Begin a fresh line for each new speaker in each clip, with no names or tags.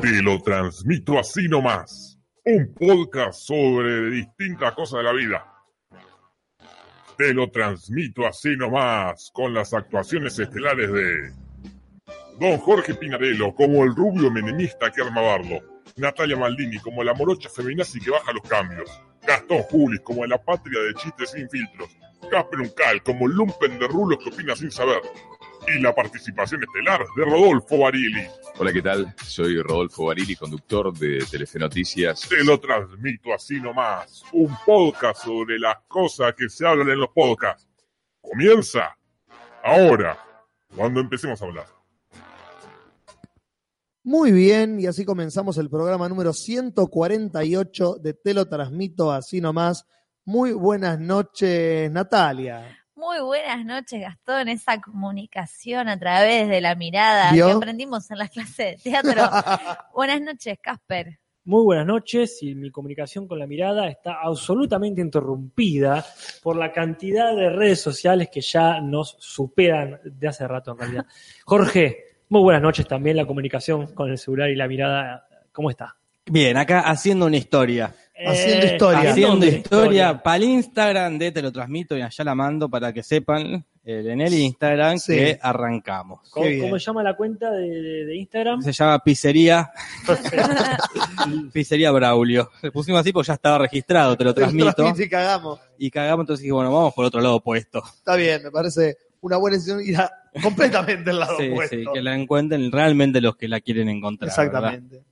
Te lo transmito así nomás. Un podcast sobre distintas cosas de la vida. Te lo transmito así nomás, con las actuaciones estelares de Don Jorge Pinarello como el rubio menemista que arma bardo, Natalia Maldini como la morocha feminazi que baja los cambios, Gastón Julis como la patria de chistes sin filtros, Casper Uncal como el lumpen de rulos que opina sin saber, y la participación estelar de Rodolfo Barili.
Hola, ¿qué tal? Soy Rodolfo Barili, conductor de Telefe Noticias.
Te lo transmito así nomás, un podcast sobre las cosas que se hablan en los podcasts. Comienza ahora, cuando empecemos a hablar.
Muy bien, y así comenzamos el programa número 148 de Te lo transmito así nomás. Muy buenas noches, Natalia.
Muy buenas noches, Gastón. Esa comunicación a través de la mirada
¿Vio?
que aprendimos en las clases de teatro. buenas noches, Casper.
Muy buenas noches y mi comunicación con la mirada está absolutamente interrumpida por la cantidad de redes sociales que ya nos superan de hace rato en realidad. Jorge, muy buenas noches también la comunicación con el celular y la mirada. ¿Cómo está? Eh,
Bien, acá haciendo una historia.
Haciendo historia.
Haciendo historia para el Instagram de Te lo transmito y allá la mando para que sepan eh, en el Instagram
Sí.
que arrancamos.
¿Cómo,
Qué bien.
cómo se llama la cuenta de, de- de Instagram?
Se llama Pizzería, Pizzería Braulio. Le pusimos así porque ya estaba registrado, te lo transmito.
Y cagamos.
Y cagamos, entonces dije, bueno, vamos por otro lado opuesto.
Está bien, me parece una buena decisión ir a- completamente al lado
Sí,
opuesto.
sí, que la encuentren realmente los que la quieren encontrar. ¿verdad?
Exactamente.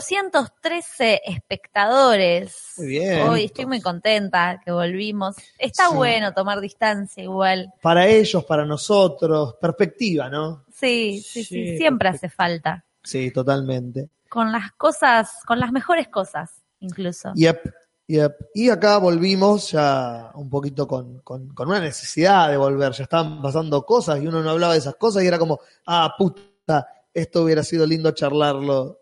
213 espectadores.
Muy bien.
Hoy estoy muy contenta que volvimos. Está
Sí.
bueno tomar distancia igual.
Para ellos, para nosotros, perspectiva, ¿no?
Sí, sí, sí,
Sí,
siempre hace falta.
Sí, totalmente.
Con las cosas, con las mejores cosas, incluso.
Yep, yep. Y acá volvimos ya un poquito con, con, con una necesidad de volver. Ya estaban pasando cosas y uno no hablaba de esas cosas y era como, ah, puta, esto hubiera sido lindo charlarlo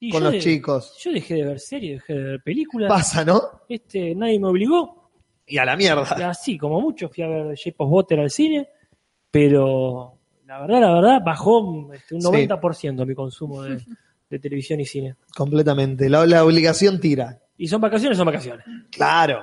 Y
con
yo
los
de-
chicos.
Yo dejé de ver series, dejé de ver películas.
Pasa, ¿no?
Este, nadie me obligó.
Y a la mierda.
así como mucho fui a ver Shape of Water al cine, pero la verdad, la verdad, bajó este, un
Sí.
90% mi consumo de, de televisión y cine.
Completamente. La, la obligación tira.
Y son vacaciones, son vacaciones.
Claro.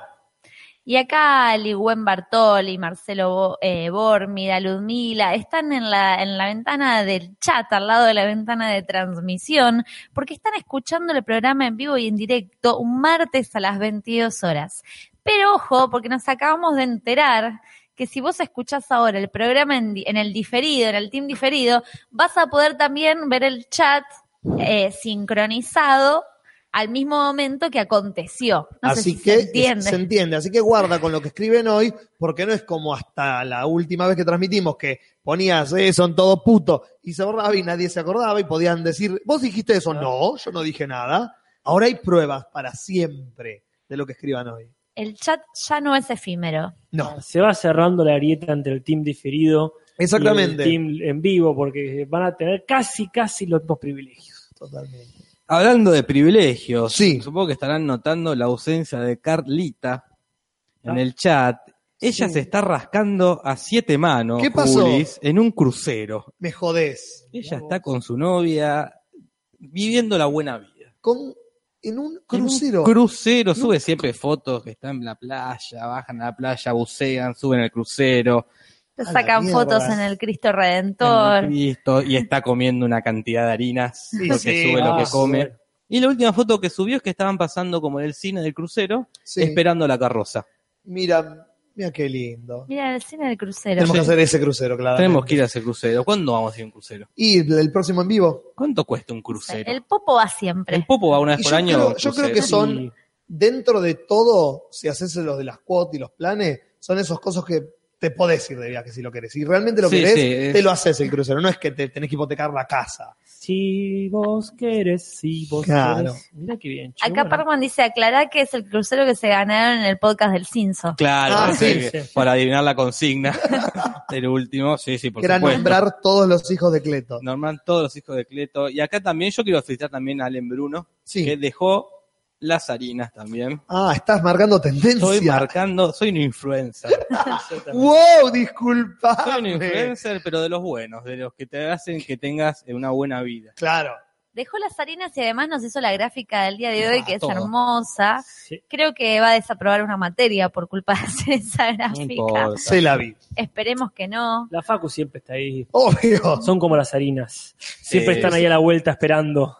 Y acá Ligüen Bartoli, Marcelo Bo- eh, Bormida, Ludmila, están en la, en la ventana del chat, al lado de la ventana de transmisión, porque están escuchando el programa en vivo y en directo un martes a las 22 horas. Pero ojo, porque nos acabamos de enterar que si vos escuchás ahora el programa en, di- en el diferido, en el team diferido, vas a poder también ver el chat eh, sincronizado al mismo momento que aconteció. No sé
Así
si
que eh,
se entiende.
se entiende. Así que guarda con lo que escriben hoy, porque no es como hasta la última vez que transmitimos que ponías, eh, son todos putos, y se borraba y nadie se acordaba y podían decir, vos dijiste eso. No, yo no dije nada. Ahora hay pruebas para siempre de lo que escriban hoy.
el chat ya no es efímero.
No,
Se va cerrando la grieta entre el team diferido y el
exactamente.
team en vivo, porque van a tener casi, casi los mismos privilegios.
Totalmente.
Hablando de privilegios,
Sí.
supongo que estarán notando la ausencia de Carlita en
Ah.
el chat. Ella
Sí.
se está rascando a siete manos
¿Qué pasó?
Julis, en un crucero.
Me jodés.
Ella
vos.
está con su novia viviendo la buena vida.
Con, en un
En un
crucero.
crucero, sube siempre fotos que están en la playa, bajan a la playa, bucean, suben al crucero.
Te
A la
sacan
mierda.
fotos en el Cristo
en
Redentor.
el Cristo, y está comiendo una cantidad de harinas,
Sí,
lo que
sí,
sube, lo
ah,
que come.
bueno.
Y la última foto que subió es que estaban pasando como en el cine del crucero,
Sí.
esperando la carroza.
Mira, mira qué lindo.
Mira el cine del crucero.
Tenemos que
Sí.
hacer ese crucero, claro.
Tenemos que ir a ese crucero. ¿Cuándo vamos a ir a un crucero?
Y el- el próximo en vivo.
¿Cuánto cuesta un crucero?
El popo va
El
siempre.
Popo va una vez
Y
por
yo
año.
creo-
a un
yo creo
crucero.
que son-
Sí.
dentro de todo, si haces los de las cuotas y los planes, son esos cosas que te podés ir de viaje si lo querés. Si realmente lo
Sí,
querés,
sí, es-
te lo haces el crucero. No es que te tenés que hipotecar la casa.
Si vos querés, si vos
Claro.
querés. Mira qué bien. che,
Acá
bueno.
Parman dice, aclará que es el crucero que se ganaron en el podcast del Cinzo.
Claro,
Ah,
sí,
sí,
que-
sí.
para adivinar la consigna. el último, sí, sí, por
que era
supuesto.
nombrar todos los hijos de Cleto.
Norman, todos los hijos de Cleto. Y acá también yo quiero felicitar también a Allen Bruno,
sí,
que dejó las harinas también.
Ah, estás marcando tendencia.
Estoy marcando, soy un influencer.
wow, disculpa.
soy un influencer, pero de los buenos, de los que te hacen que tengas una buena vida.
Claro.
Dejó las harinas y además nos hizo la gráfica del día de hoy,
Ah,
que es
todo.
hermosa.
Sí.
Creo que va a desaprobar una materia por culpa de hacer esa
No
gráfica.
importa.
Se la vi.
Esperemos que no.
La Facu siempre está ahí.
Obvio.
Son como las harinas. Siempre
Eh,
están ahí a la vuelta esperando.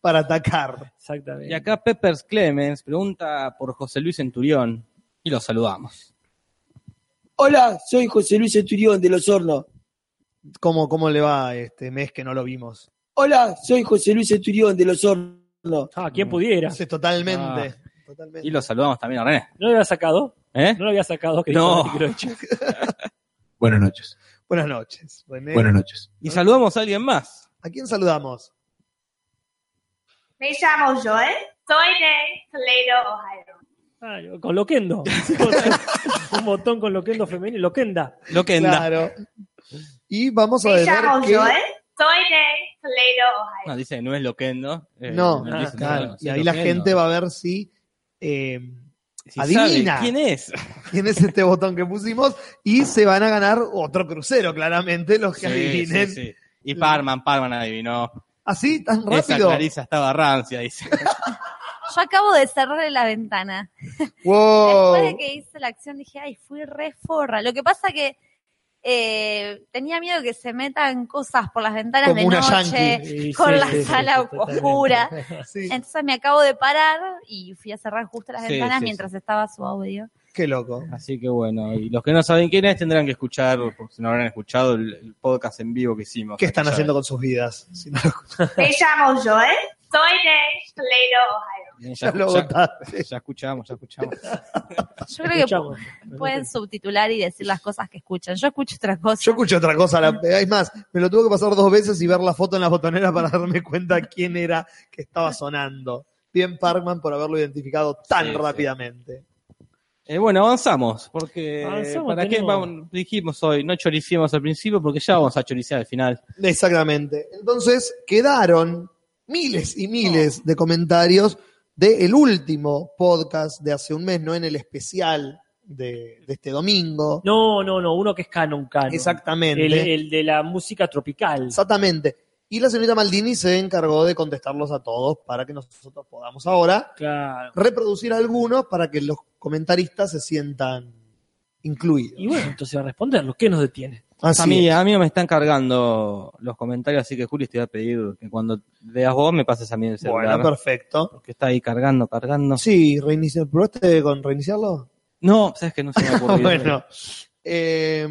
Para atacar.
Exactamente.
Y acá Peppers Clemens pregunta por José Luis Centurión y lo saludamos.
Hola, soy José Luis Esturión de Los Hornos.
¿Cómo, ¿Cómo le va este mes que no lo vimos?
Hola, soy José Luis Esturión de Los Hornos.
Ah, ¿quién pudiera?
Sí, totalmente. totalmente.
Ah. Y lo saludamos también a René.
¿No lo había sacado?
¿Eh?
No lo había sacado. que
No.
dijo Antiquirocho.
Buenas noches.
Buenas noches, René.
Buenas noches.
Y saludamos a alguien más.
¿A quién saludamos?
Me llamo Joel, soy de Toledo, Ohio.
Ah, con Loquendo. Un botón con Loquendo femenino. Loquenda.
Loquenda.
Claro. Y vamos a
Me
ver
llamo
¿eh?
que...
Joel, soy de Toledo, Ohio.
No, dice, no es Loquendo. Eh,
No,
Ah,
dice,
claro.
no, sí,
y ahí la
Loquendo.
gente va a ver si... eh,
Si
adivina.
sabe ¿Quién es?
quién es este botón que pusimos y se van a ganar otro crucero, claramente, los que
Sí,
adivinen.
sí, sí. Y Parman, Parman adivinó.
Así, tan
Esa
rápido.
Clarisa estaba rancia, dice.
Yo acabo de cerrarle la ventana.
Wow.
Después de que hice la acción dije, ay, fui re forra. Lo que pasa que eh, tenía miedo que se metan cosas por las ventanas
Como
de
una
noche,
Y
con
sí,
la
sí, sí,
sala
sí, totalmente.
oscura.
Sí,
Entonces me acabo de parar y fui a cerrar justo las
Sí,
ventanas
sí,
mientras estaba su audio.
Qué loco.
Así que bueno, y los que no saben quién es tendrán que escuchar, porque si no habrán escuchado el, el podcast en vivo que hicimos.
¿Qué están
Aquella
haciendo con sus vidas? Si no,
Me llamo Joel, soy de Toledo, Ohio.
vez. Bien,
ya
Ya,
lo
ya-
votaste.
ya escuchamos, ya escuchamos.
Yo creo que
Escuchamos.
pu- pueden subtitular y decir las cosas que escuchan. Yo escucho otras cosas.
Yo escucho otra cosa. La, es más, me lo tuve que pasar dos veces y ver la foto en la botonera para darme cuenta quién era que estaba sonando. Bien, Parkman, por haberlo identificado tan
Sí, sí.
rápidamente.
Eh, bueno, avanzamos, porque
Avanzamos,
¿para qué
tenemos-
vamos- dijimos hoy? No choriciemos al principio, porque ya vamos a choriciar al final.
Exactamente. Entonces, quedaron miles y miles de comentarios del último podcast de hace un mes, no en el especial de, de este domingo.
No, no, no. Uno que es Canon Canon.
Exactamente.
El, el de la música tropical.
Exactamente. Y la señorita Maldini se encargó de contestarlos a todos para que nosotros podamos ahora
Claro.
reproducir algunos para que los comentaristas se sientan incluidos.
Y bueno, entonces va a responderlo. ¿Qué nos detiene?
Así
a, mí,
es.
a mí me están cargando los comentarios, así que Juli te voy a pedir que cuando leas vos me pases a mí el celular.
Bueno, perfecto.
porque está ahí cargando, cargando.
Sí, reiniciar. ¿Probaste con reiniciarlo?
No, sabes que no se me ocurrió.
bueno. Eh,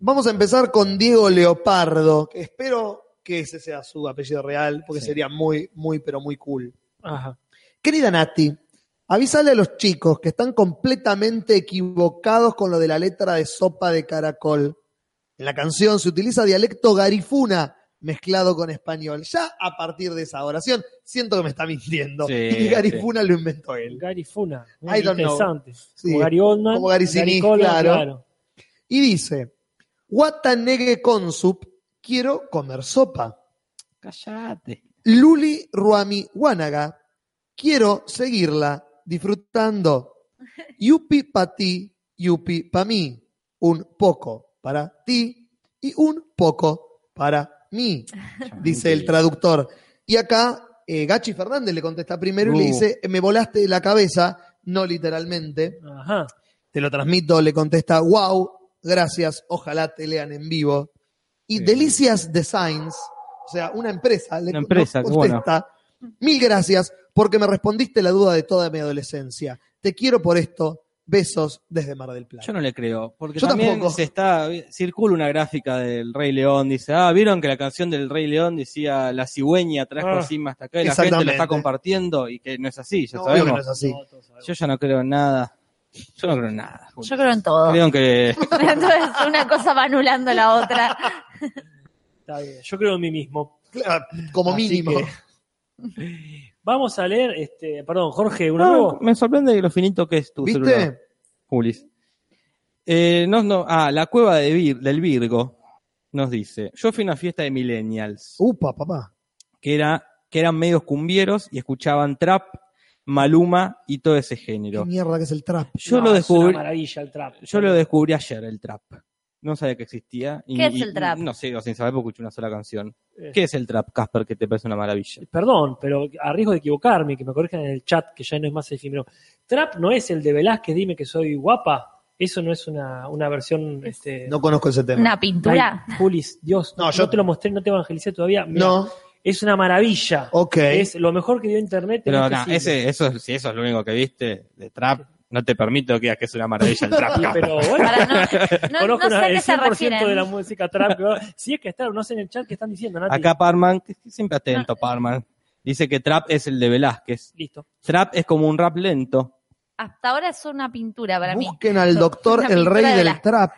vamos a empezar con Diego Leopardo, que espero que ese sea su apellido real, porque
Sí.
sería muy, muy, pero muy cool.
Ajá.
Querida Nati, avísale a los chicos que están completamente equivocados con lo de la letra de sopa de caracol. En la canción se utiliza dialecto garifuna mezclado con español. Ya a partir de esa oración siento que me está mintiendo.
Sí,
y garifuna lo inventó él.
Gary Funa.
I don't know.
Interesante.
Sí.
Como Gary Oldman.
Como Gary
Gary
Sinise,
Coleman,
claro. Y dice, Watanegue consup, quiero comer sopa.
Cállate.
Luli Ruami Guanaga, quiero seguirla disfrutando. Yupi pa ti, yupi pa mí. Un poco para ti y un poco para mí, dice el traductor. Y acá eh, Gachi Fernández le contesta primero y le
Uh.
dice, me volaste de la cabeza, no literalmente.
Ajá.
Te lo transmito, le contesta, wow, gracias, ojalá te lean en vivo. Y
Sí.
Delicias Designs, o sea, una empresa, le
Una empresa,
nos
qué bueno.
contesta, mil gracias porque me respondiste la duda de toda mi adolescencia. Te quiero por esto. Besos desde Mar del Plata.
Yo no le creo, porque
Yo
también
tampoco.
se está circula una gráfica del Rey León, dice, ah, vieron que la canción del Rey León decía la cigüeña trajo
Ah,
cima hasta acá y la gente lo está
exactamente.
compartiendo y que no es así, ya
No, obvio que no
sabemos.
es así.
No, todos sabemos.
Yo ya no creo en nada. Yo no creo en nada. Juli.
Yo creo en
Ah.
todo.
Creo en que
Entonces una cosa va anulando la otra.
Está bien. Yo creo en mí mismo.
Claro, como
Así
mínimo.
que- Vamos a leer, este, perdón, Jorge, ¿uno
No,
nuevo?
me sorprende lo finito que es tu celular,
¿Viste?
Julis. Eh, no, no, ah, la cueva de Vir- del Virgo nos dice, yo fui a una fiesta de millennials.
Upa, papá.
que, era, que eran medios cumbieros y escuchaban trap Maluma y todo ese
Qué
género.
mierda que es el trap.
Yo
No,
lo
es una
descubrí,
maravilla el trap.
yo lo descubrí ayer, el trap. No sabía que existía. y-
¿Qué es
y-
el trap?
No sé, o sin saber porque escuché una sola canción.
Eh,
¿Qué es el trap, Casper, que te parece una maravilla?
Perdón, pero a riesgo de equivocarme, que me corrijan en el chat, que ya no es más efímero. Trap no es el de Velázquez, dime que soy guapa. Eso no es una, una versión. Este,
No conozco ese tema.
Una pintura.
Ay, Julis, Dios,
No,
no,
yo-
yo te lo mostré, no te evangelicé todavía. Mirá,
No,
Es una maravilla.
ok.
Es lo mejor que dio Internet. en
Pero
este
no,
siglo.
ese, eso, si eso es lo único que viste de trap, no te permito que digas que es una maravilla el trap.
Sí,
Casper.
pero bueno.
Para no, no,
Conozco
no sé
una-
a qué
el
se
100% de la
refieren.
música trap. pero Si es que está, no sé en el chat qué están diciendo, Nati.
Acá Parman, que siempre atento, Parman, dice que trap es el de Velázquez.
Listo.
Trap es como un rap lento.
Hasta ahora es una pintura para mí.
Busquen al doctor
Una
el
pintura
rey
de
del
la-
trap.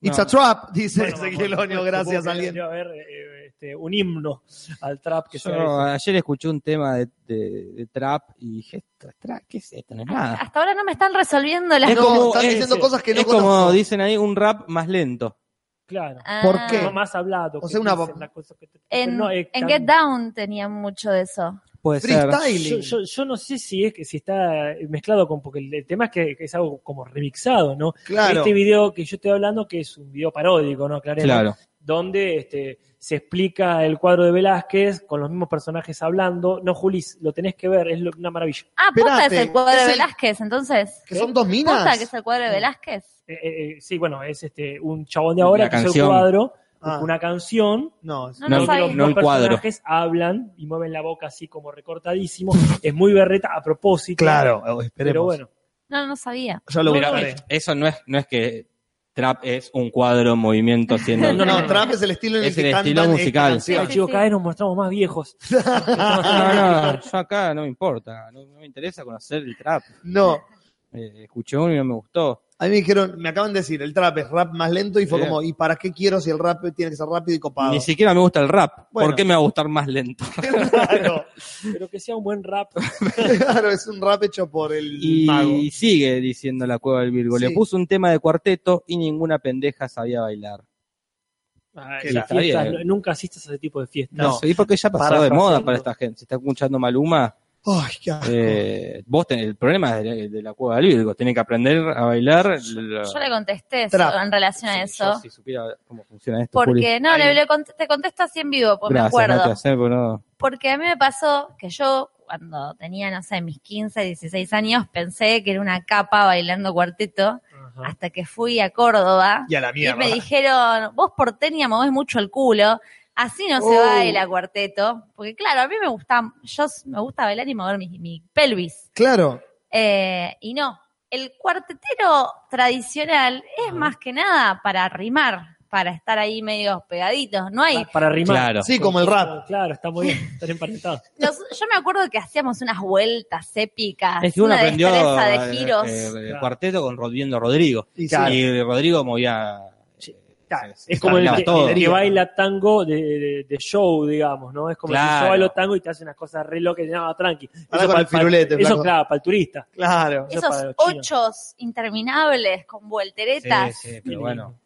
It's
No.
a trap, dice
Bueno,
Ezequiel
bueno,
Oño,
supongo
gracias
que
alguien.
debe haber eh, este, un himno al trap que
Yo
sea eso.
ayer escuché un tema de, de- de trap y dije, "Esto es trap, ¿qué es esto? No es nada.
Hasta ahora no me están resolviendo las
Es
No,
como-
están
es-
diciendo cosas que no
es como
conozco.
dicen ahí, un rap más lento.
Claro.
Ah.
¿Por qué?
No más hablado.
O
que
sea, una-
dicen las cosas que te-
En,
no, eh,
en
can-
Get Down tenían mucho de eso.
Puede ser.
Yo,
Freestyling.
yo, yo no sé si es que si está mezclado con porque el, el tema es que, que es algo como remixado, ¿no?
claro.
Este video que yo estoy hablando que es un video paródico, ¿no? Claremos.
Claro.
donde este, se explica el cuadro de Velázquez con los mismos personajes hablando. No, Julis, lo tenés que ver, es lo- una maravilla.
Ah, posta es
Espérate,
el cuadro
es
de
el-
Velázquez, entonces.
que son dos
¿Posta que
minas.
es el cuadro de
No.
Velázquez?
Eh, eh, eh, sí, bueno, es este un chabón de ahora
Una
que hizo el
canción.
cuadro,
Ah,
una canción.
no,
No, no
donde
sabía.
los
No el
dos
cuadro.
personajes hablan y mueven la boca así como recortadísimo. es muy berreta a propósito.
claro, oh, esperemos.
Pero bueno,
No, no sabía.
ya lo
Pero
buscaré.
Eso no es, no es que trap es un cuadro en movimiento siendo...
No, no,
no, no.
trap es el estilo en el
Es
que
el
cantan
estilo
esta
musical.
canción.
Sí,
chicos,
sí.
cada vez nos mostramos más viejos.
No, no, yo acá no me importa, no, no me interesa conocer el trap.
No,
Eh, escuché uno y no me gustó.
a mí me dijeron, me acaban de decir, el trap es rap más lento y fue
Bien.
como, ¿y para qué quiero si el rap tiene que ser rápido y copado?
Ni siquiera me gusta el rap.
Bueno.
¿Por qué me va a gustar más lento?
claro,
Pero que sea un buen rap.
claro, es un rap hecho por el
Y
mago.
sigue diciendo la cueva del Virgo.
Sí.
Le puso un tema de cuarteto y ninguna pendeja sabía bailar.
Ay,
Que
y
la-
fiestas,
está bien.
no- nunca asistas a ese tipo de fiestas.
No.
Sí, porque ya pasó de
Parafraseando.
moda para esta gente. Si está escuchando Maluma,
Ay, qué asco.
eh, vos tenés, el problema es de, de la cueva del Virgo. Tenés que aprender a bailar. la-
Yo le contesté eso
Trap.
en relación a
Sí,
eso.
yo si supiera cómo funciona esto. Juli.
Porque, no,
Ahí.
le, le cont- te contesto así en vivo, porque
Gracias,
me acuerdo.
Nati, hacer, porque no-
Porque a mí me pasó que yo, cuando tenía, no sé, mis 15, 16 años, pensé que era una capa bailando cuarteto,
Ajá.
hasta que fui a Córdoba
Y a la
y
mierda.
me dijeron, vos porteña movés mucho el culo, así no se
Oh.
baila cuarteto. Porque claro, a mí me gusta, yo s- me gusta bailar y mover mi, mi pelvis.
Claro,
Eh, y no, el cuartetero tradicional es más que nada para rimar, para estar ahí medio pegaditos, no hay
Pa- Para rimar.
Claro.
sí, como el rap.
Claro, está muy bien, están emparentados.
Nos- yo me acuerdo que hacíamos unas vueltas épicas,
Es que uno
una
aprendió
destreza de
eh,
giros.
eh, eh,
Claro.
cuarteto con Rod- viendo a Rodrigo.
Y sí.
Y Rodrigo movía.
Claro,
se-
es
se
como el
bailaba
que,
todo.
el que baila tango de, de- de show, digamos, ¿no? Es como si
Claro.
yo bailo tango y te hace unas cosas re locas y nada, tranqui. Eso,
Ahora con
pa-
el
pa-
firulete,
eso
flaco.
claro, para el turista.
Claro.
Eso
Esos
para los chinos.
ochos interminables con
Sí,
volteretas,
sí, pero bueno.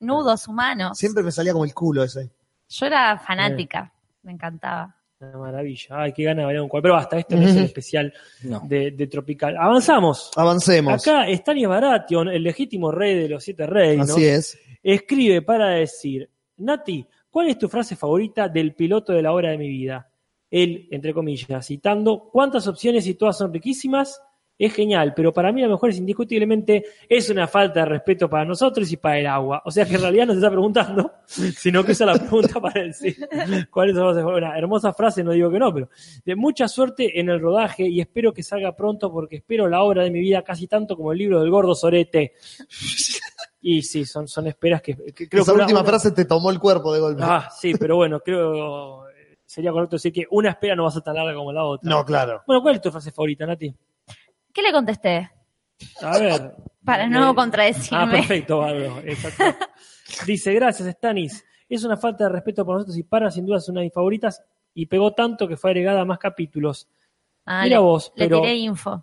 nudos humanos.
Siempre me salía como el culo ese.
Yo era fanática, me encantaba.
Una maravilla. Ay, qué gana de bailar un cuadro. Pero basta, esto no es el
Ujú.
especial
No.
de, de Tropical. Avanzamos.
Avancemos.
Acá Stanis Baration, el legítimo rey de los siete reinos,
Así es.
escribe para decir, Nati, ¿cuál es tu frase favorita del piloto de la hora de mi vida? Él, entre comillas, citando, ¿cuántas opciones y todas son riquísimas? Es genial, pero para mí la mejor es indiscutiblemente, es una falta de respeto para nosotros y para el agua. O sea que en realidad no se está preguntando, sino que usa la pregunta para decir cuál es su frase. Una hermosa frase, no digo que no, pero de mucha suerte en el rodaje y espero que salga pronto porque espero la obra de mi vida casi tanto como el libro del gordo Sorete. Y sí, son, son esperas que, Eh, que creo
Esa
que una-
última
una-
frase te tomó el cuerpo de golpe.
Ah, sí, pero bueno, creo eh, sería correcto decir que una espera no va a ser tan larga como la otra.
no, claro.
Bueno, ¿cuál es tu frase favorita, Nati?
¿Qué le contesté?
A ver.
Para no
Eh, Ah,
contradecirme.
perfecto, Bárbaro. Exacto. Dice, gracias, Stanis. Es una falta de respeto por nosotros y para, sin duda, es una de mis favoritas. Y pegó tanto que fue agregada a más capítulos.
Ah,
Mira
le,
vos,
le
pero-
tiré info.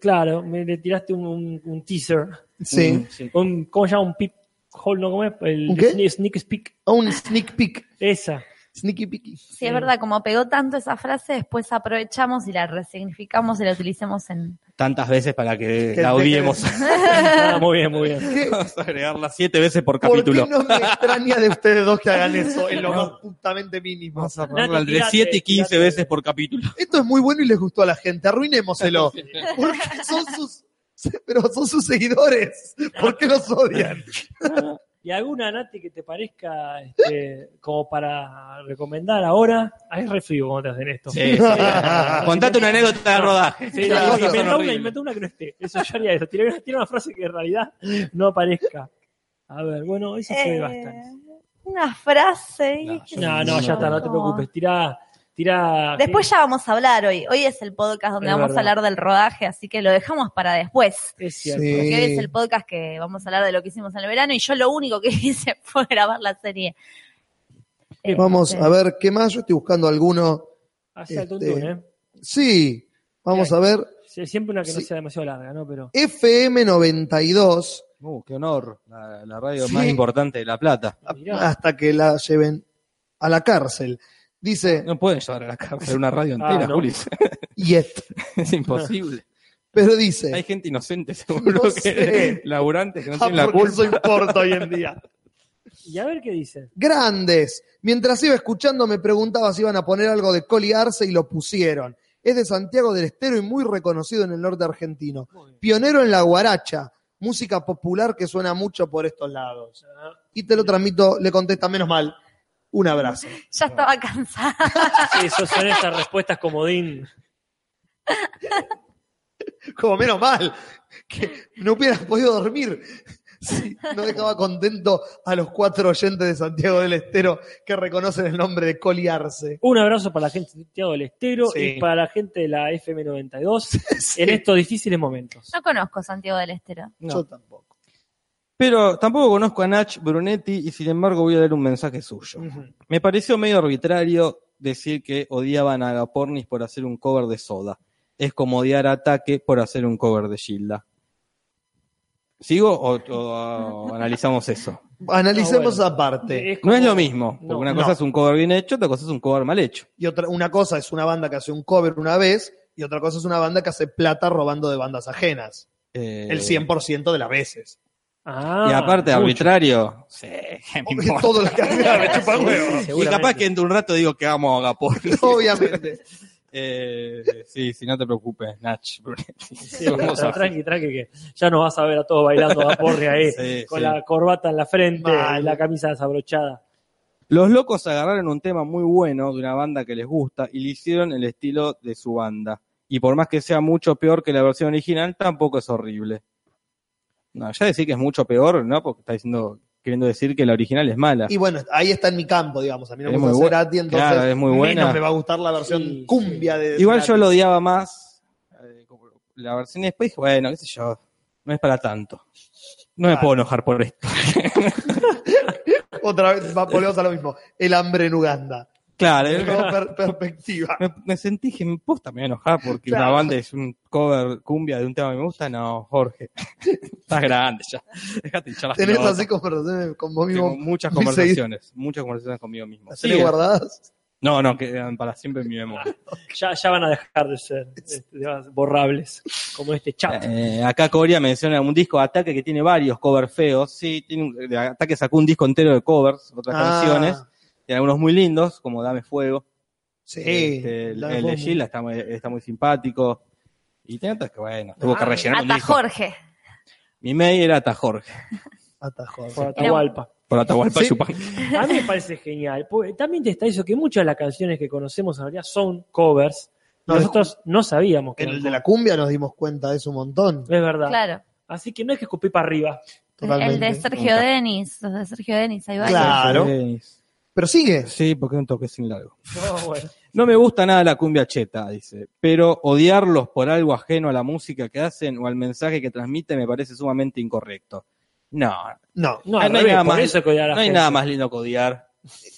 Claro, me le tiraste un, un- un teaser. Mm.
Sí.
Un, ¿Cómo se llama? Un pip hole, ¿no? ¿Cómo es? El
Oh, ¿Un qué?
sneak- sneak peek.
O un sneak peek.
Esa.
Sneaky picky.
Sí, es verdad, como pegó tanto esa frase, después aprovechamos y la resignificamos y la utilicemos en...
Tantas veces para que
Que-
la odiemos.
Ah, muy bien, muy bien.
¿Qué-
Vamos a agregarla siete veces por
¿Por
capítulo.
qué no me extraña de ustedes dos que hagan eso en lo más puntamente mínimo?
Vamos a ponerla
Nati,
de
tirate,
7 y 15
tirate.
veces por capítulo.
Esto es muy bueno y les gustó a la gente, arruinémoselo. Porque son sus, pero son sus seguidores. ¿Por qué los odian?
¿Y alguna, Nati, que te parezca este, como para recomendar ahora? Ahí re frío cuando te hacen esto.
Sí, sí. Contate una anécdota de rodaje.
Sí,
Claro,
inventá
son
una,
horribles.
inventá una que no esté. Eso yo haría eso. Tiene una, tirá una frase que en realidad no aparezca. A ver, bueno, eso se ve
Eh,
bastante.
Una frase. y-
No, yo
No, no, ya está, no te
No.
preocupes. Tirá, tirá.
Después ya vamos a hablar hoy. Hoy es el podcast donde
Es
vamos
verdad.
a hablar del rodaje, así que lo dejamos para después.
Es cierto.
Sí.
Porque hoy es el podcast que vamos a hablar de lo que hicimos en el verano y yo lo único que hice fue grabar la serie. Eh,
Vamos
eh,
a ver qué más. Yo estoy buscando alguno.
Hacé al
Este,
tuntún, ¿eh?
Sí, vamos a ver.
Sí, Siempre una que no
sí.
sea demasiado larga, ¿no? Pero.
FM92,
Uh, qué honor. La, la radio
Sí.
más importante de La Plata.
Mirá.
hasta que la lleven a la cárcel. Dice,
No pueden llevar a la cárcel una radio
Ah,
entera,
no.
Julis.
yet.
Es imposible.
Pero
Hay
dice,
gente inocente, seguro,
No
que
sé.
laburantes que no
ah,
tienen la
porque
culpa.
soy corto hoy en día.
Y a ver qué dice.
Grandes. Mientras iba escuchando me preguntaba si iban a poner algo de Coli Arce y lo pusieron. Es de Santiago del Estero y muy reconocido en el norte argentino. Pionero en la guaracha, música popular que suena mucho por estos lados. Y te lo transmito, le contesta, menos mal. Un abrazo.
Ya estaba cansada.
Ah. Sí, eso son estas respuestas comodín.
Como menos mal, que no hubieras podido dormir. Sí, no dejaba contento a los cuatro oyentes de Santiago del Estero que reconocen el nombre de Coli Arce.
Un abrazo para la gente de Santiago del Estero
Sí.
y para la gente de la FM92 en estos difíciles momentos.
No conozco Santiago del Estero.
No.
Yo tampoco.
Pero tampoco conozco a Nach Brunetti y sin embargo voy a leer un mensaje suyo. Me pareció medio arbitrario decir que odiaban a Agapornis por hacer un cover de Soda. Es como odiar a Ataque por hacer un cover de Gilda. ¿Sigo o, o- o analizamos eso?
Analicemos
No, bueno.
aparte.
Es
No Eh. es
como-
lo mismo, porque
No,
una cosa
no.
es un cover bien hecho, otra cosa es un cover mal hecho.
Y otra, una cosa es una banda que hace un cover una vez y otra cosa es una banda que hace plata robando de bandas ajenas.
Eh,
El 100% de las veces.
Ah,
Y aparte,
mucho.
arbitrario. Sí, me importa.
Todo lo que hace, me chupa huevo.
Y capaz
seguramente.
que en un rato digo que amo a Agapornis.
Obviamente.
Eh, sí, sí, no te preocupes, Nach. Brunetti.
Sí,
Somos
pero
así.
tranqui, tranqui, que ya nos vas a ver a todos bailando a porre ahí,
Sí,
con
sí.
la corbata en la frente
Mal.
y la camisa desabrochada.
Los locos agarraron un tema muy bueno de una banda que les gusta y le hicieron el estilo de su banda. Y por más que sea mucho peor que la versión original, tampoco es horrible. No, ya decir que es mucho peor, ¿no? Porque está diciendo, queriendo decir que la original es mala.
Y bueno, ahí está en mi campo, digamos. A mí no me
Es
gusta
muy bu-
Cerati, entonces
claro, es muy buena.
menos me va a gustar la versión
Sí,
cumbia de
Igual yo
Cerati.
lo odiaba más. eh, como la versión y después dije, bueno, qué sé yo, no es para tanto. No me
Claro.
puedo enojar por esto.
Otra vez va- volvemos a lo mismo. El hambre en Uganda.
Claro,
Nueva per- perspectiva.
me, me sentí que me posta me voy a enojar porque
Claro.
una banda es un cover cumbia de un tema que me gusta. No, Jorge, estás grande ya. Dejate hinchar las
Tenés
pelotas.
así conversaciones con vos
Tengo
mismo.
muchas
muy
conversaciones, muchas conversaciones conmigo mismo.
¿Las
Sí,
tenés guardadas?
no, no, quedan para siempre en mi memoria.
Ya, ya van a dejar de ser este, de- borrables, como este chat.
Eh, acá Coria menciona un disco de Ataque que tiene varios covers feos. Sí, tiene un- de Ataque sacó un disco entero de covers, otras
Ah,
canciones. Y algunos muy lindos, como Dame Fuego.
Sí.
Este, el,
Dame
el de
vos,
Gila está muy, está muy simpático. Y tiene otras que, bueno, tuvo que
Ah,
rellenar un
Hasta
disco.
Jorge.
Mi mail era Tajorge,
atajó.
Por Atahualpa.
por Atahualpa
Sí.
Yupanqui.
A mí me parece genial. porque También está eso que muchas de las canciones que conocemos en realidad son covers.
No,
Nosotros no sabíamos que
En
eran
el de la cumbia nos dimos cuenta de eso un montón.
covers. Es verdad.
Claro.
Así que no es que escupí para arriba.
Totalmente.
El de Sergio
Nunca.
Denis. Los de Sergio Denis, ahí va.
Claro. Pero sigue.
Sí, porque un toque sin largo.
No, bueno.
No me gusta nada la cumbia cheta, dice, pero odiarlos por algo ajeno a la música que hacen o al mensaje que transmiten me parece sumamente incorrecto. No,
No.
No,
Ah,
al
no hay
revés,
nada
por
más.
eso que odiar a la
no hay
gente.
nada más lindo que odiar.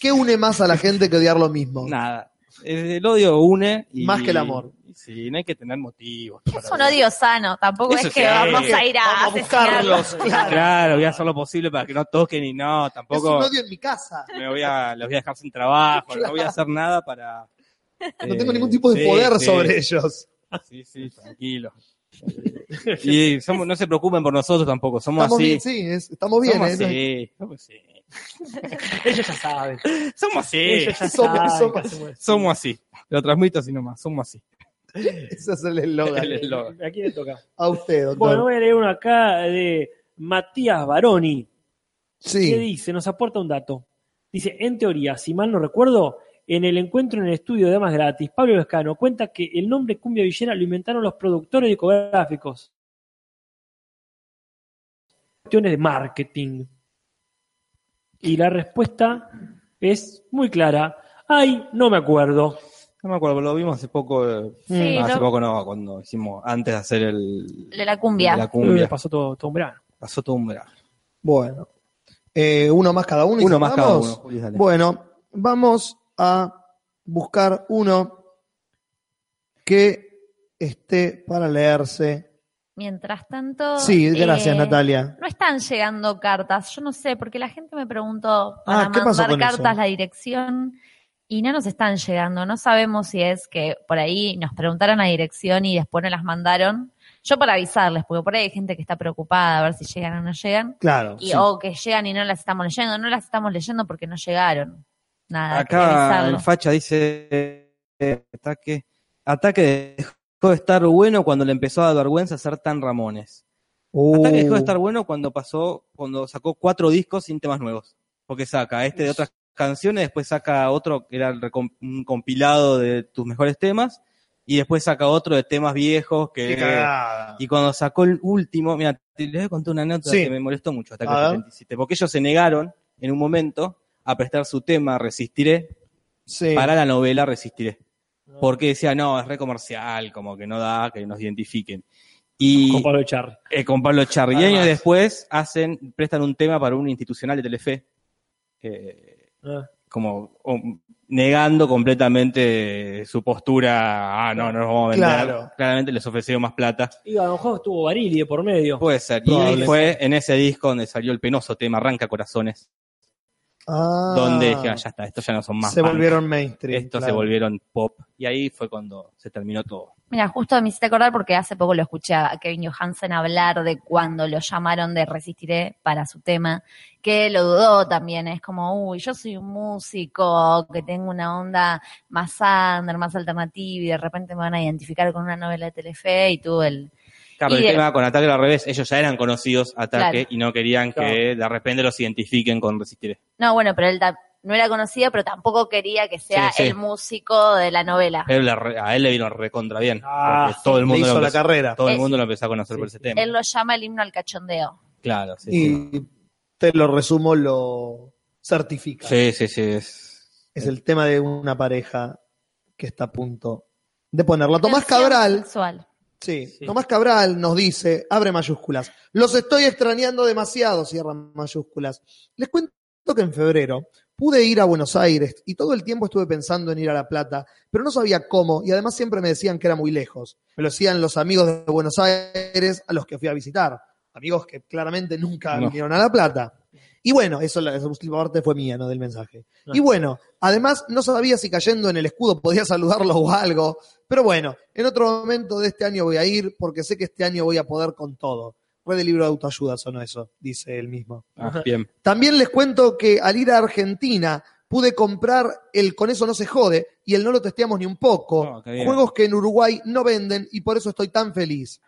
¿Qué une más a la gente que odiar lo mismo?
Nada. Eh, El odio une. y-
Más que el amor.
y Sí, no hay que tener motivos.
Es un odio sano, tampoco
Eso
es que
sí.
vamos a ir a,
Vamos a buscarlos,
asesinarlos.
claro.
Claro, voy a hacer lo posible para que no toquen y no,
Es un
tampoco
odio en mi casa.
me voy a, los voy a dejar sin trabajo, no voy a hacer nada para...
No
eh,
tengo ningún tipo de
sí,
poder
sí.
sobre ellos.
Sí, sí, tranquilo. Y somos, no se preocupen por nosotros tampoco, somos
Estamos
así.
bien, sí, es- estamos bien.
somos,
¿eh?
así. somos así.
Ellos ya saben.
Somos
¿eh?
así.
Ellos ya
Somos-
saben.
somos-
que hacemos-
Somos así. Lo transmito así nomás, somos así.
Ese es el eslogan.
El eslogan.
¿A quién le toca?
A usted, doctor.
Bueno, voy a leer uno acá de Matías Baroni. ¿Qué
sí.
dice? Nos aporta un dato. Dice, en teoría, si mal no recuerdo, en el encuentro en el estudio de Damas Gratis, Pablo Escano cuenta que el nombre Cumbia Villera lo inventaron los productores discográficos. Cuestiones de marketing. Y la respuesta es muy clara. Ay, no me acuerdo.
No me acuerdo, lo vimos hace poco. eh,
Mm.
Sí,
no, hace
lo-
poco no, cuando hicimos, antes de hacer el.
De la cumbia.
de la
Me
cumbia.
pasó todo, todo un verano.
Pasó todo un verano.
Bueno. Eh, uno más cada uno. y
Uno más cada
cerramos.
uno, Juli, dale.
Bueno, vamos a buscar uno que esté para leerse.
Mientras tanto.
Sí, gracias,
eh,
Natalia.
No están llegando cartas, yo no sé, porque la gente me preguntó para
Ah, ¿qué pasó
mandar
con eso?
cartas la dirección y no nos están llegando. No sabemos si es que por ahí nos preguntaron la dirección y después no las mandaron. Yo para avisarles, porque por ahí hay gente que está preocupada a ver si llegan o no llegan.
Claro.
Y, oh.
sí.
O que llegan y no las estamos leyendo, no las estamos leyendo porque no llegaron. Nada, quería
Acá
avisarlo.
el facha dice: eh, ataque, ataque dejó de estar bueno cuando le empezó a dar vergüenza ser tan Ramones.
Uh,
Ataque dejó de estar bueno cuando pasó, cuando sacó cuatro discos sin temas nuevos. Porque saca este de otras canciones, después saca otro que era el recom- un compilado de tus mejores temas, y después saca otro de temas viejos que.
qué cagada.
Y cuando sacó el último, mira, te les voy a contar una nota
Sí.
que me molestó mucho, hasta
A ver.
77, porque ellos se negaron en un momento a prestar su tema Resistiré
Sí. Ah.
para la novela Resistiré. Porque decía, no, es re comercial, como que no da, que nos identifiquen. Y
Con Pablo Echarri.
eh, con Pablo Charri. Y
Además.
años después hacen, prestan un tema para un institucional de Telefe, eh,
Ah.
como um, negando completamente su postura, ah, no, no nos vamos a vender.
Claro.
Claramente les ofrecieron más plata.
Y a lo mejor estuvo Barili de por medio.
Puede ser.
Probable.
Y fue en ese disco donde salió el penoso tema Arranca Corazones,
Ah.
donde dijeron, ya está, estos ya no son más.
se
punk,
volvieron mainstream.
Estos se
claro.
volvieron pop. Y ahí fue cuando se terminó todo.
Mira, justo me hiciste acordar porque hace poco lo escuché a Kevin Johansen hablar de cuando lo llamaron de Resistiré para su tema, que lo dudó también, es como, uy, yo soy un músico que tengo una onda más under, más alternativa y de repente me van a identificar con una novela de Telefe y tú el...
Claro,
Y
el
de-
tema con Ataque era al revés, ellos ya eran conocidos Ataque
Claro.
y no querían que
Claro.
de repente los identifiquen con Resistiré.
No, bueno, pero él ta- no era conocido, pero tampoco quería que sea
Sí, Eh, sí.
el músico de la novela.
Pero le re- a él le vino recontra bien.
Ah,
porque todo el
Le
mundo,
hizo
lo
la
empezó,
carrera.
todo el
Eh,
mundo lo empezó a conocer
sí,
por ese
sí.
tema.
Él lo llama el himno al cachondeo.
Claro, sí, sí.
Y te lo resumo, lo certifica.
Sí, sí, sí. Es,
Es el tema de una pareja que está a punto de ponerla. Tomás
Tensión
Cabral,
sexual.
sí,
Sí.
Tomás Cabral nos dice, abre mayúsculas, los estoy extrañando demasiado, cierran mayúsculas. Les cuento que en febrero pude ir a Buenos Aires y todo el tiempo estuve pensando en ir a La Plata, pero no sabía cómo y además siempre me decían que era muy lejos. Me lo decían los amigos de Buenos Aires a los que fui a visitar, amigos que claramente nunca
No.
vinieron a La Plata. Y bueno, eso, la- esa última parte fue mía, no del mensaje.
Ah.
Y bueno, además no sabía si cayendo en el escudo podía saludarlo o algo. Pero bueno, en otro momento de este año voy a ir porque sé que este año voy a poder con todo. Fue de libro de autoayuda, sonó eso, dice él mismo.
ah, bien.
También les cuento que al ir a Argentina pude comprar el Con eso no se jode y el no lo testeamos ni un poco.
Oh, qué bien.
juegos que en Uruguay no venden y por eso estoy tan feliz.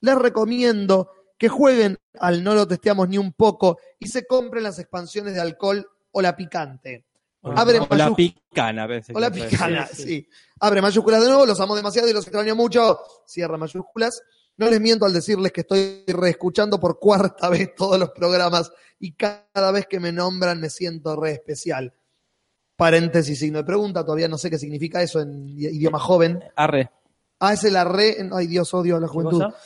Les recomiendo que jueguen al no lo testeamos ni un poco y se compren las expansiones de alcohol o la picante. Abre
o la
mayús-
picana. pensé que
Hola
fue.
Picana,
Sí,
sí,
sí.
Abre mayúsculas de nuevo, los amo demasiado y los extraño mucho. Cierra mayúsculas. No les miento al decirles que estoy reescuchando por cuarta vez todos los programas y cada vez que me nombran me siento re especial. Paréntesis, signo de pregunta, todavía no sé qué significa eso en i- idioma joven.
Arre.
Ah, es el arre, en- ay Dios, odio a la
¿Qué
juventud.
cosa?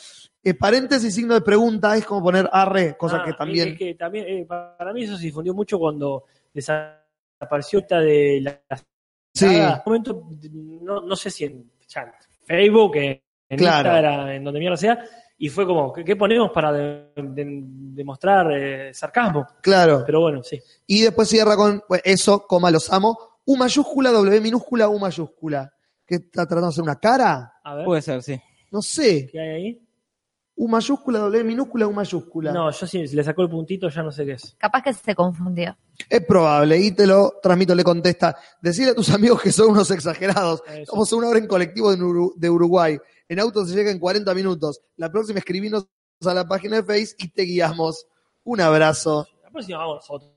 Eh, paréntesis, signo de pregunta, es como poner arre, cosa
Ah,
que
es
también...
que también, eh, pa- para mí eso se difundió mucho cuando desapareció esta de la...
sí,
En un momento, no, no sé si en ya, Facebook, en, en
Claro.
Instagram, en donde mierda sea. Y fue como, ¿qué, qué ponemos para de- de- demostrar eh, sarcasmo?
Claro.
Pero bueno, sí.
Y después cierra con bueno, eso, coma, los amo. U mayúscula, W minúscula, U mayúscula. ¿Qué está tratando de hacer una cara?
A ver,
Puede ser, sí.
No sé.
¿qué hay ahí?
U mayúscula, W minúscula, U mayúscula.
No, yo sí, si le sacó el puntito ya no sé qué es.
Capaz que se confundió.
Es probable. Y te lo transmito, le contesta. Decirle a tus amigos que son unos exagerados.
Eso.
Somos una hora en colectivo de Uru- de Uruguay. En auto se llega en 40 minutos. La próxima escribinos a la página de Face y te guiamos. Un abrazo.
La próxima vamos nosotros.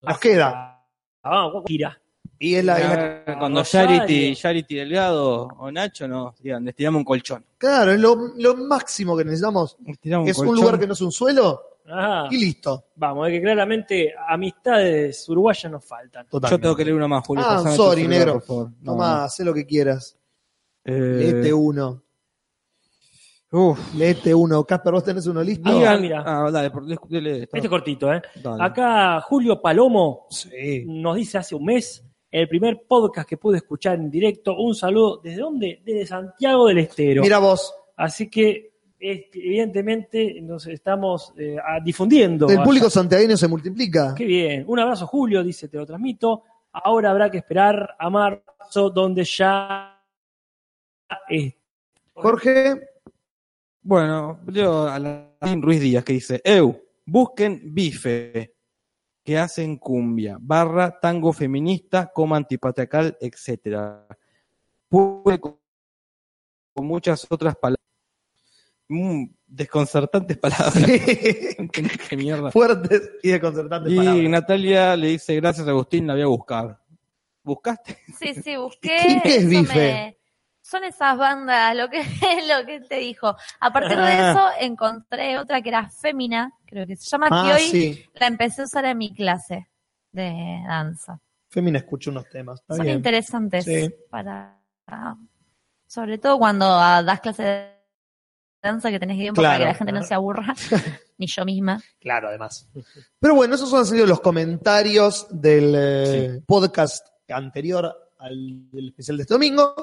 Nos queda.
Ah, Vamos, tira.
Y es la, es la-
Cuando
Rosario.
Charity, Charity Delgado o Nacho nos digan, les tiramos un colchón.
claro, es lo, lo máximo que necesitamos.
Les tiramos
Es un lugar que no es un suelo
Ah,
y listo.
vamos, es que claramente amistades uruguayas nos faltan.
Total.
Yo tengo que leer una más, Julio.
Ah,
pasame tu
sorry,
celular,
negro.
por favor. No,
Tomá, haz lo que quieras.
eh,
Leete uno.
uf.
Leete uno. Casper, vos tenés uno listo.
Diga-
Digan-
mira.
ah, dale, por- le- le- le-
Este es cortito, ¿eh?
dale.
Acá Julio Palomo
Sí.
nos dice hace un mes, el primer podcast que pude escuchar en directo, un saludo, ¿desde dónde? Desde Santiago del Estero.
Mira vos,
Así que, es- evidentemente, nos estamos eh, a- difundiendo.
el
allá.
público santiagueño se multiplica.
Qué bien. Un abrazo, Julio, dice, te lo transmito. Ahora habrá que esperar a marzo, donde ya... eh,
Jorge,
Bueno, leo a Alain Ruiz Díaz que dice, Eu, busquen bife que hacen cumbia, barra, tango feminista, coma antipatriarcal, etcétera. Pude con con muchas otras palabras. Mm, desconcertantes palabras. Entendí qué mierda.
fuertes y desconcertantes
Y
palabras.
Natalia le dice, gracias Agustín, la voy a buscar. ¿Buscaste?
Sí, sí, busqué.
¿Quién es
eso
Bife?
me- Son esas bandas, lo que lo que él te dijo. A partir
Ah.
de eso encontré otra que era Fémina, creo que se llama, que
Ah,
hoy
sí.
la empecé a usar en mi clase de danza.
Femina escucha unos temas. Está
Son
bien.
interesantes
Sí.
para, para- sobre todo cuando ah, das clases de danza que tenés que ir para
Claro.
que la gente no se aburra, ni yo misma.
Claro, además. Pero bueno, esos han sido los comentarios del eh, podcast anterior al del especial de este domingo.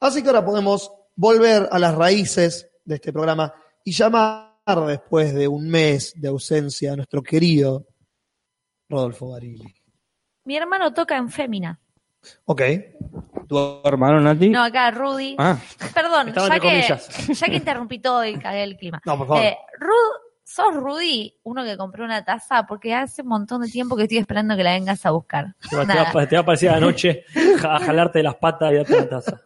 Así que ahora podemos volver a las raíces de este programa y llamar después de un mes de ausencia a nuestro querido Rodolfo Barili.
Mi hermano toca en Fémina.
Ok.
¿Tu hermano Nati?
No, acá Rudy.
Ah,
Perdón,
Estaba
ya
entre
que,
comillas.
ya que interrumpí todo y cagué el clima.
No, por favor.
Eh, Ru- sos Rudy, uno que compró una taza, porque hace un montón de tiempo que estoy esperando que la vengas a buscar.
Te va, te
Nada.
va a- te va a aparecer anoche a jalarte de las patas y darte la taza.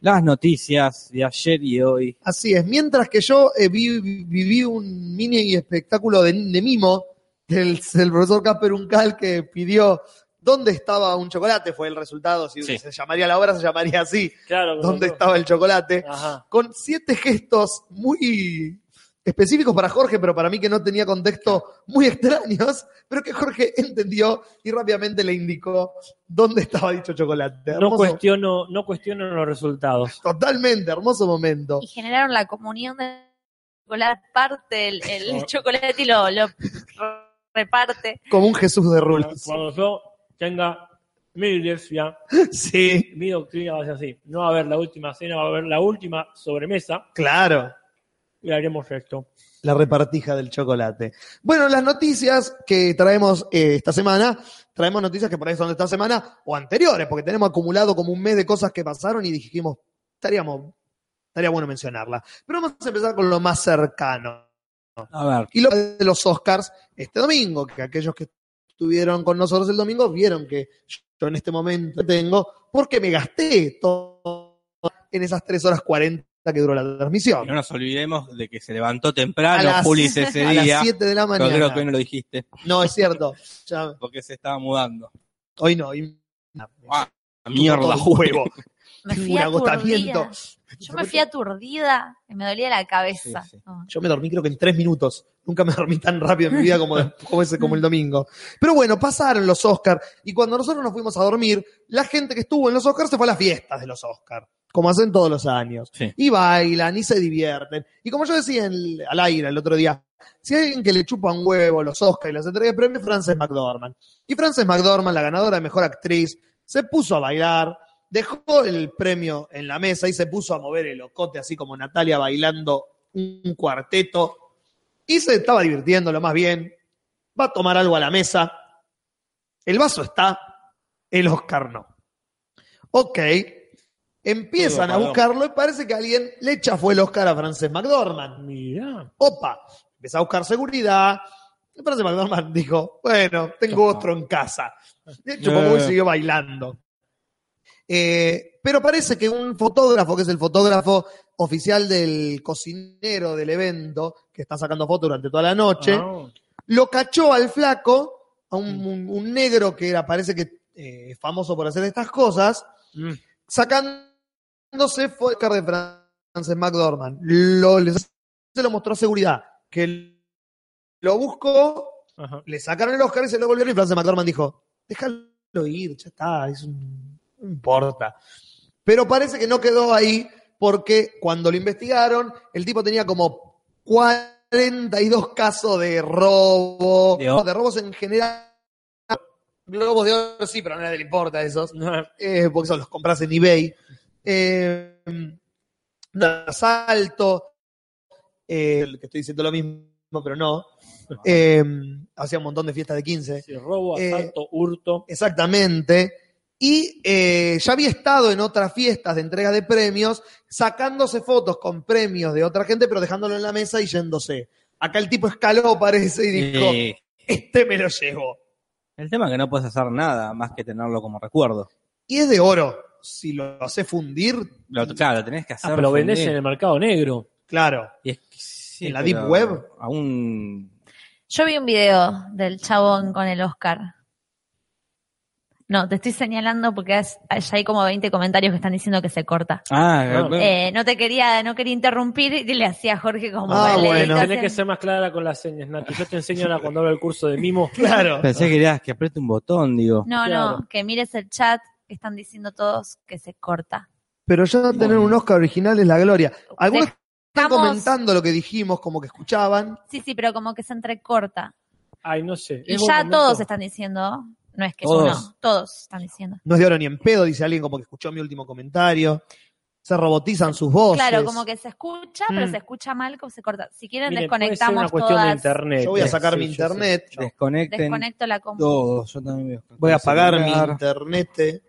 las noticias de ayer y hoy.
Así es. Mientras que yo eh, vi- vi- viví un mini espectáculo de, de mimo del, del profesor Casper Uncal que pidió dónde estaba un chocolate, fue el resultado. Si
Sí.
se llamaría la obra, se llamaría así:
Claro.
¿Dónde
no, no.
estaba el chocolate?
Ajá.
Con siete gestos muy específicos para Jorge, pero para mí que no tenía contexto muy extraños, pero que Jorge entendió y rápidamente le indicó dónde estaba dicho chocolate.
No
Hermoso-
cuestiono, no cuestiono los resultados.
Totalmente, hermoso momento.
Y generaron la comunión de chocolate, parte el, el chocolate y lo, lo reparte.
Como un Jesús de rulos.
Cuando yo tenga mi iglesia,
Sí.
mi doctrina va a ser así. No va a haber la última cena, va a haber la última sobremesa
Claro.
y haremos esto.
La repartija del chocolate. Bueno, las noticias que traemos eh, esta semana, traemos noticias que por ahí son de esta semana o anteriores, porque tenemos acumulado como un mes de cosas que pasaron y dijimos, estaríamos, estaría bueno mencionarla. Pero vamos a empezar con lo más cercano.
A ver,
Y lo de los Oscars este domingo, que aquellos que estuvieron con nosotros el domingo vieron que yo en este momento tengo, porque me gasté todo en esas 3 horas 40 que duró la transmisión.
no nos olvidemos de que se levantó
A
temprano
las-
Julis ese
a
día.
las 7 de la
Pero
mañana.
creo que hoy no lo dijiste,
No, es cierto. Ya-
porque se estaba mudando.
hoy no. Hoy,
Ah, Mierda,
Todo un
Julio.
huevo.
Me
Tuve
fui
un
aturdida.
agotamiento.
Yo me fui aturdida y me dolía la cabeza.
Sí, sí.
No.
Yo me dormí creo que en tres minutos. Nunca me dormí tan rápido en mi vida como, de- como ese, como el domingo. Pero bueno, pasaron los Oscars y cuando nosotros nos fuimos a dormir, la gente que estuvo en los Oscars se fue a las fiestas de los Oscars, como hacen todos los años.
Sí.
Y bailan y se divierten. Y como yo decía en el- al aire el otro día, si hay alguien que le chupa un huevo los Oscars y las entrega de premios, Frances McDormand. Y Frances McDormand, la ganadora de Mejor Actriz, se puso a bailar, dejó el premio en la mesa y se puso a mover el ocote, así como Natalia bailando un cuarteto. Y se estaba divirtiendo lo más bien. Va a tomar algo a la mesa. El vaso está, el Oscar no. Ok. Empiezan
Todo
a
apagado.
buscarlo y parece que alguien le chafó el Oscar a Frances McDormand
Mirá.
opa, empecé a buscar seguridad. Y Frances McDormand dijo, bueno, tengo otro en casa. De hecho, como que siguió bailando. Eh, pero parece que un fotógrafo, que es el fotógrafo oficial del cocinero del evento, que está sacando fotos durante toda la noche,
Ah. Mm.
lo cachó al flaco, a un, un- un negro que era, parece que eh, es famoso por hacer estas cosas,
Mm.
sacándose fue Oscar de Frances McDormand. Lo, les- se lo mostró a seguridad, que lo buscó,
Ajá.
le sacaron el Oscar y se lo volvieron y Frances McDormand dijo, déjalo ir, ya está, es un- no importa. Pero parece que no quedó ahí porque cuando lo investigaron, el tipo tenía como 42 casos de robo,
De oro.
de robos en general. Globos de oro sí, pero a nadie le importa esos eh, porque eso los compras en eBay. Eh, nada, asalto, eh, que estoy diciendo lo mismo, pero no. Eh, hacía un montón de fiestas de 15.
Sí, robo,
Eh,
asalto, hurto.
Exactamente. Y eh, ya había estado en otras fiestas de entrega de premios, sacándose fotos con premios de otra gente, pero dejándolo en la mesa y yéndose. Acá el tipo escaló, parece, y dijo,
Y
este me lo llevo.
eh, el tema es que no puedes hacer nada más que tenerlo como recuerdo.
Y es de oro. Si lo hace fundir,
Lo, claro, lo tenés que hacer.
Ah, pero lo vendés
fundir.
en el mercado negro.
claro.
Y es que sí,
¿En la
pero
Deep Web?
A un.
Yo vi un video del chabón con el Oscar. No, te estoy señalando porque has- ya hay como 20 comentarios que están diciendo que se corta.
Ah,
Ah.
Eh, no te quería, no quería interrumpir y le hacía a Jorge como
Ah,
le- le
bueno.
estás
Tenés que
en-
ser más clara con las señas, Nati. Yo te enseño ahora cuando hago el curso de mimo.
Claro.
pensé que querías que apriete un botón, digo.
No,
Claro.
no, que mires el chat, que están diciendo todos que se corta.
Pero ya tener un Oscar original es la gloria. Algunos están
Dejamos-
comentando lo que dijimos, como que escuchaban.
Sí, sí, pero como que se entrecorta.
Ay, no sé.
Y
Es buen
ya
momento.
todos están diciendo, no es que yo
Todos.
no, todos están diciendo.
No es de oro ni en pedo, dice alguien como que escuchó mi último comentario. Se robotizan sus voces.
Claro, como que se escucha, pero
Mm.
se escucha mal, como se corta. Si quieren,
Miren, puede ser una
desconectamos
cuestión de
todas.
internet.
Yo voy a sacar
Sí,
mi
yo
internet,
sé.
Desconecten
Desconecto la compu.
todos. Yo también voy a,
voy a apagar mi
celular.
internet,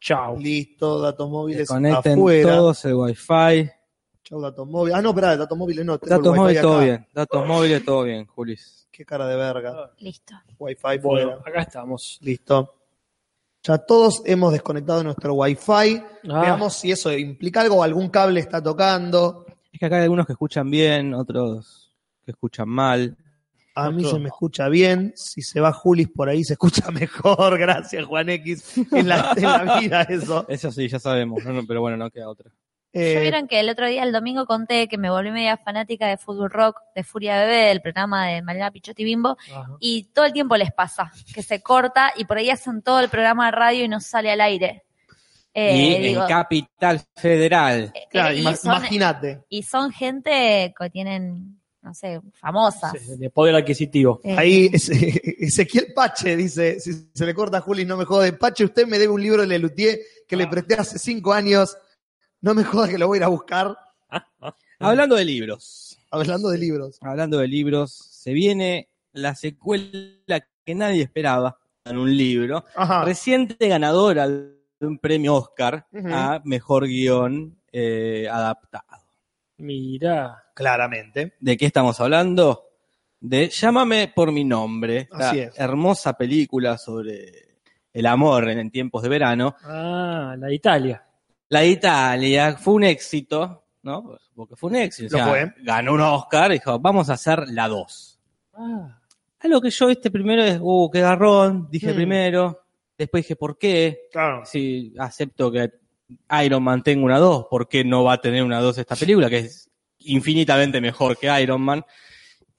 Chau.
listo, datos móviles
Desconecten
afuera.
todos el wifi.
Chau, datos móviles. Ah, no, pará, datos móviles no, tengo el
Datos
wifi
móviles
acá.
todo bien. Datos móviles todo bien, Julis.
Qué cara de verga.
Listo.
Wi-Fi
Bueno,
fuera.
acá estamos.
Listo. Ya todos hemos desconectado nuestro Wi-Fi.
Ah.
Veamos si eso implica algo, algún cable está tocando.
Es que acá hay algunos que escuchan bien, otros que escuchan mal.
A mí
Otro.
se me escucha bien. Si se va Julis por ahí, se escucha mejor. Gracias, Juan X. En la, en la vida, eso.
Eso sí, ya sabemos, no, no, pero bueno, no queda otra.
¿Ya
Eh,
vieron que el otro día, el domingo, conté que me volví media fanática de fútbol rock, de Furia Bebé, del programa de Mariana Pichotti Bimbo,
Ajá.
y todo el tiempo les pasa, que se corta y por ahí hacen todo el programa de radio y no sale al aire. Eh,
y
digo,
en Capital Federal.
eh,
claro,
y,
ima-
son,
imagínate.
y son gente que tienen, no sé, famosas.
Sí, de poder adquisitivo.
Eh,
Ahí es- Ezequiel Pache dice, si se le corta a Julis, no me jode. Pache, usted me debe un libro de Lelutier que le presté hace cinco años. No me joda que lo voy a ir a buscar.
Hablando de libros,
Hablando de libros.
hablando de libros, se viene la secuela que nadie esperaba en un libro.
Ajá.
Reciente ganadora de un premio Oscar
Ujú.
a mejor guión eh, adaptado.
Mirá.
Claramente.
¿De qué estamos hablando? De Llámame por mi nombre. Esta
Así es.
hermosa película sobre el amor en, en tiempos de verano.
Ah, la de Italia.
La de Italia fue un éxito, ¿no? Porque fue un éxito.
Lo fue.
Ganó un Oscar y dijo, vamos a hacer la 2.
Ah,
A lo que yo este primero es, uh, qué garrón, dije
Mm.
primero. Después dije, ¿por qué?
Claro.
Si acepto que Iron Man tenga una 2, ¿por qué no va a tener una 2 esta película? Que es infinitamente mejor que Iron Man.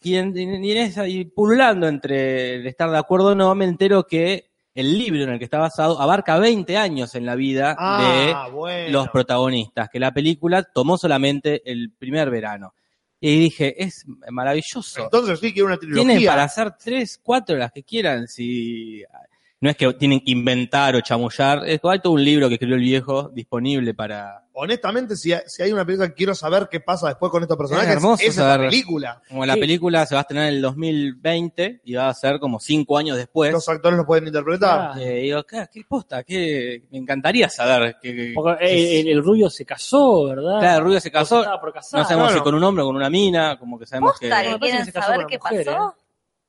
Y, en, y en esa- y pululando entre el estar de acuerdo o no, me entero que el libro en el que está basado abarca 20 años en la vida de
Ah, bueno.
los protagonistas, que la película tomó solamente el primer verano. Y dije, es maravilloso.
Entonces sí que era una
Tienen
trilogía.
para hacer tres, cuatro las que quieran, si no es que tienen que inventar o chamullar, es, hay todo un libro que escribió el viejo disponible para
Honestamente, si hay, si hay una película que quiero saber qué pasa después con estos personajes,
Es hermoso
es esa
saber.
película.
como la
Sí.
película se va a estrenar en el 2020 y va a ser como cinco años después.
Los actores lo pueden interpretar.
Ah,
Eh, digo, ¿qué, qué posta? qué- me encantaría saber que,
Porque, eh, el, el rubio se casó, ¿verdad?
Claro, el rubio se casó.
O estaba por casar.
no sabemos
claro.
si con un hombre o con una mina, como que sabemos que
Posta, eh.
Me
que
parece
quieren
que se casó
saber
con
qué
una mujer,
pasó.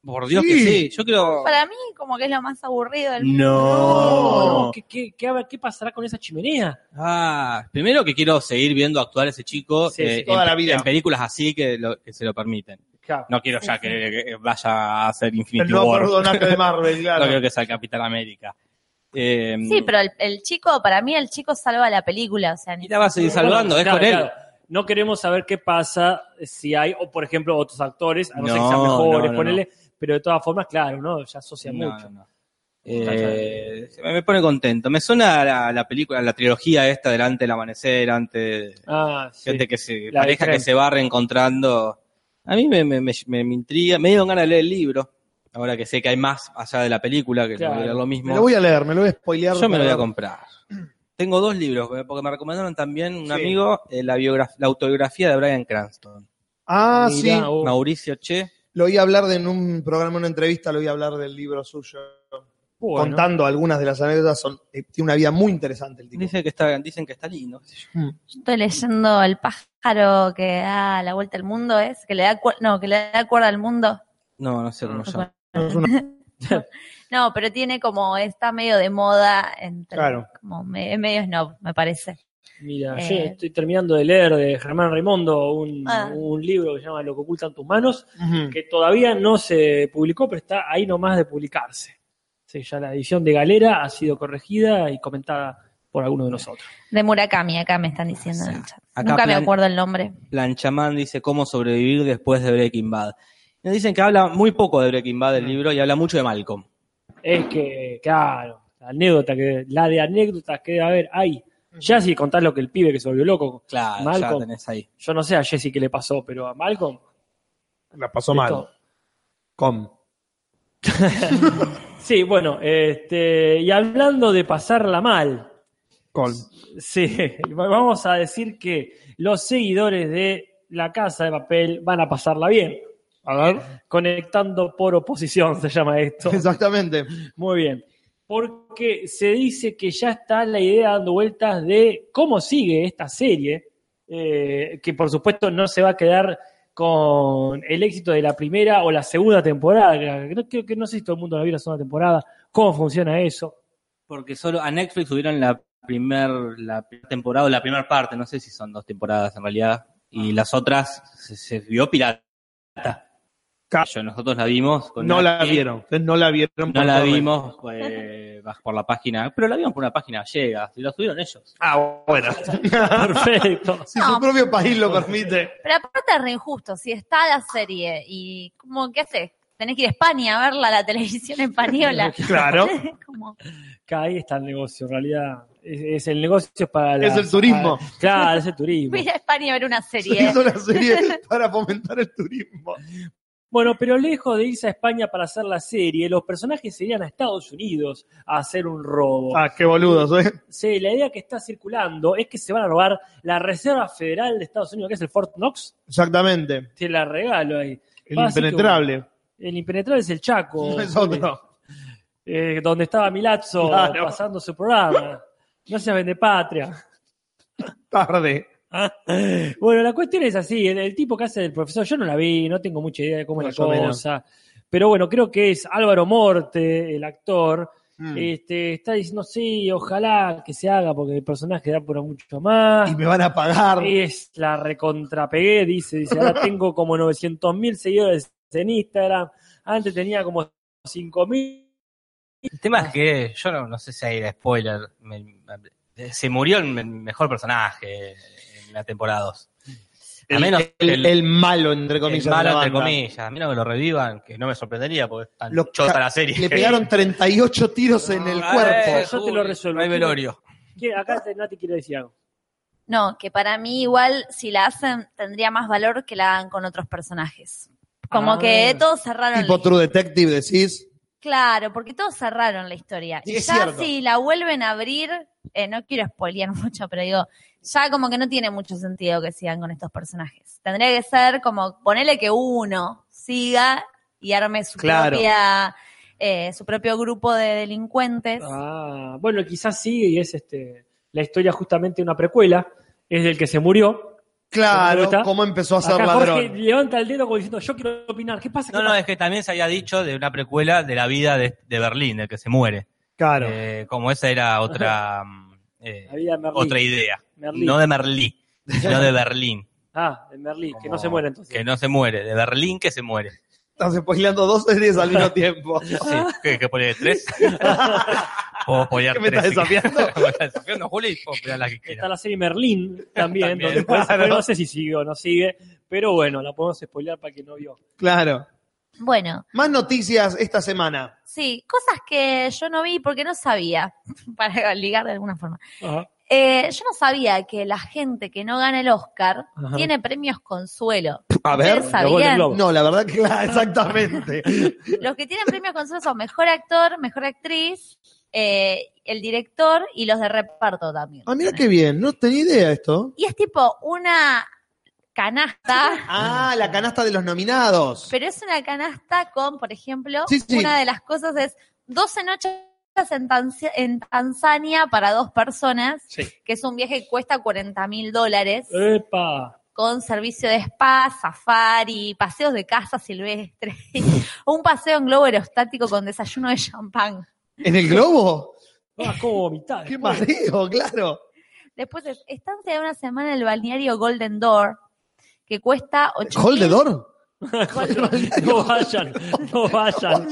por Dios que
Sí.
sí, yo creo
Para mí, como que es lo más aburrido del mundo.
no.
No, ¿qué, qué, qué, habrá- qué pasará con esa chimenea?
Ah, primero que quiero seguir viendo actuar a ese chico
Sí, sí,
eh,
toda
en,
la vida.
en películas así que, lo- que se lo permiten. No quiero ya que, que vaya a hacer
El
Infinity
no
War. No
perdonaste de Marvel, claro.
quiero que sea Capitán América. Eh,
Sí, pero el, el chico, para mí, el chico salva la película. O sea, ni-
Y la va a seguir salvando, es
Claro,
con él.
claro. No queremos saber qué pasa si hay, o por ejemplo, otros actores, a no, ser que sean
No,
mejores,
no, no,
ponele, pero de todas formas, claro, ¿no? Ya asocia
No,
mucho.
no, no. Eh, se me me pone contento. Me suena a la, la película, a la trilogía esta delante del amanecer, antes
Ah, sí.
gente que se,
La de
pareja que
Trent.
se va reencontrando. A mí me, me, me, me intriga, me dieron ganas de leer el libro. Ahora que sé que hay más allá de la película, que
Claro.
voy a leer lo mismo.
Me lo voy a leer, me lo voy a spoilear.
Yo me lo voy
para-
a comprar. Tengo dos libros, eh, porque me recomendaron también un
Sí.
amigo eh, la, biograf- la autobiografía de Brian Cranston.
Ah,
Mirá,
sí.
oh.
Mauricio Che.
Lo oí hablar de, en un programa, en una entrevista, lo oí hablar del libro suyo.
Bueno.
Contando algunas de las anécdotas. Son, eh, tiene una vida muy interesante el tipo.
Dice que está, dicen que está lindo. qué sé yo.
Yo estoy leyendo El pájaro que da la vuelta al mundo, ¿es? Que le da, cuer- no, que le da cuerda al mundo.
No, no sé cómo se llama.
No, pero tiene como, está medio de moda, entre,
Claro.
como me- es medio snob, me parece.
Mira,
Eh.
yo estoy terminando de leer de Germán Raimondo un,
Ah.
un libro que se llama Lo que ocultan tus manos,
Ujú.
que todavía no se publicó, pero está ahí nomás de publicarse. Sí, ya la edición de Galera ha sido corregida y comentada por alguno de nosotros.
De Murakami, acá me están diciendo en el chat.
acá
Nunca me
plan-
acuerdo el nombre.
Planchamán dice cómo sobrevivir después de Breaking Bad. Nos dicen que habla muy poco de Breaking
Mm.
Bad el libro y habla mucho de Malcolm.
Es que, claro, la anécdota que, la de anécdotas que debe haber ahí. Ya si contás lo que el pibe que se volvió loco.
Claro,
Malcolm.
ya tenés ahí.
Yo no sé a Jesse qué le pasó, pero a Malcolm.
La pasó
esto-
mal. Com.
Sí, bueno, este, y hablando de pasarla mal,
Con.
sí, vamos a decir que los seguidores de la casa de papel van a pasarla bien.
A ver.
Conectando por oposición se llama esto.
Exactamente.
Muy bien. Porque se dice que ya está la idea dando vueltas de cómo sigue esta serie, eh, que por supuesto no se va a quedar con el éxito de la primera o la segunda temporada. Creo, creo que no sé si todo el mundo la vio la segunda temporada, cómo funciona eso.
Porque solo a Netflix tuvieron la primer, la primera temporada o la primera parte, no sé si son dos temporadas en realidad,
Ah.
y las otras se, se vio pirata.
Ca-
Yo- nosotros la vimos. con
No la
Nati,
vieron. Ustedes no la vieron.
No
por
la
internet.
vimos pues, baj- por la página, pero la vimos por una página gallega, y la subieron ellos.
Ah, bueno.
Perfecto.
si su propio país lo permite.
Pero aparte es re injusto, si está la serie y como, ¿qué haces? Tenés que ir a España a verla, la televisión española.
Claro.
Como-
Ahí está el negocio, en realidad. Es, es el negocio para...
Es el turismo.
para- claro, es el turismo.
voy a ir a España a ver una
Se
serie.
hizo una serie para fomentar el turismo.
Bueno, pero lejos de irse a España para hacer la serie, los personajes se irían a Estados Unidos a hacer un robo.
Ah, qué boludos, ¿eh?
Sí, la idea que está circulando es que se van a robar la Reserva Federal de Estados Unidos, que es el Fort Knox.
Exactamente.
Te la regalo ahí.
El
Básico. Oh,
impenetrable.
El impenetrable es el Chaco,
No es otro.
eh, donde estaba Milazzo
Claro.
pasando su programa. No seas vende patria.
Tarde.
Bueno, la cuestión es así, el, el tipo que hace del profesor, yo no la vi, no tengo mucha idea de cómo es
No,
la
yo menos.
cosa, pero bueno, creo que es Álvaro Morte, el actor,
Mm.
este, está diciendo, sí, ojalá que se haga porque el personaje da por mucho más.
Y me van a pagar.
Es la recontrapegué, dice, dice, ahora tengo como 900 mil seguidores en Instagram, antes tenía como 5 mil.
El tema es que yo no, no sé si hay de spoiler. me- me- se murió el me- mejor personaje en la temporada 2. A menos que
el,
el-
el malo, entre comillas.
El malo,
de la
entre
banda.
comillas. A mí no me lo revivan, que no me sorprendería, porque es tan
Lo-
chota la serie.
Le pegaron 38 tiros en el cuerpo.
Eh, Yo te lo resuelvo.
No hay velorio.
¿Qué? Acá te- Nati quiere decir algo.
No, que para mí igual si la hacen tendría más valor que la hagan con otros personajes. Como
Ah.
que todos cerraron.
Tipo
la-
True Detective, decís.
Claro, porque todos cerraron la historia.
Sí,
y
es
ya
cierto.
si la vuelven a abrir, eh, no quiero spoilear mucho, pero digo, ya como que no tiene mucho sentido que sigan con estos personajes. Tendría que ser como ponerle que uno siga y arme su
Claro.
propia, eh, su propio grupo de delincuentes.
Ah, bueno, quizás sí, y es este la historia justamente de una precuela, es del que se murió. ¿Cómo
Claro,
está?
cómo empezó a ser
Acá Jorge
ladrón.
levanta el dedo como diciendo, yo quiero opinar, ¿qué pasa? ¿Qué
No, no,
pasa?
es que también se había dicho de una precuela de la vida de, de Berlín, el que se muere.
Claro.
Eh, como esa era otra, mm, eh,
La vida de Merlín.
otra idea.
Merlín.
No de Merlí, sino de Berlín.
Ah, de Merlí, que no
Como-
se muere entonces.
Que no se muere, de Berlín que se muere.
Estás spoileando dos series al mismo tiempo.
Sí, que, que ponía tres. Puedo apoyar
¿Qué me
tres.
estás
si quieres.
desafiando?
me estás desafiando, Juli, y puedo apoyar la que
Está
quieras.
la serie Merlín también,
También,
donde después-
claro.
no sé si sigue o no sigue, pero bueno, la podemos spoilear para que no vio.
Claro.
Bueno,
Más noticias esta semana.
sí, cosas que yo no vi porque no sabía, para ligar de alguna forma.
Ah.
Eh, yo no sabía que la gente que no gana el Oscar
Ajá.
tiene premios consuelo.
A
ver,
ver.
Está
Los Golden
bien.
Globes.
No, la verdad que claro, exactamente.
Los que tienen premios consuelo son mejor actor, mejor actriz, eh, el director y los de reparto también.
Ah, mira qué bien, no tenía idea esto.
Y es tipo una canasta,
Ah, la canasta de los nominados.
pero es una canasta con, por ejemplo,
Sí, sí.
una de las cosas es 12 noches en, Tanz- en Tanzania para dos personas,
Sí. Eh,
que es un viaje que cuesta 40 mil dólares.
¡Epa!
con servicio de spa, safari, paseos de casa silvestre, un paseo en globo aerostático con desayuno de champán.
¿En el globo?
Ah, ¿Cómo vomitar?
Qué mareo, claro.
Después es estancia de una semana en el balneario Golden Door, que cuesta 8
¿Hall de Dor?
No vayan, no vayan.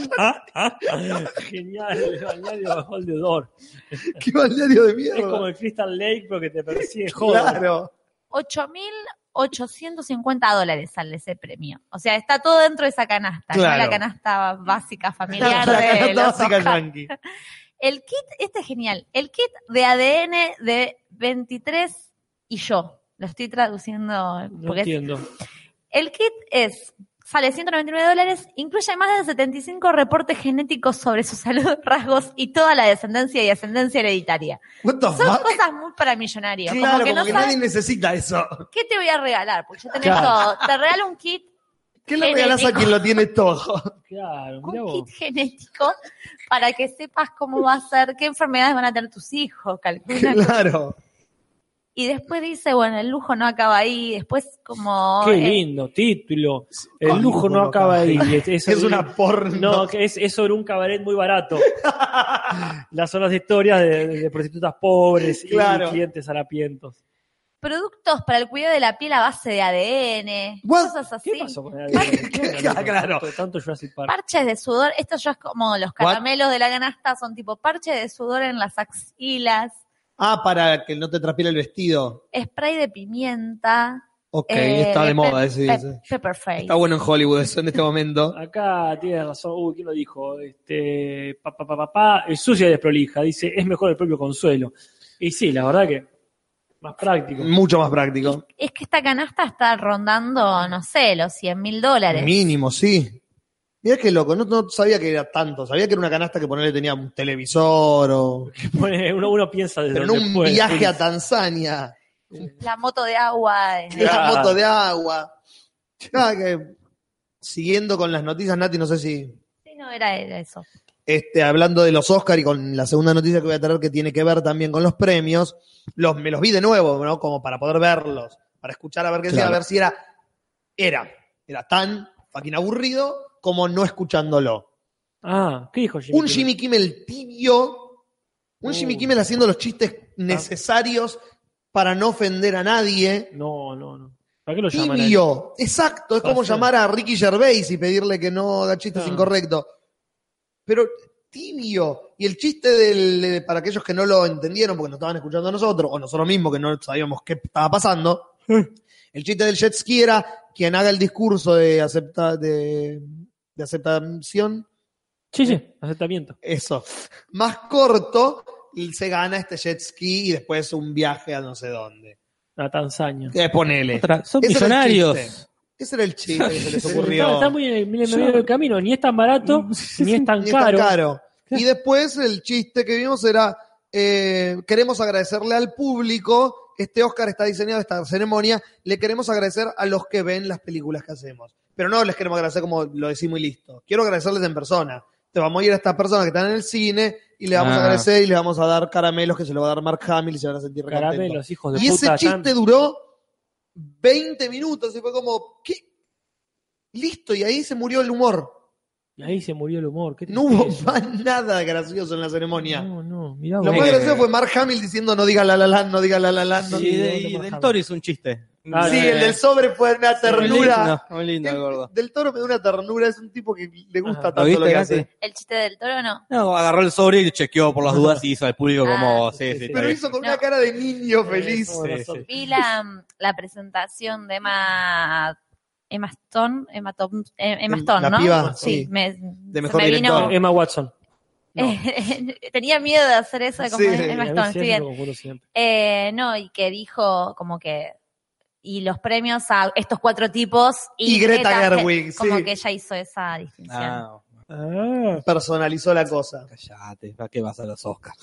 Genial, el balneario Hall de Door.
Qué balneario de
Es como
mierda.
el Crystal Lake, pero que te persigue joder.
Claro.
8.850 dólares sale ese premio. O sea, está todo dentro de esa canasta, ¿no?
Claro.
la canasta básica
La
familiar. de
canasta
los
básica
Oscar.
yankee.
El kit, este es genial, el kit de ADN de 23 y yo. Lo estoy traduciendo
No
porque es
entiendo.
El kit es, sale 199 dólares, incluye más de 75 reportes genéticos sobre su salud, rasgos y toda la descendencia y ascendencia hereditaria.
What the
Son
fuck?
cosas muy para millonarios.
Claro,
como que
como
no
que
sabes
nadie necesita eso.
qué te voy a regalar, porque ya tenés
Claro.
todo. Te regalo un kit,
¿Qué le regalás a quien lo tiene todo?
Claro, mirá
un
vos.
kit genético para que sepas cómo va a ser, qué enfermedades van a tener tus hijos, calcula.
Claro.
Y después dice, bueno, el lujo no acaba ahí, después como...
Qué
eh,
lindo título. El
Con
lujo no
lujo
acaba ahí. Es,
Es una porno.
No, que es, es sobre un cabaret muy barato. Las son las historias de, de prostitutas pobres
Claro.
y clientes harapientos.
productos para el cuidado de la piel a base de ADN,
What?
cosas así.
¿Qué pasó con el ADN? ¿Qué era
Claro,
eso?
claro.
Tanto Jurassic Park.
Parches de sudor, esto ya es como los caramelos de la canasta, son tipo parches de sudor en las axilas,
Ah, para que no te trapiele el vestido.
spray de pimienta.
Ok,
eh,
está de
pe-
moda ese.
pe-
ese.
Pepper spray.
Está bueno en Hollywood eso en este momento.
Acá tienes razón. Uy, ¿quién lo dijo? Este, pa, pa, pa, pa, pa, es sucia y desprolija. Dice, es mejor el propio consuelo. Y sí, la verdad que más práctico.
Mucho más práctico.
Es que esta canasta está rondando, no sé, los 100 mil dólares.
Mínimo, sí. Mirá qué loco, no, no sabía que era tanto. Sabía que era una canasta que ponerle tenía un televisor o.
Pone- Uno, uno piensa desde
Pero no
dónde
un
puede.
viaje a Tanzania.
La moto de agua. eh.
La
Claro.
moto de agua. Ah, que- Siguiendo con las noticias, Nati, no sé si.
Sí, no era era eso.
Este, hablando de los Oscar y con la segunda noticia que voy a tener que tiene que ver también con los premios, los, me los vi de nuevo, ¿no? Como para poder verlos, para escuchar a ver qué decía,
Claro.
a ver si era, era, era tan fucking aburrido como no escuchándolo.
Ah, ¿qué dijo Jimmy?
Un Jimmy Kimmel tibio, un Jimmy
Uh.
Kimmel haciendo los chistes necesarios para no ofender a nadie.
No, no, no. ¿Para qué lo llaman? a él?
Tibio, exacto, es como
Paseo.
llamar a Ricky Gervais y pedirle que no haga chistes
Claro.
incorrectos. Pero tibio, y el chiste del, eh, para aquellos que no lo entendieron porque nos estaban escuchando a nosotros, o nosotros mismos que no sabíamos qué estaba pasando, El chiste del jet ski era quien haga el discurso de, acepta, de, de aceptación,
Sí, sí, aceptamiento.
eso, más corto, y se gana este jet ski y después un viaje a no sé dónde.
A Tanzania.
Eh, ponele.
Otra- son
Ese era el
millonarios.
chiste. Ese era el chiste que se les
Está,
ocurrió.
está muy en el, en el medio del camino, ni es tan barato, ni es tan
Ni está
caro.
caro. Y después el chiste que vimos era, eh, queremos agradecerle al público, este Oscar está diseñado, esta ceremonia, le queremos agradecer a los que ven las películas que hacemos. Pero no les queremos agradecer como lo decimos y listo. Quiero agradecerles en persona. Te vamos a ir a estas personas que están en el cine y le vamos a
Ah.
agradecer y le vamos a dar caramelos que se lo va a dar Mark Hamill y se van a sentir re
Carame,
contentos.
los hijos de
Y ese
puta.
chiste
tan-
duró 20 minutos y fue como, ¿qué? Listo, y ahí se murió el humor.
y Ahí se murió el humor. qué
No hubo
tristeza.
más nada gracioso en la ceremonia.
No, no, mirá
Lo
vos.
más gracioso fue Mark Hamill diciendo no diga la la la, no diga la la la. no
Sí,
Y,
diga-
de- y del Toro hizo un chiste.
Ah,
Sí,
eh,
el del sobre fue una ternura.
Muy lindo, muy lindo el gordo.
Del toro me da una ternura, es un tipo que le gusta
Ajá.
¿Lo
tanto lo
viste,
que
Gassi?
hace.
El chiste del toro no.
No, agarró el sobre y chequeó por las dudas y hizo al público como.
Ah,
sí, sí,
sí, sí.
está
Pero
bien.
hizo con
No.
una cara de niño feliz.
pobre nosotros.
Vi la, la presentación de Emma, Emma Stone, Emma, Tom- eh, Emma
Em-
Stone,
la
¿no?
piba, sí.
me, se
mejor
me
No,
vino,
director.
Emma Watson.
tenía miedo de hacer eso de como
Sí.
A
Emma
mí
Stone,
siempre
estoy bien.
me confundo siempre.
Eh, no, y que dijo como que. Y los premios a estos cuatro tipos. Y,
Y Greta
que-
Gerwig,
Como
sí.
que ella hizo esa distinción.
Ah,
Ah,
Personalizó la cosa.
callate, ¿para qué vas a los Oscars?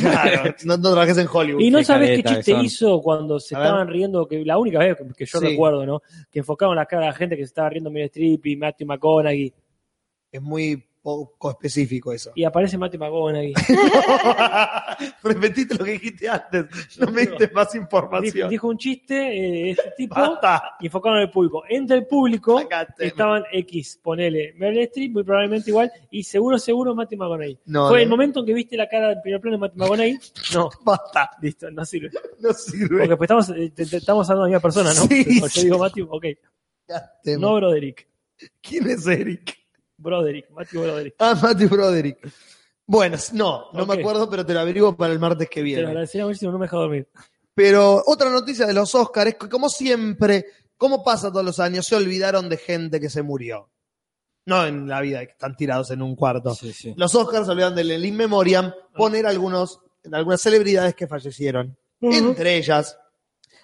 Claro, no, no trabajes en Hollywood.
y no
qué
sabes qué
careta que
chiste
son.
hizo cuando se
A ver.
estaban riendo, que la única vez que yo
Sí.
recuerdo, ¿no? Que enfocaban la cara de la gente que se estaba riendo Meryl Streep y Matthew McConaughey.
Es muy poco específico eso.
Y aparece Matthew McConaughey.
Repetiste lo que dijiste antes. No me diste más
Dijo,
información.
dijo un chiste, eh, este tipo,
Basta. este,
y enfocaron al público. Entre el público
Sacate.
estaban X, ponele Meryl Streep, muy probablemente igual, y seguro, seguro Matthew McConaughey.
No,
Fue
no.
el momento en que viste la cara del primer plano de Matthew McConaughey. No,
Basta.
listo, no sirve.
No sirve.
Porque pues estamos, eh, te- te- estamos hablando de la misma persona, ¿no?
Sí,
Pero yo
sí. Em.
digo Matthew, ok.
Sacate.
No Broderick.
¿Quién es Eric?
Broderick, Matthew Broderick.
Ah, Matthew Broderick. Bueno, no, no
Ok.
me acuerdo, pero te lo averiguo para el martes que
Te
eh.
lo
viene.
agradecería muchísimo, no me deja dormir.
Pero otra noticia de los Oscars es que, como siempre, como pasa todos los años, se olvidaron de gente que se murió. No en la vida, que están tirados en un cuarto.
Sí, sí.
Los Oscars se olvidaron del In Memoriam poner algunos, algunas celebridades que fallecieron. Entre ellas,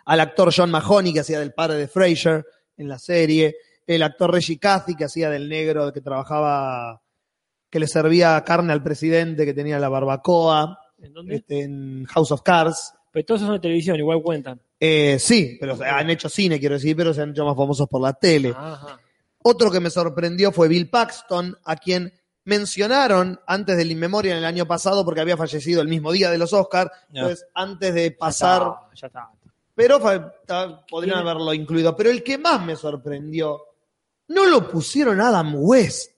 al actor John Mahoney, que hacía del padre de Fraser en la serie, el actor Reggie Cathy, que hacía del negro que trabajaba, que le servía carne al presidente, que tenía la barbacoa,
¿En dónde?
este, en House of Cards.
Pero todos esos son de televisión, igual cuentan.
Eh, sí, pero se- han hecho cine, quiero decir, pero se han hecho más famosos por la tele.
Ajá.
Otro que me sorprendió fue Bill Paxton, a quien mencionaron antes del Inmemoria en el año pasado porque había fallecido el mismo día de los Oscars.
Ya.
Entonces, antes de pasar,
Ya está.
pero fa- ta- podrían
¿Quién?
haberlo incluido. Pero el que más me sorprendió, no lo pusieron a Adam West,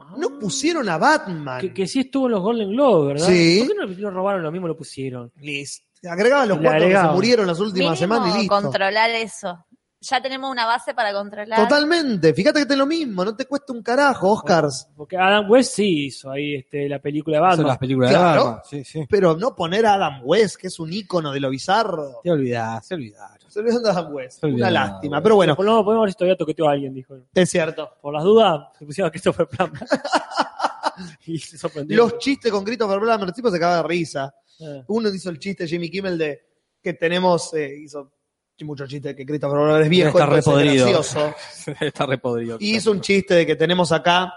Ah.
no pusieron a Batman.
Que, que sí estuvo en los Golden Globes, ¿verdad?
Sí.
¿Por qué no lo- lo robaron lo mismo lo pusieron?
Listo. Agregaban los
Le
cuatro que
agregaban.
se murieron las últimas
Mínimo
semanas y listo.
controlar eso. Ya tenemos una base para controlar.
Totalmente. Fíjate que es lo mismo, no te cuesta un carajo, Oscars.
Porque Adam West sí hizo ahí este, la película de
Son
Batman.
las películas
Claro.
de Batman. Sí, sí.
Pero no poner a Adam West, que es un ícono de lo bizarro.
Te olvidás, se olvidaron.
Se olvidaron de Adam West.
Se
Una
olvidaron de Adam
lástima.
West.
Pero bueno,
Por lo menos Pues podemos ver si todavía toqueteó a alguien, dijo.
es cierto.
Por las dudas, se pusieron a Christopher Plummer. y se sorprendió.
Los chistes con Christopher Plummer, el tipo se acaba de risa.
Ah.
Uno hizo el chiste Jimmy Kimmel de que tenemos, eh, hizo muchos chistes que Christopher Plummer es viejo,
Está re
entonces es
podrido.
gracioso.
Está re podrido.
Y hizo un chiste de que tenemos acá,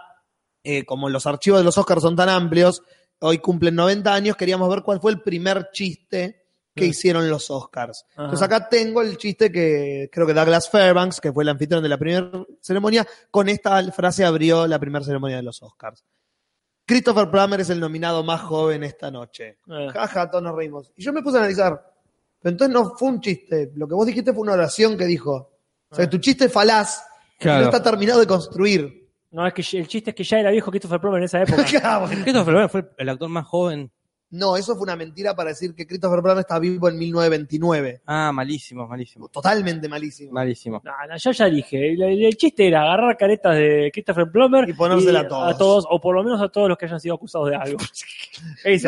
eh, como los archivos de los Oscars son tan amplios, hoy cumplen 90 años, queríamos ver cuál fue el primer chiste que
Mm.
hicieron los Oscars.
Ajá.
Entonces acá tengo el chiste que creo que Douglas Fairbanks, que fue el anfitrión de la primera ceremonia, con esta frase abrió la primera ceremonia de los Oscars. Christopher Plummer es el nominado más joven esta noche.
Ah.
Jaja, todos nos reímos. Y yo me puse a analizar. Pero entonces no fue un chiste. Lo que vos dijiste fue una oración que dijo. O sea, que tu chiste es falaz. y
Ah. Claro.
No está terminado de construir.
No, es que el chiste es que ya era viejo Christopher Plummer en esa época.
Claumber.
Christopher Nolan fue el actor más joven
No, eso fue una mentira para decir que Christopher Brown está vivo en 1929.
Ah, malísimo, malísimo.
Totalmente malísimo.
Malísimo.
No, no, yo ya dije, el, el chiste era agarrar caretas de Christopher Plummer
Y ponérsela a todos.
o por lo menos a todos los que hayan sido acusados de algo. Esa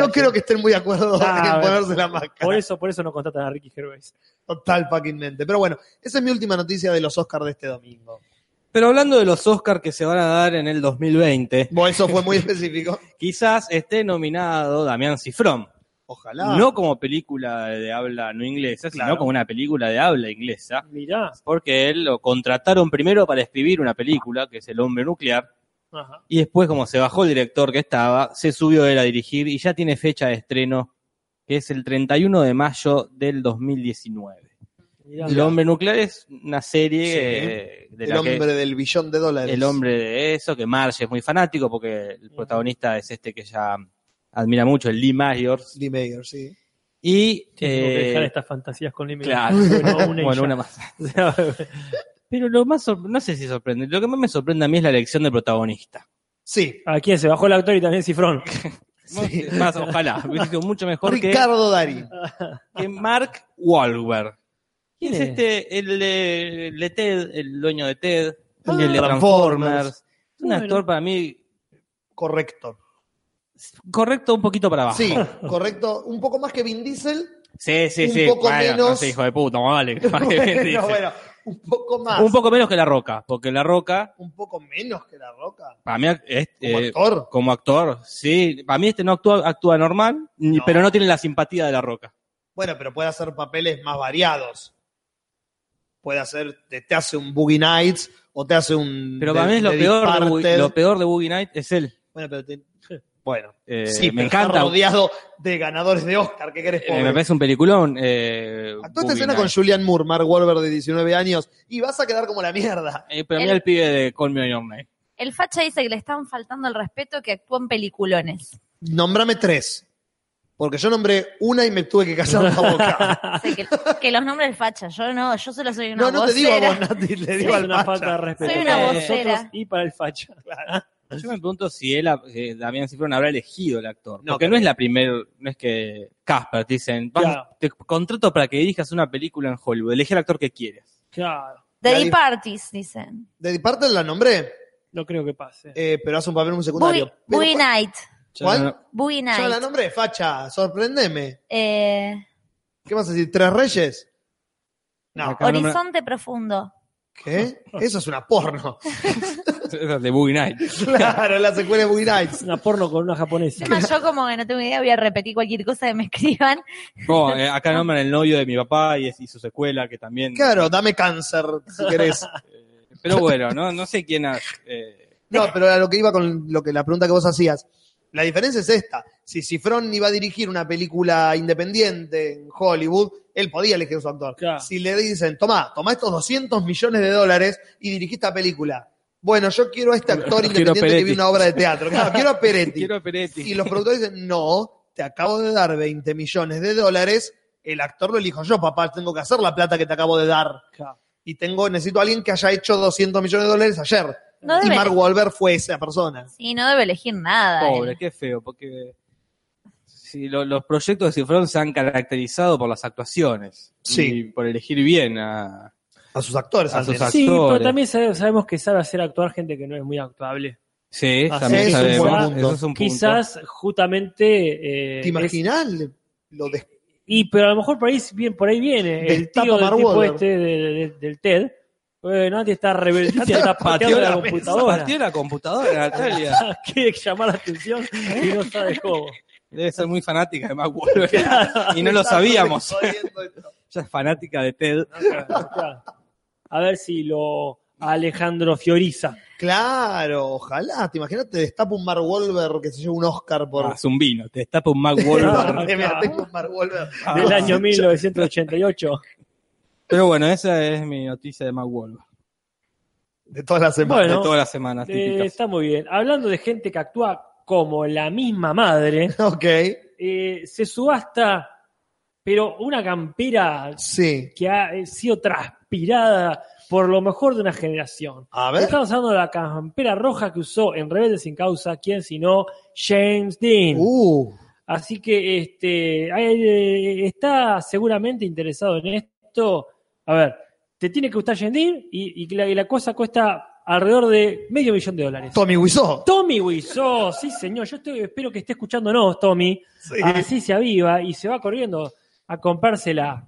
No
es-
creo que estén muy de acuerdo
Ah,
en
bueno.
ponerse la máscara.
Por eso, por eso no contratan a Ricky Gervais.
Total fucking mente. Pero bueno, esa es mi última noticia de los Oscars de este domingo.
Pero hablando de los Oscars que se van a dar en el 2020,
Bueno, eso fue muy específico.
quizás esté nominado Damián Cifrón.
Ojalá.
No como película de habla no inglesa,
Claro.
sino como una película de habla inglesa.
Mirá.
Porque él lo contrataron primero para escribir una película, que es El hombre nuclear.
Ajá.
Y después, como se bajó el director que estaba, se subió él a dirigir y ya tiene fecha de estreno, que es el 31 de mayo del 2019.
mirá.
El hombre nuclear es una serie
Sí.
eh, de
el
la que-
hombre del billón de dólares.
el hombre de eso, que Marge es muy fanático porque el
Ujú.
protagonista es este que ya admira mucho, el Lee Myers.
Lee Mayer, sí.
Y
Tengo que
eh,
dejar estas fantasías con límites.
claro,
Bueno, una y
bueno,
ya.
una más. Pero lo más, sor- no sé si sorprende, lo que más me sorprende a mí es la elección del protagonista.
Sí.
¿A quién se bajó el actor y también Cifrón?
Sí.
Más, ojalá, hubiese sido mucho mejor que,
Ricardo Dari.
que Mark Wahlberg. ¿Quién es
¿Quién es?
este? El, de- el de Ted, el dueño de Ted,
Ah,
el de
Transformers.
Transformers. Es un
Bueno.
actor para mí
Correcto.
correcto un poquito para abajo.
Sí, correcto. Un poco más que Vin Diesel.
Sí, sí,
Un
sí.
poco
Bueno,
menos-
no sé, hijo de puta, más vale. que- más que bien dice.
bueno, bueno, un poco más.
Un poco menos que La Roca, porque La Roca,
Un poco menos que La Roca.
para mí, es,
Como
eh,
actor.
como actor, sí. Para mí este no actúa, actúa normal, ni-
No.
pero no tiene la simpatía de La Roca.
Bueno, pero puede hacer papeles más variados. Puede hacer, te, te hace un Boogie Nights o te hace un.
Pero
de-
para mí es lo
de
peor, de, Boogie-
Departed.
lo peor de Boogie Night es él.
Bueno, pero te- bueno,
Eh,
sí,
me
pero está
encanta.
rodeado de ganadores de Oscar. ¿Qué querés
eh, me
pobre?
parece un peliculón. Eh,
Actuó esta
Boogie
escena con
Nights.
Julian Moore, Mark Wahlberg de 19 años, y vas a quedar como la mierda.
Eh, pero mira
El-
el pibe de Call Me By Your Name.
El facha dice que le están faltando el respeto que actúan peliculones.
Nómbrame tres. Porque yo nombré una y me tuve que callar la boca.
Sé que, que los nombres del facha, yo no, yo solo soy una
No, no, te digo a
vocera.
vos, Nati, le digo
Es
al
una
macho.
falta de respeto.
Soy
una
para
vocera.
nosotros Y para el facha.
Yo me pregunto si él, eh, Damián Cifrón, habrá elegido el actor.
No,
porque
creo.
no es la primera, no es que Casper te dicen, "Vamos,
Claro.
te contrato para que dirijas una película en Hollywood, elige el actor que quieras.
Claro,
Daddy
Daddy-
Parties, dicen.
De Departed la nombré,
no creo que pase.
eh, pero hace un papel muy secundario.
Boogie Boogie
Pero-
Night.
Yo
¿Cuál?
no-
Boogie
Yo la
Night.
nombré, facha, sorprendeme.
Eh,
¿Qué vas a decir? ¿Tres reyes? No.
Acá.
Horizonte Profundo.
¿Qué? Eso es una porno.
Esa es de Boogie Night.
Claro, la secuela de Boogie Nights.
Una porno con una japonesa.
Encima yo como que no tengo idea, voy a repetir cualquier cosa que me escriban.
No, eh, acá nombran el novio de mi papá y, es- y su secuela, que también.
Claro, dame cáncer, si querés.
Pero bueno, no, no sé quién. ha- eh,
No, pero a lo que iba con lo que la pregunta que vos hacías. La diferencia es esta. Si Cifrón iba a dirigir una película independiente en Hollywood, él podía elegir su actor.
Claro.
Si le dicen, tomá, tomá estos 200 millones de dólares y dirigí esta película. Bueno, yo quiero a este actor
Quiero
independiente que
Peretti.
vi una obra de teatro. Claro, quiero a Peretti.
quiero a Peretti.
Y los productores dicen, no, te acabo de dar 20 millones de dólares, el actor lo elijo yo, papá, tengo que hacer la plata que te acabo de dar.
Claro.
Y tengo, necesito a alguien que haya hecho 200 millones de dólares ayer.
No
y
debe,
Mark Wahlberg fue esa persona.
sí, no debe elegir nada.
Pobre,
él.
qué feo, porque. si lo- los proyectos de Cifrón se han caracterizado por las actuaciones.
Sí.
Y por elegir bien a,
A sus actores,
A
al
sus
menos.
Sí, pero
actores.
también sabe- sabemos que sabe hacer actuar gente que no es muy actuable.
Sí,
Ah,
también
sí, es un
sabemos.
buen
punto.
Eso es un punto.
Quizás justamente...
¿Te
eh, es-
imaginas lo de...
y pero a lo mejor por ahí, bien, por ahí viene el
Destapa
tío del
Mark
tipo
Wahlberg.
este de- de- del TED. Eh, Nati está rebeldita, está pateando
pateó
la
la,
computadora.
pateó la computadora, Natalia.
Quiere llamar la atención y no sabe cómo.
Debe ser muy fanática de Mark Wahlberg. y no lo sabíamos. Ella es fanática de Ted.
A ver si lo Alejandro Fioriza.
Claro, ojalá. Te imaginas, te destapa un Mark Wahlberg que se lleva un Oscar por...
Haz un vino, te destapa un Mark
Ah.
Wahlberg.
Eh, mira, tengo un Mark Wahlberg.
del año 1988.
Pero bueno, esa es mi noticia de Mark Wahlberg.
De todas las semanas.
Bueno.
de todas las semanas
Eh,
típicas.
está muy bien. Hablando de gente que actúa como la misma madre,
Ok,
eh, se subasta, pero una campera
sí.
que ha eh, sido transpirada por lo mejor de una generación.
A ver.
Estamos hablando de la campera roja que usó en Rebelde sin Causa, ¿quién sino James Dean?
Uh,
Así que este, a él, eh, está seguramente interesado en esto. A ver, te tiene que gustar Yendir y, y que la, y la cosa cuesta alrededor de medio millón de dólares.
Tommy Wiseau.
Tommy Wiseau, sí señor, yo estoy- espero que esté escuchándonos, Tommy.
Sí.
Así se aviva y se va corriendo a comprársela.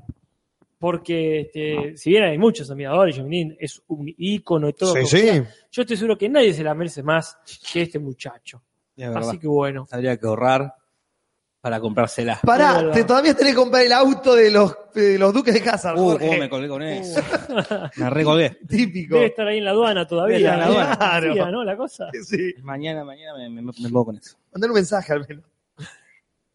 Porque este, si bien hay muchos admiradores, Yemidin es un ícono y todo.
Sí,
como
sí.
sea, Yo estoy seguro que nadie se la merece más que este muchacho.
Es verdad.
Así que bueno.
Habría que ahorrar para comprársela.
Es
Pará,
verdad.
te todavía tenés que comprar el auto de los, de los duques de Hazard.
Uh,
Jorge.
cómo me colgué con eso. Me recolgué.
Típico.
Debe estar ahí en la aduana todavía.
Debe estar en la aduana.
Claro.
Claro.
¿no? La cosa.
Sí.
Mañana, mañana me, me, me pongo con eso.
Mandar un mensaje al menos.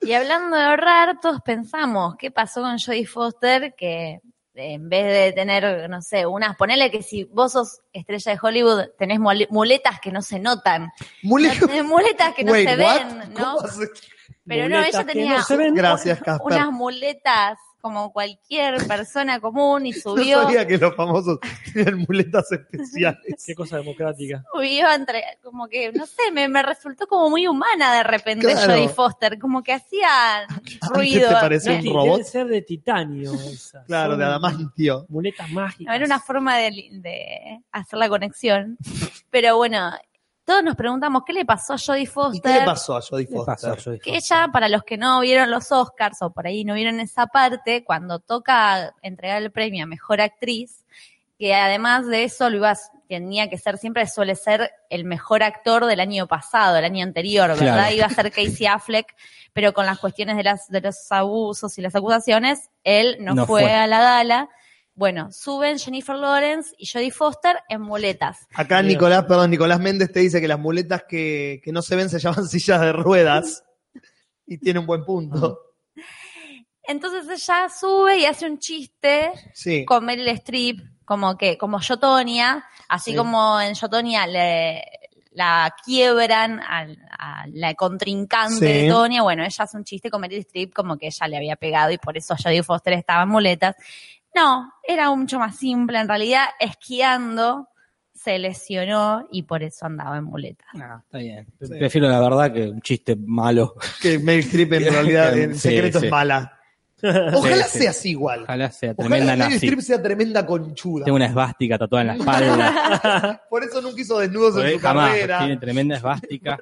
Y hablando de ahorrar, todos pensamos, ¿qué pasó con Jodie Foster? Que eh, en vez de tener, no sé, unas, ponele que si vos sos estrella de Hollywood, tenés mole- muletas que no se notan,
Mule-
tenés muletas que no
Wait,
se
what?
ven, ¿no?
¿Cómo Ah, se-
Pero no,
Muletas
ella
que
tenía
no se ven.
Gracias, Casper.
unas muletas como cualquier persona común y
No
subió,
sabía que los famosos tenían muletas especiales.
Qué cosa democrática.
subió entre, como que, no sé, me, me resultó como muy humana de repente
Claro.
Jodie Foster, como que hacía
Antes
ruido.
te parecía
Nati,
un robot.
Debe ser de titanio. esas.
Claro,
Son
de adamantio.
Muletas mágicas.
No, era una forma de, de hacer la conexión. Pero bueno, todos nos preguntamos qué le pasó a Jodie
¿Y qué le
Foster.
pasó a Jodie
¿Qué pasó,
Foster?
Jodie
Que
Foster?
ella, para los que no vieron los Oscars o por ahí no vieron esa parte, cuando toca entregar el premio a Mejor Actriz, que además de eso lo iba, tenía que ser siempre, suele ser el mejor actor del año pasado, el año anterior, ¿verdad?
Claro.
Iba a ser Casey Affleck, pero con las cuestiones de, las, de los abusos y las acusaciones, él no,
No
fue,
fue.
a la gala. Bueno, suben Jennifer Lawrence y Jodie Foster en muletas.
Acá
Dios.
Nicolás, perdón, Nicolás Méndez te dice que las muletas que, que no se ven se llaman sillas de ruedas. Y tiene un buen punto.
Entonces ella sube y hace un chiste
Sí.
con Meryl Streep, como que, como Yotonia, así
Sí.
como en Yotonia le, la quiebran al- a, la contrincante
Sí.
de Tonia, bueno, ella hace un chiste con Meryl Streep como que ella le había pegado y por eso Jodie Foster estaba en muletas. No, era mucho más simple, en realidad esquiando se lesionó y por eso andaba en muletas.
No, está bien.
Sí.
Prefiero la verdad que un chiste malo.
Que Meryl Streep en realidad en
Sí,
secreto
sí.
es mala. Ojalá
Sí, sí.
sea así igual.
Ojalá sea
Ojalá
tremenda
Meryl
nazi.
Streep sea tremenda conchuda.
Tengo una esvástica tatuada en la espalda.
Por eso nunca hizo desnudos en
Eh,
su
Jamás.
carrera.
Tiene tremenda esvástica.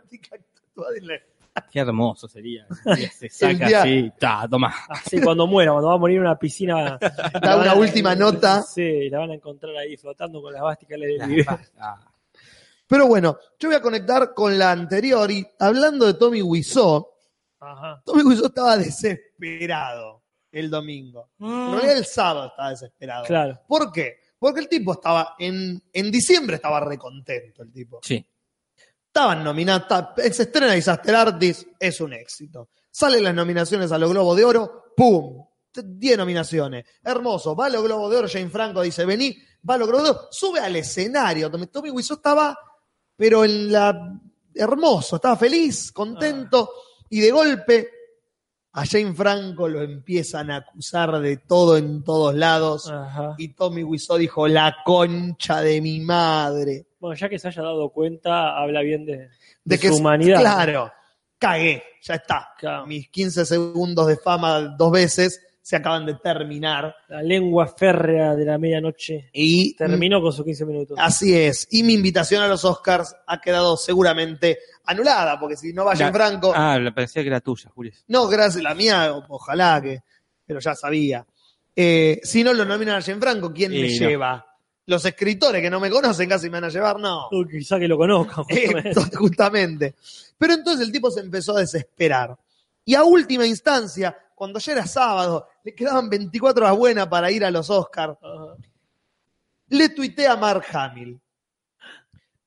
Qué hermoso sería. Un día Se
El
saca
día-
así, ta, toma.
Así cuando muera, cuando va a morir en una piscina.
Da una última nota.
Sí, la van a encontrar ahí flotando con las básicas
La-
del video.
ah,
Pero bueno, yo voy a conectar con la anterior y hablando de Tommy Wiseau,
Ajá.
Tommy Wiseau estaba desesperado el domingo. En realidad el sábado estaba desesperado.
Claro.
¿Por qué? Porque el tipo estaba en, en diciembre estaba recontento el tipo.
Sí.
Estaban nominadas, se estrena Disaster Artist, es un éxito. Salen las nominaciones a los Globos de Oro, ¡pum! 10 nominaciones. Hermoso, va a los Globos de Oro, Jane Franco dice, vení, va a los Globos de Oro, sube al escenario. Tommy- Tommy Wiseau estaba, pero en la... Hermoso, estaba feliz, contento, y de golpe a Jane Franco lo empiezan a acusar de todo en todos lados.
Ajá.
Y Tommy Wiseau dijo, la concha de mi madre.
Bueno, ya que se haya dado cuenta, habla bien de, de
de que
su
es-
humanidad.
Claro, cagué, ya está.
Claro.
Mis 15 segundos de fama dos veces se acaban de terminar.
La lengua férrea de la medianoche.
Y
Terminó con sus 15 minutos.
así es. Y mi invitación a los Oscars ha quedado seguramente anulada, porque si no va Jane
La-
Franco.
Ah, la- pensé que era tuya, Julio.
No, gracias, la mía, o- ojalá que. Pero ya sabía. Eh, si no lo nominan a Jane Franco, ¿quién me
Y no.
lleva? Los escritores que no me conocen casi me van a llevar, no.
Uy, quizá que lo conozca. justamente.
Esto, justamente. Pero entonces el tipo se empezó a desesperar. Y a última instancia, cuando ya era sábado, le quedaban 24 horas buenas para ir a los Oscars,
Ajá.
le tuitea a Mark Hamill.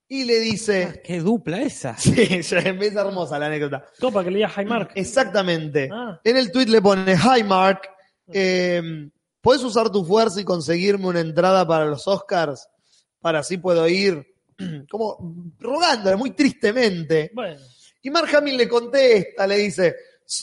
Y le
Ah.
dice,
Qué dupla esa.
sí, ya es hermosa la anécdota.
Copa que leía Highmark.
Exactamente.
Ah. Mm.
En el tweet le pone, hi Mark, eh, ¿puedes usar tu fuerza y conseguirme una entrada para los Oscars? Para así puedo ir. Como rogándole muy tristemente.
Bueno,
Y Mark Hamill le contesta, le dice,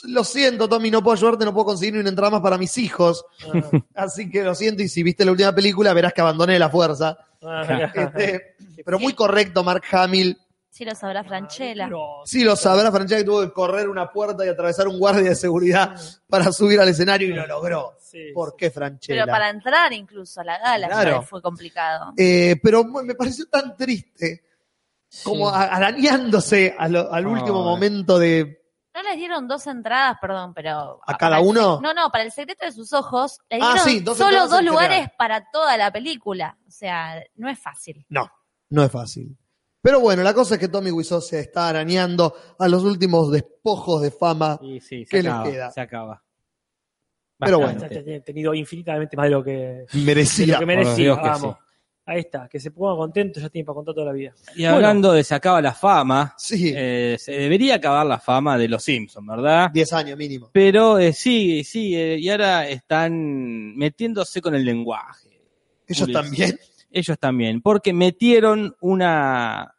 lo siento Tommy, no puedo ayudarte, no puedo conseguir ni una entrada más para mis hijos,
ah,
así que lo siento y si viste la última película verás que abandoné la fuerza.
ah,
Este, pero muy correcto Mark Hamill
Sí lo sabrá Franchella.
Pero-
Sí, lo sabrá Francesca que tuvo que correr una puerta y atravesar un guardia de seguridad para subir al escenario y lo logró.
Sí,
¿Por
sí.
qué Franchella?
Pero para entrar incluso a la gala ya
Claro.
fue complicado.
Eh, pero mu- me pareció tan triste, como a- arañándose a lo- al
Ay.
último momento de...
No les dieron dos entradas, perdón, pero...
¿A
para
cada
el se-
uno?
No, no, para el secreto de sus ojos les
Ah,
dieron
sí, dos
solo
entradas
dos
en
lugares
general.
para toda la película. O sea, no es fácil.
No, no es fácil. Pero bueno, la cosa es que Tommy Wiseau se está arañando a los últimos despojos de fama.
Y sí, se
¿Qué les
acaba.
queda?
Se acaba.
Pero
Ya
bueno.
te- he tenido infinitamente más de lo que, de lo
Merecida.
que
por
merecía.
Dios que
vamos. Ahí está, que se ponga contento, ya tiene para contar toda la vida.
Y hablando de se acaba la fama,
Sí,
eh, se debería acabar la fama de los Simpsons, ¿verdad?
10 años mínimo.
Pero eh, sigue, sigue, y ahora están metiéndose con el lenguaje.
Ellos
Julio.
también.
Ellos también, porque metieron una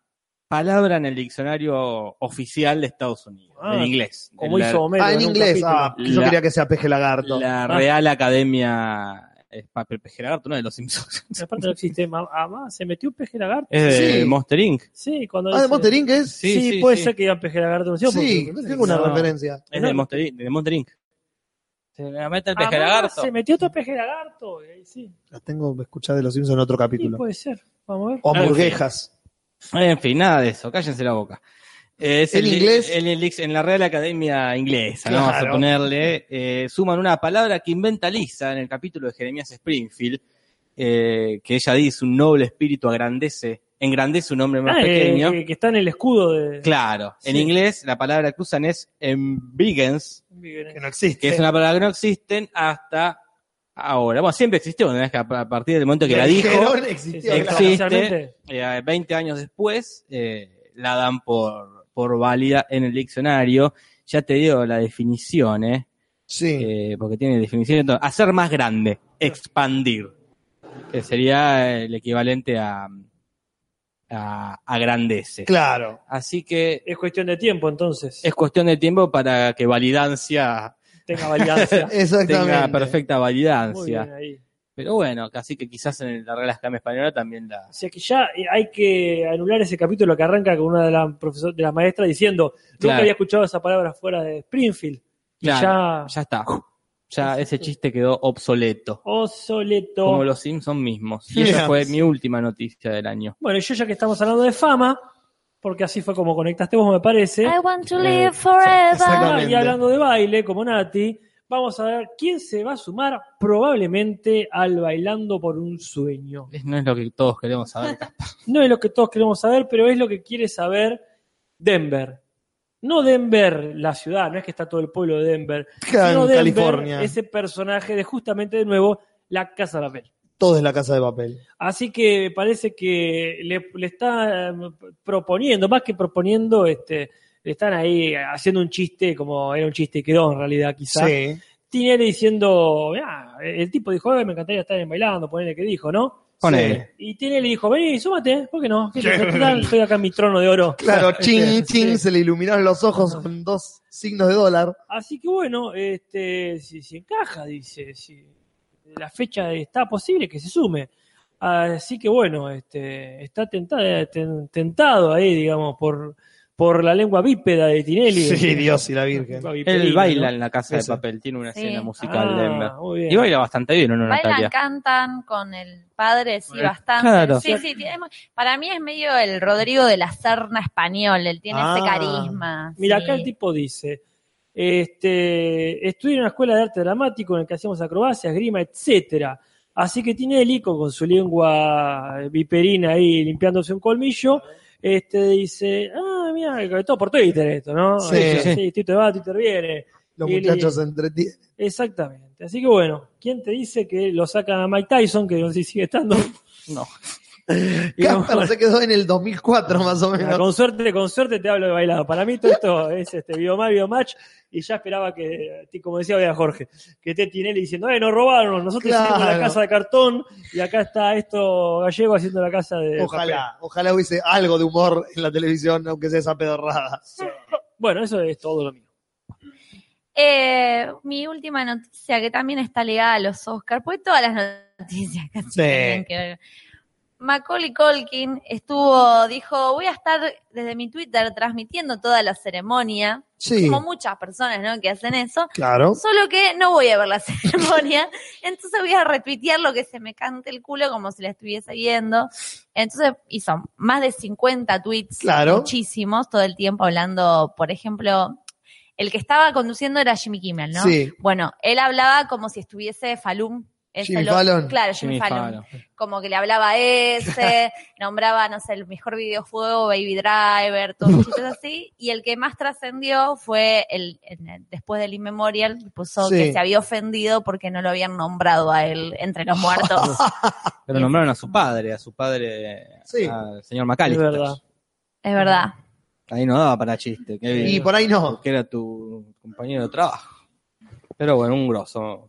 palabra en el diccionario oficial de Estados Unidos,
Ah,
en inglés.
Como
la,
hizo Homero.
Ah, en
un
inglés.
capítulo.
Ah, yo
La-
quería que sea peje lagarto.
la Real Academia eh, pa- pe- Pejeragarto, no de los Simpsons.
Y Aparte no existe, ma- ah, ma, se metió un peje lagarto.
Es de
Sí.
Monster Inc.
Sí, cuando
Ah,
dice-
de Monster Inc. es.
Sí,
Sí, sí,
puede
sí.
ser que iba a peje lagarto.
Sí,
¿no? Porque-
tengo una
no.
referencia.
Es
No.
de Monster Inc. De Monster Inc. Se la mete el
Ah, ma,
Pejeragarto.
Se metió otro peje lagarto. eh, Sí,
La tengo que escuchar de los Simpsons en otro
sí
capítulo.
puede ser. Vamos a ver.
O
pues. Claro,
hamburguesas.
En fin, nada de eso, cállense la boca. Eh, es
¿En
el-
inglés?
el- el- en la Real Academia Inglesa, ¿no? vamos a
Claro.
ponerle. eh, suman una palabra que inventa Lisa en el capítulo de Jeremías Springfield, eh, que ella dice, un noble espíritu agrandece, engrandece un hombre más
Ah, eh,
pequeño.
que, que está en el escudo de.
Claro, en
Sí.
inglés la palabra que usan es embiggens,
Miguel.
Que no existe.
que es una palabra que no existen hasta ahora. Bueno, siempre existió, ¿no? Es que a a partir del momento que la, dijo,
dijeron,
Sí, sí,
existió.
Existe.
claro, oficialmente.
eh, 20 años después, eh, la dan por, por válida en el diccionario. Ya te dio la definición, ¿eh?
Sí.
Eh, porque tiene definición. Entonces, hacer más grande, expandir, que sería el equivalente a, a, a grandece.
Claro.
Así que
Es cuestión de tiempo, entonces.
es cuestión de tiempo para que validancia
Tenga validancia.
Exactamente.
tenga perfecta
Muy bien
validancia.
ahí.
Pero bueno, así que quizás en la regla escama española también la,
O sea que ya eh, hay que anular ese capítulo que arranca con una de las profesor- de las maestras diciendo, nunca
Claro.
había escuchado esa palabra fuera de Springfield. Y ya
Claro, ya está. Ya ese chiste quedó obsoleto.
obsoleto.
Como los Simpsons mismos. Y
Bien.
esa fue mi última noticia del año.
Bueno, y yo ya que estamos hablando de fama, porque así fue como conectaste vos, me parece.
I want to
Eh,
live forever.
exactamente.
Ah, y hablando de baile, como Nati, vamos a ver quién se va a sumar probablemente al Bailando por un Sueño.
Es- No es lo que todos queremos saber.
No es lo que todos queremos saber, pero es lo que quiere saber Denver. No Denver, la ciudad, no es que está todo el pueblo de Denver.
Claro,
sino
en
Denver,
California.
ese personaje de justamente de nuevo la Casa de Papel.
Todo es la casa de papel.
Así que parece que le, le está eh, proponiendo, más que proponiendo, este, le están ahí haciendo un chiste, como era un chiste y quedó en realidad quizás.
Sí.
Tinelli diciendo, "Ah, el tipo dijo, "Ay, me encantaría estar en bailando, ponele que dijo, ¿no?
Ponele.
Sí. Y Tinelli dijo, vení, súmate, ¿por qué no? ¿Qué tal? Total, Estoy acá en mi trono de oro.
Claro, ching,
Este,
ching,
sí.
se le iluminaron los ojos con dos signos de dólar.
Así que bueno, este, si, si encaja, dice, si la fecha está posible que se sume. Así que bueno, este, está tentado, tentado ahí, digamos, por, por la lengua bípeda de Tinelli.
Sí,
Este,
Dios y la
la
Virgen.
lengua bipedina,
Él baila
¿no?
en la casa
Ese.
de papel. Tiene una
Sí.
escena musical
Ah,
de Denver.
muy bien.
Y baila bastante bien, ¿o ¿no,
Bailan,
Natalia?
cantan con el padre, sí, bastante.
claro.
Sí, sí, tiene mu- para mí es medio el Rodrigo de la Serna español, él tiene ese
Ah.
carisma.
Mira,
sí.
acá el tipo dice, este, estudié en una escuela de arte dramático en la que hacíamos acrobacias, grima, etcétera. Así que Tinelli, con, con su lengua viperina ahí limpiándose un colmillo, este dice, ah, mira, todo por Twitter esto, ¿no?
Sí.
Este, sí, Twitter va, Twitter viene.
Los
Y-
muchachos se entretienen.
Exactamente. Así que bueno, ¿quién te dice que lo saca Mike Tyson, que no sé si sigue estando?
No.
Y vamos-
Casper se quedó en el 2004 más o
Ah,
menos.
con suerte, con suerte te hablo de bailado. Para mí todo esto es este biomar, biomatch, y ya esperaba que, ti- como decía vea Jorge, que te Tinelli diciendo, eh, nos robaron, nosotros
Claro.
hicimos la casa de cartón, y acá está esto gallego haciendo la casa de
Ojalá, ojalá hubiese algo de humor en la televisión, aunque sea esa pedorrada.
papel. Bueno, eso es todo lo mío.
Eh, mi última noticia, que también está ligada a los Oscar, pues todas las noticias casi
Sí.
tenían que ver Macaulay Colkin estuvo, dijo, voy a estar desde mi Twitter transmitiendo toda la ceremonia,
Sí,
como muchas personas, ¿no? Que hacen eso.
claro.
Solo que no voy a ver la ceremonia, entonces voy a retuitear lo que se me cante el culo como si la estuviese viendo. Entonces hizo más de 50 tweets,
Claro.
muchísimos, todo el tiempo hablando, por ejemplo, el que estaba conduciendo era Jimmy Kimmel, ¿no?
Sí.
Bueno, él hablaba como si estuviese Falum.
Jimmy Fallon.
Claro, Jimmy, Fallon.
Fallon.
Como que le hablaba a ese, nombraba, no sé, el mejor videojuego, Baby Driver, todo cosas así. Y el que más trascendió fue el, en el- después del Inmemorial, puso
Sí.
que se había ofendido porque no lo habían nombrado a él entre los muertos.
Pero nombraron a su padre, a su padre,
Sí.
al señor
Es
McAllister.
verdad.
es verdad.
Ahí no daba para chiste, qué bien.
Y por ahí no.
Porque era tu compañero de trabajo. Pero bueno, un grosso.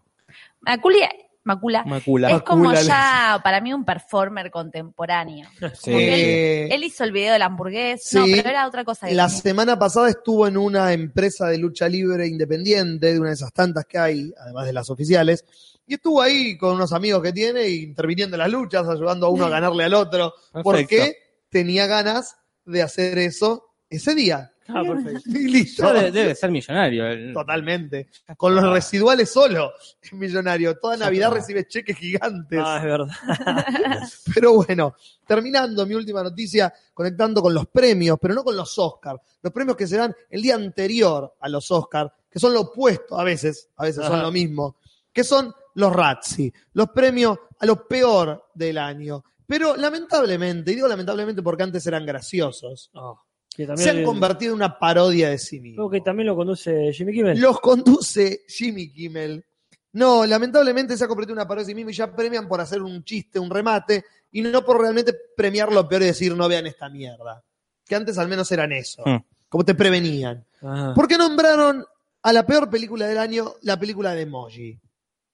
Macula, Macula
Macula.
es como
Macula.
ya, para mí, un performer contemporáneo.
Sí.
Eh,
Él hizo el video de la hamburguesa, no,
Sí.
pero era otra cosa. que
La
tenía.
semana pasada estuvo en una empresa de lucha libre independiente, de una de esas tantas que hay, además de las oficiales, y estuvo ahí con unos amigos que tiene, interviniendo en las luchas, ayudando a uno a ganarle al otro, porque tenía ganas de hacer eso ese día.
Ah, perfecto.
Y listo.
Ya de- debe ser millonario. el-
Totalmente. Con los residuales solo, es millonario. Toda Navidad recibe cheques gigantes.
Ah, es verdad.
Pero bueno, terminando mi última noticia, conectando con los premios, pero no con los Oscar. Los premios que se dan el día anterior a los Oscar, que son lo opuesto a veces, a veces son
Ajá.
lo mismo, que son los Razzie, los premios a lo peor del año. Pero lamentablemente, y digo lamentablemente porque antes eran graciosos,
Oh, que también
se han
el-
convertido en una parodia de sí mismos.
Creo que también lo conduce Jimmy Kimmel.
Los conduce Jimmy Kimmel. No, lamentablemente se ha convertido en una parodia de sí mismo y ya premian por hacer un chiste, un remate, y no por realmente premiar lo peor y decir no vean esta mierda. Que antes al menos eran eso,
Hmm.
como te prevenían.
Ah,
¿Por qué nombraron a la peor película del año la película de Emoji?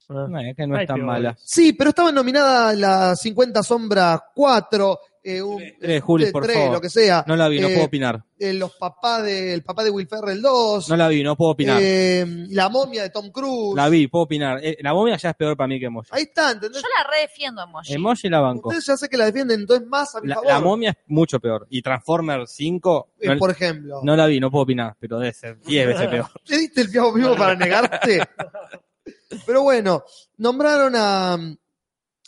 ah.
No, es que no
Ay,
es tan
peor.
mala.
Sí, pero estaban nominadas las 50 sombras 4, eh, un,
Tres, Juli,
eh,
por
tres,
favor.
lo que sea,
No la vi, no
Eh,
puedo opinar.
eh, los papás de, el papá de Will Ferrell 2,
No la vi, no puedo opinar.
eh, la momia de Tom Cruise.
la vi, puedo opinar. Eh, la momia ya es peor para mí que Emoji.
Ahí está, ¿entendés?
Yo la redefiendo, Emoji.
Emoji la banco.
Ustedes ya sé que la defienden, entonces más a mi
La,
favor.
la momia es mucho peor. Y Transformer 5,
Eh,
no,
por ejemplo.
no la vi, no puedo opinar, pero debe ser 10 veces peor.
¿Te diste el fiado vivo para negarte? Pero bueno, nombraron a mm,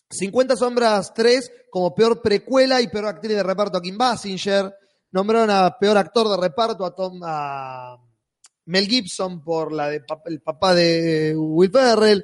50 Sombras 3 como peor precuela y peor actriz de reparto a Kim Basinger. Nombraron a peor actor de reparto a Tom a mm, Mel Gibson por la de pap- el papá de eh, Will Ferrell.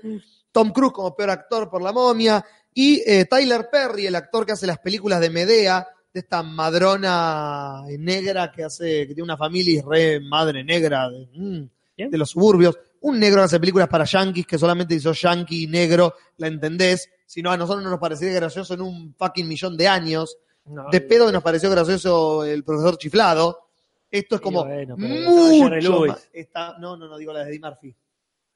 Tom Cruise como peor actor por La Momia. Y eh, Tyler Perry, el actor que hace las películas de Medea, de esta madrona negra que hace, que tiene una familia y es re madre negra. de- mm
¿Quién?
de los suburbios. Un negro que hace películas para yankees que solamente hizo yankee y negro, la entendés. Si no, a nosotros no nos parecía gracioso en un fucking millón de años.
No, eh,
De pedo que nos pareció gracioso el profesor chiflado. Esto es
Sí,
como
bueno, pero estaba Jerry
mucho
Lewis.
más- esta- no, no, no digo la de Eddie Murphy.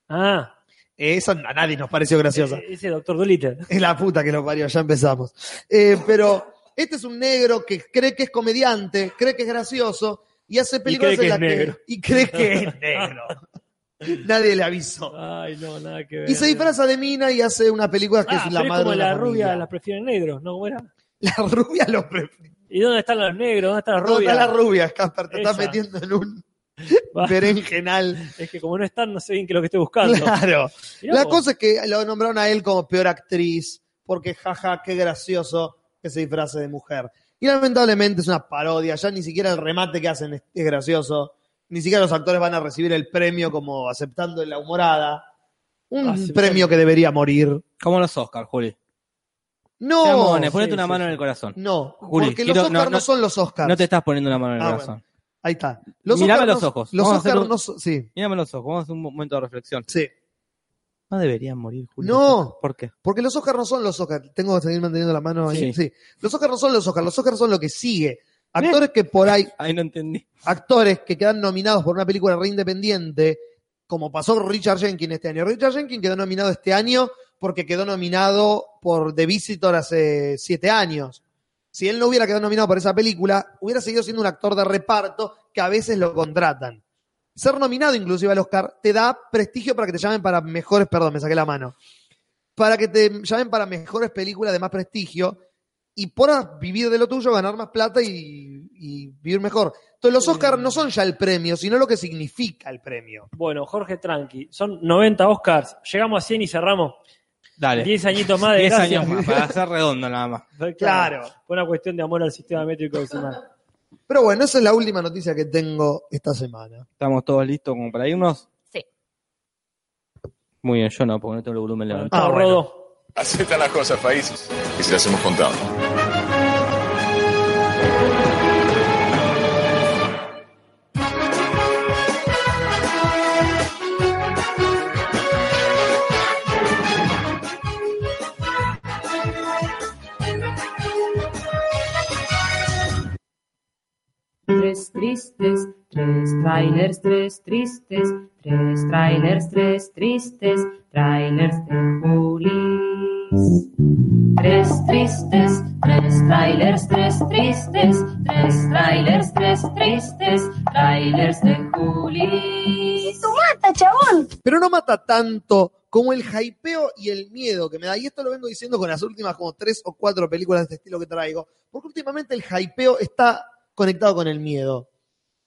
Ah, e,
Eh, Esa a nadie nos pareció graciosa.
ese, ese doctor Dolittle.
Es la puta que lo parió, ya empezamos. Eh, pero este es un negro que cree que es comediante, cree que es gracioso y hace películas
cree
en
que es
las
negro.
Y cree que es negro. nadie le avisó.
Ay, no, nada que ver.
Y se disfraza de mina y hace una película que
Eh,
es
Ah, pero
la
es
madre
como
de la,
la rubia
familia.
las prefieren negros, ¿no? ¿Cómo era?
La rubia lo prefiere.
¿Y dónde están los negros? ¿Dónde están las
No,
rubias?
está la rubia, Casper, te estás
Esa.
metiendo en un
Va,
berenjenal.
es que como no están, no sé bien qué es lo que estoy buscando.
Claro.
Mirá
La
vos.
cosa es que lo nombraron a él como peor actriz, porque jaja, qué gracioso que se disfrace de mujer. Y lamentablemente es una parodia, ya ni siquiera el remate que hacen es, es gracioso, ni siquiera los actores van a recibir el premio como aceptando la humorada. Un
Aceptando.
premio que debería morir.
Como los Oscars, Juli.
No,
Seamos honestos, ponete
sí,
una
sí,
mano
sí.
en el corazón.
no,
Juli,
porque
quiero-
los Oscars
no,
no,
no-
son los Oscars.
No te estás poniendo una mano en el
Ah,
corazón.
Ahí está.
Mirame
Oscar
los
no-
ojos.
Los
Vamos a
Oscar
hacer un-
no son. Sí,
Mírame los ojos, vamos a hacer un mo- momento de reflexión.
sí.
No deberían morir, Juli.
No.
¿Por qué?
Porque los Oscar no son los Oscar. Tengo que seguir manteniendo la mano ahí. Sí. Los Oscar no son los Oscar. Los Oscar son lo que sigue. Actores que por ahí,
Ay, no entendí.
actores que quedan nominados por una película re independiente, como pasó con Richard Jenkins este año. Richard Jenkins quedó nominado este año porque quedó nominado por The Visitor hace siete años. Si él no hubiera quedado nominado por esa película, hubiera seguido siendo un actor de reparto que a veces lo contratan. Ser nominado inclusive al Oscar te da prestigio para que te llamen para mejores, perdón, me saqué la mano, para que te llamen para mejores películas de más prestigio y por vivir de lo tuyo, ganar más plata y, y vivir mejor. Entonces los
Eh.
Oscars no son ya el premio, sino lo que significa el premio.
Bueno, Jorge Tranqui, son 90 Oscars. Llegamos a 100 y cerramos.
Dale.
10 añitos
Ah,
más de
10
gracia.
años más, para hacer redondo nada más.
Claro. Fue una cuestión de amor al sistema métrico decimal.
Pero bueno, esa es la última noticia que tengo esta semana.
¿Estamos todos listos como para irnos?
Sí.
Muy bien, yo no, porque no tengo el volumen levantado.
Chao,
bueno.
Rodo.
Aceptan las cosas, países, que se las hemos contado.
Tres tristes, tres trailers, tres tristes, tres trailers, tres tristes, trailers de Julis. Tres tristes, tres trailers, tres tristes, tres trailers, tres tristes, trailers de Julis.
Pero no mata tanto como el hypeo y el miedo que me da. Y esto lo vengo diciendo con las últimas como tres o cuatro películas de este estilo que traigo. Porque últimamente el hypeo está conectado con el miedo.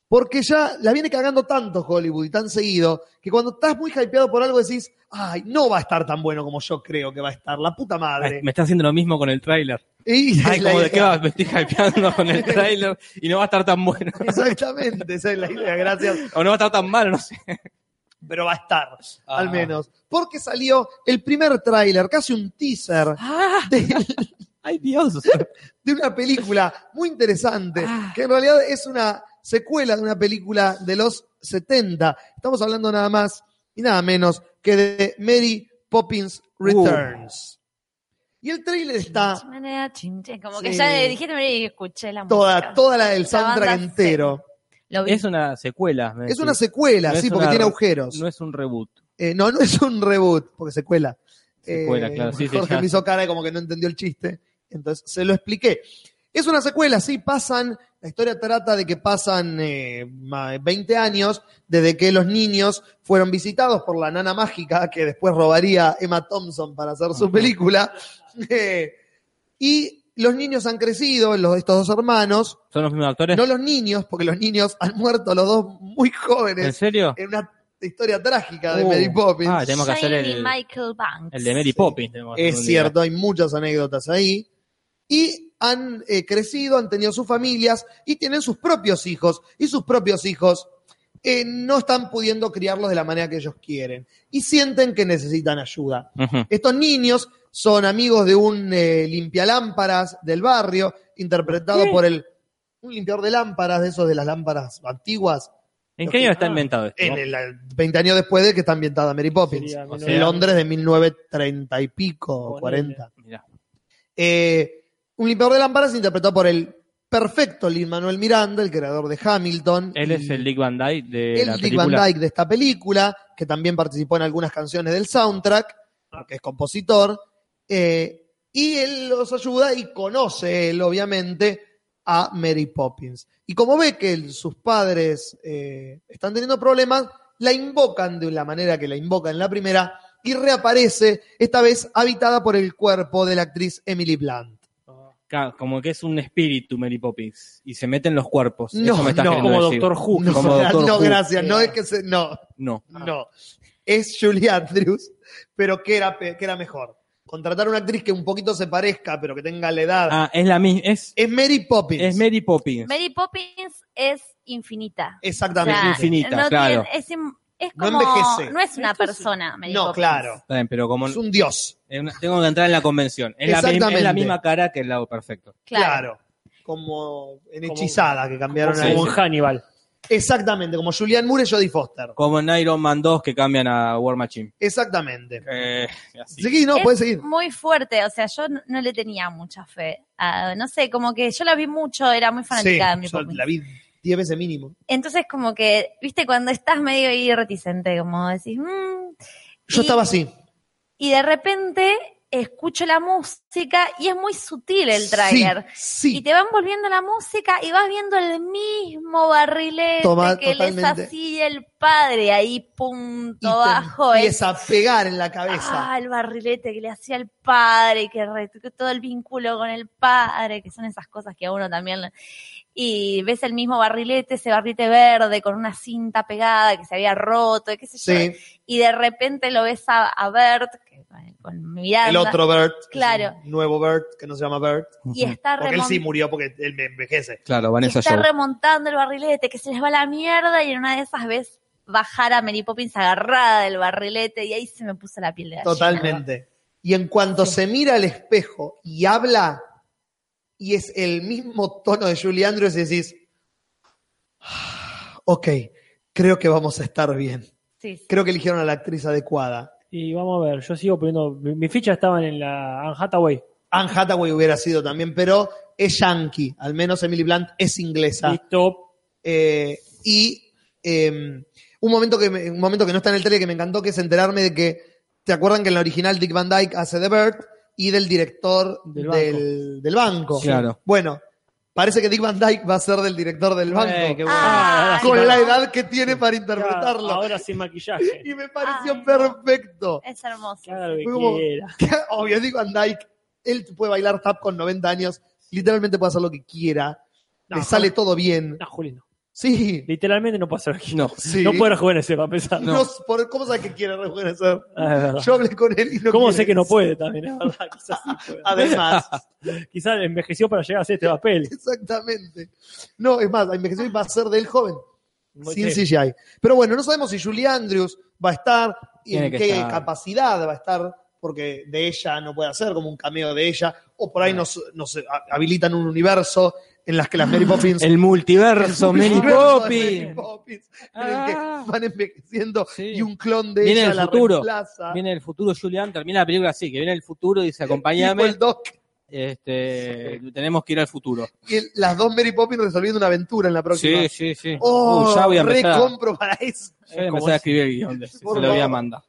Porque ya la viene cagando tanto Hollywood y tan seguido que cuando estás muy hypeado por algo decís, ay, no va a estar tan bueno como yo creo que va a estar, la puta madre.
Ah, Me está haciendo lo mismo con el tráiler.
Ah, Y esa
Ay,
es la
como de qué
idea.
va, me estoy hypeando con el tráiler y no va a estar tan bueno.
Exactamente, esa es la idea, gracias.
O no va a estar tan malo, no sé.
Pero va a estar,
Ah.
al menos. Porque salió el primer tráiler, casi un teaser, de,
Ay, Dios.
de una película muy interesante,
Ah.
que en realidad es una secuela de una película de los 70. Estamos hablando nada más y nada menos que de Mary Poppins
Uh.
Returns. Y el tráiler está
Manera chinche, Como que
Sí.
ya le dijiste, mirá, y escuché la
toda,
música.
toda la del
La
soundtrack
banda
entero.
Lo vi.
Es una secuela. me
Es
decís.
una secuela,
No es
sí, porque
una-
tiene agujeros.
No es un reboot.
Eh, no, no es un reboot, porque secuela.
Secuela, claro, sí, sí,
Jorge
ya.
me hizo cara como que no entendió el chiste, entonces se lo expliqué. Es una secuela, sí, pasan, la historia trata de que pasan eh, ma- 20 años desde que los niños fueron visitados por la nana mágica, que después robaría Emma Thompson para hacer su película, Eh, y los niños han crecido, los, estos dos hermanos,
¿Son los mismos actores?
no los niños, porque los niños han muerto los dos muy
¿En
jóvenes,
serio?
en una historia trágica de
Uh,
Mary Poppins.
Ah, tenemos que hacer
Shane y
el,
Michael Banks.
el de Mary
Sí.
Poppins. tenemos que hacer
Es
un día.
cierto, hay muchas anécdotas ahí. Y han eh, crecido, han tenido sus familias y tienen sus propios hijos. Y sus propios hijos eh, no están pudiendo criarlos de la manera que ellos quieren. Y sienten que necesitan ayuda.
Ujú.
Estos niños son amigos de un eh, limpialámparas del barrio, interpretado por el un limpiador de lámparas, de esos de las lámparas antiguas,
¿En qué año está inventado esto?
en el, eh, 20 años después de que está ambientada Mary Poppins.
Sería
o sea,
en
menor-
Londres de 1930 y pico, o
Ponele.
40.
Mirá.
Eh, un limpiador de lámparas interpretado por el perfecto Lin Manuel Miranda, el creador de Hamilton.
Él
y
es el Dick Van Dyke de
el
la
Dick
película.
Van Dyke de esta película, que también participó en algunas canciones del soundtrack, porque es compositor. eh, y él los ayuda y conoce él, obviamente, a Mary Poppins. Y como ve que el- sus padres eh, están teniendo problemas, la invocan de la manera que la invocan en la primera y reaparece, esta vez habitada por el cuerpo de la actriz Emily Blunt.
Ca- Como que es un espíritu Mary Poppins. Y se meten los cuerpos.
No,
Eso me estás
no.
queriendo
Como
decir.
Doctor Who.
No,
Uh, Como Doctor
no,
Who.
gracias, no es que se... No,
No.
No. Es Julie Andrews, pero que era, pe- que era mejor. Contratar una actriz que un poquito se parezca, pero que tenga la edad.
Ah, es la misma. Es,
Es Mary Poppins.
es Mary Poppins.
Mary Poppins es infinita. O
Exactamente.
sea,
infinita,
no
claro.
tiene- es, in- es
No
como,
envejece.
no es una persona, Mary
no,
Poppins.
claro.
Está bien, pero como
Es un dios.
es una- tengo que entrar en la convención. Es la, mi- es la
Exactamente.
misma cara que el lado perfecto.
Claro.
Claro. Como en
Como-
Hechizada, que cambiaron
Como
ahí.
en Hannibal.
Exactamente, como Julianne Moore y Jodie Foster.
Como en Iron Man 2 que cambian a War Machine.
Exactamente.
Eh, así.
Seguí, no,
Es
puedes seguir.
Muy fuerte, o sea, yo no no le tenía mucha fe. Ah, no sé, como que yo la vi mucho, era muy
Sí,
fanática de Mary
yo
Poppins.
la vi 10 veces mínimo.
Entonces, como que, viste, cuando estás medio ahí reticente, como decís, "Mm".
Yo
Y-
estaba así.
Y de repente escucho la música y es muy sutil el tráiler.
sí.
Y te van volviendo la música y vas viendo el mismo barrilete
Toma-
que les
totalmente.
hacía el padre ahí punto bajo. el-
empieza a pegar en la cabeza.
Ah, el barrilete que le hacía el padre, que re- que todo el vínculo con el padre, que son esas cosas que a uno también... le- Y ves el mismo barrilete, ese barrilete verde con una cinta pegada que se había roto, y qué sé yo.
sí,
Y de repente lo ves a, a Bert, que, con Miranda.
el otro Bert.
Claro.
el Nuevo Bert, que no se llama Bert.
Y está
Porque él sí
remon-
murió porque él me envejece.
Claro,
y
Vanessa
está
Shaw.
remontando el barrilete, que se les va la mierda y en una de esas ves bajar a Mary Poppins agarrada del barrilete y ahí se me puso la piel de gallina.
Totalmente. Y en cuanto se mira al espejo y habla, y es el mismo tono de Julie Andrews, y decís, "Ah, ok, creo que vamos a estar bien.
Sí, sí.
Creo que eligieron a la actriz adecuada.
Y vamos a ver, yo sigo poniendo. mi- Mis fichas estaban en la Anne Hathaway.
Anne Hathaway hubiera sido también, pero es yankee, al menos Emily Blunt es inglesa.
Listo.
Eh, y eh, un, momento que me- un momento que no está en el tele que me encantó, que es enterarme de que, ¿te acuerdan que en la original Dick Van Dyke hace de Bert y del director del banco?
Del banco.
Del, banco?
Sí. Claro.
Bueno, parece que Dick Van Dyke va a ser del director del banco.
Eh, qué bueno.
Ah,
con
ahí
la
va.
edad que tiene para
Claro,
interpretarlo.
Ahora sin maquillaje.
Y me pareció
Ay.
perfecto.
Es hermoso.
Que haga lo que
Fue como-
quiera.
Obvio, Dick Van Dyke, él puede bailar tap con 90 años, literalmente puede hacer lo que quiera,
No,
le sale todo bien.
No, Juli, no.
Sí.
Literalmente no pasa aquí.
No.
sí.
No puede rejuvenecer, para empezar.
No. por- ¿Cómo sabe que quiere rejuvenecer?
Ah, es verdad.
Yo hablé con él y no
¿Cómo
quiere. pues.
sé que no puede también? Es verdad, quizás sí pueda.
Además,
Quizás envejeció para llegar a hacer este papel.
exactamente. No, es más, envejeció y va a ser de él joven, sin
Sí.
CGI. Pero bueno, no sabemos si Julie Andrews va a estar y en
Tiene que
qué
estar.
capacidad va a estar, porque de ella no puede hacer como un cameo de ella, o por ahí nos, nos ha- habilitan un universo en las que las Mary Poppins...
El multiverso, Mary
universo de Mary
Poppins.
Poppins, en el que
Ah.
van envejeciendo
Sí.
y un clon de
Viene
ella
el
la
futuro.
reemplaza.
Viene el futuro, Julián. Termina la película así: que viene el futuro y dice,
Tipo
acompáñame.
el Doc
Este, tenemos que ir al futuro.
y el- las dos Mary Poppins resolviendo una aventura en la próxima.
Sí, sí, sí.
Oh,
Uh, ya voy a empezar. a-
recompro para eso.
ya voy a,
Eh,
empezar
como
a escribir el guión. de- Se
Por
lo voy a
favor.
mandar.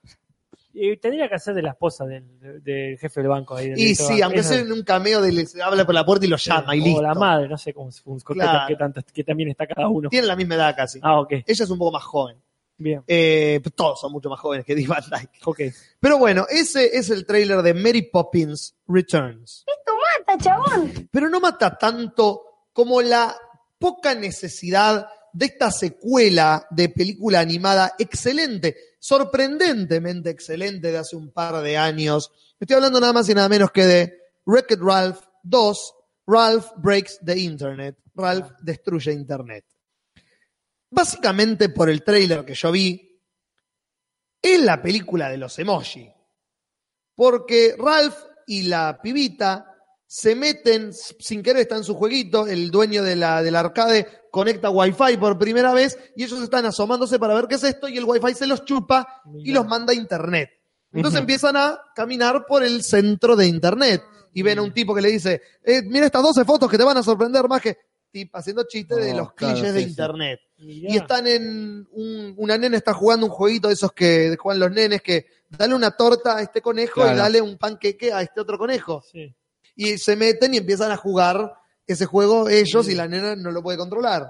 Y tendría que hacer de la esposa del, del- del jefe del banco. Ahí, del
Y
director.
sí, aunque
Esa-
sea en un cameo de les habla por la puerta y lo llama y
o
listo.
la madre, no sé cómo se funciona,
Claro.
qué, tanto, qué también está cada uno.
Tiene la misma edad casi.
Ah, ok,
Ella es un poco más joven.
bien,
Eh, todos son mucho más jóvenes que Dick Van Dyke.
ok.
Pero bueno, ese es el tráiler de Mary Poppins Returns. Pero no mata tanto como la poca necesidad de esta secuela de película animada excelente, sorprendentemente excelente de hace un par de años. Estoy hablando nada más y nada menos que de Wreck-It Ralph 2, Ralph Breaks the Internet, Ralph Destruye Internet. Básicamente por el tráiler que yo vi, es la película de los emoji porque Ralph y la pibita se meten, s- sin querer está en su jueguito, el dueño de la, del arcade conecta wifi por primera vez y ellos están asomándose para ver qué es esto y el wifi se los chupa y los manda a internet. Entonces empiezan a caminar por el centro de internet y ven a un tipo que le dice, "Eh, mira estas 12 fotos que te van a sorprender más que... Tip, haciendo chistes de
Oh,
los
claro,
clichés de
sí, sí.
internet.
Mirá.
Y están en. un- una nena está jugando un jueguito de esos que juegan los nenes, que dale una torta a este conejo y
Claro.
dale un panqueque a este otro conejo.
Sí.
Y se meten y empiezan a jugar ese juego ellos y la nena no lo puede controlar.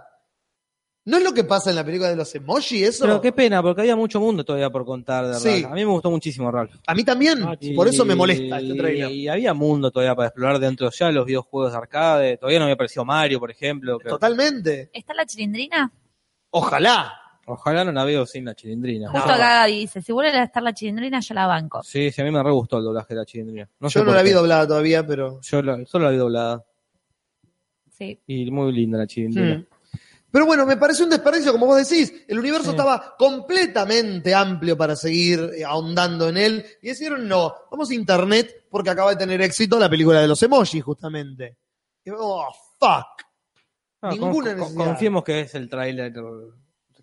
¿No es lo que pasa en la película de los emoji eso?
Pero qué pena, porque había mucho mundo todavía por contar de
Sí.
Ralph. A mí me gustó muchísimo Ralph.
A mí también.
Ah,
Y-
Por eso me molesta este trailer.
Y había mundo todavía para explorar dentro ya de los videojuegos de arcade. Todavía no había aparecido Mario, por ejemplo. que-
Totalmente.
¿Está la chilindrina?
Ojalá.
Ojalá no la veo sin la chilindrina.
Justo acá Gaby dice, si vuelve a estar la chilindrina, yo la banco.
Sí, sí, a mí me re gustó el doblaje de la chilindrina. No sé
Yo no
por
la
qué.
vi doblada todavía, pero.
Yo la- solo la vi doblada.
Sí.
Y muy linda la chilindrina.
Mm. Pero bueno, me parece un desperdicio, como vos decís. El universo
Sí.
estaba completamente amplio para seguir eh, ahondando en él. Y decidieron, no, vamos a internet porque acaba de tener éxito la película de los emojis, justamente. Y, oh, fuck. Ninguna
No, Ah, con- con-
necesidad.
Confiemos que es el tráiler.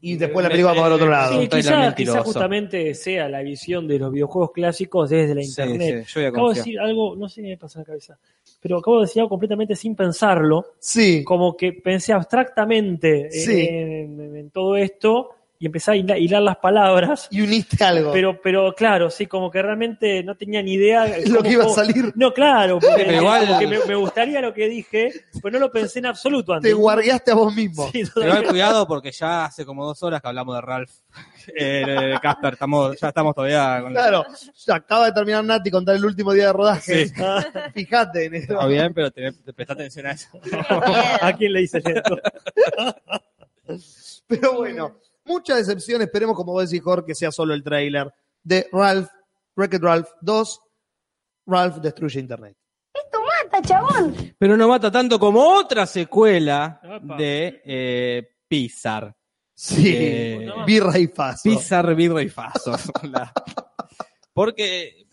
Y después la película va para otro lado.
Sí,
Ah, Un tráiler
quizá,
mentiroso.
quizá justamente sea la visión de los videojuegos clásicos desde la
Sí,
internet.
sí, yo voy a
acabo de
confiar.
decir algo, no sé ni me pasa en la cabeza, pero acabo de decir algo completamente sin pensarlo,
Sí.
como que pensé abstractamente eh,
Sí.
en, en- en todo esto y empecé a hila- hilar las palabras.
Y uniste algo.
Pero, pero claro, sí, como que realmente no tenía ni idea.
Lo
cómo-
que iba a
cómo-
salir.
No, claro,
Sí,
porque,
pero igual-
porque me, me gustaría lo que dije, pues no lo pensé en absoluto antes.
Te guardiaste a vos mismo.
Sí,
Pero igual
totalmente.
cuidado porque ya hace como dos horas que hablamos de Ralph. Eh, de- de Casper, estamos, ya estamos todavía con la-
Claro, ya acaba de terminar Nati contar el último día de rodaje.
Sí.
Fíjate en eso.
Está Ah, bien, pero te, te presta atención a eso.
¿A quién le hice esto?
Pero bueno, mucha decepción. Esperemos, como vos decís, Jorge, que sea solo el tráiler de Ralph, Wreck-It Ralph 2, Ralph destruye Internet.
Pero no mata tanto como otra secuela
Apa.
de eh, Pixar.
Sí,
Eh,
birra y faso.
Pizar, vidro y fasos. La- Porque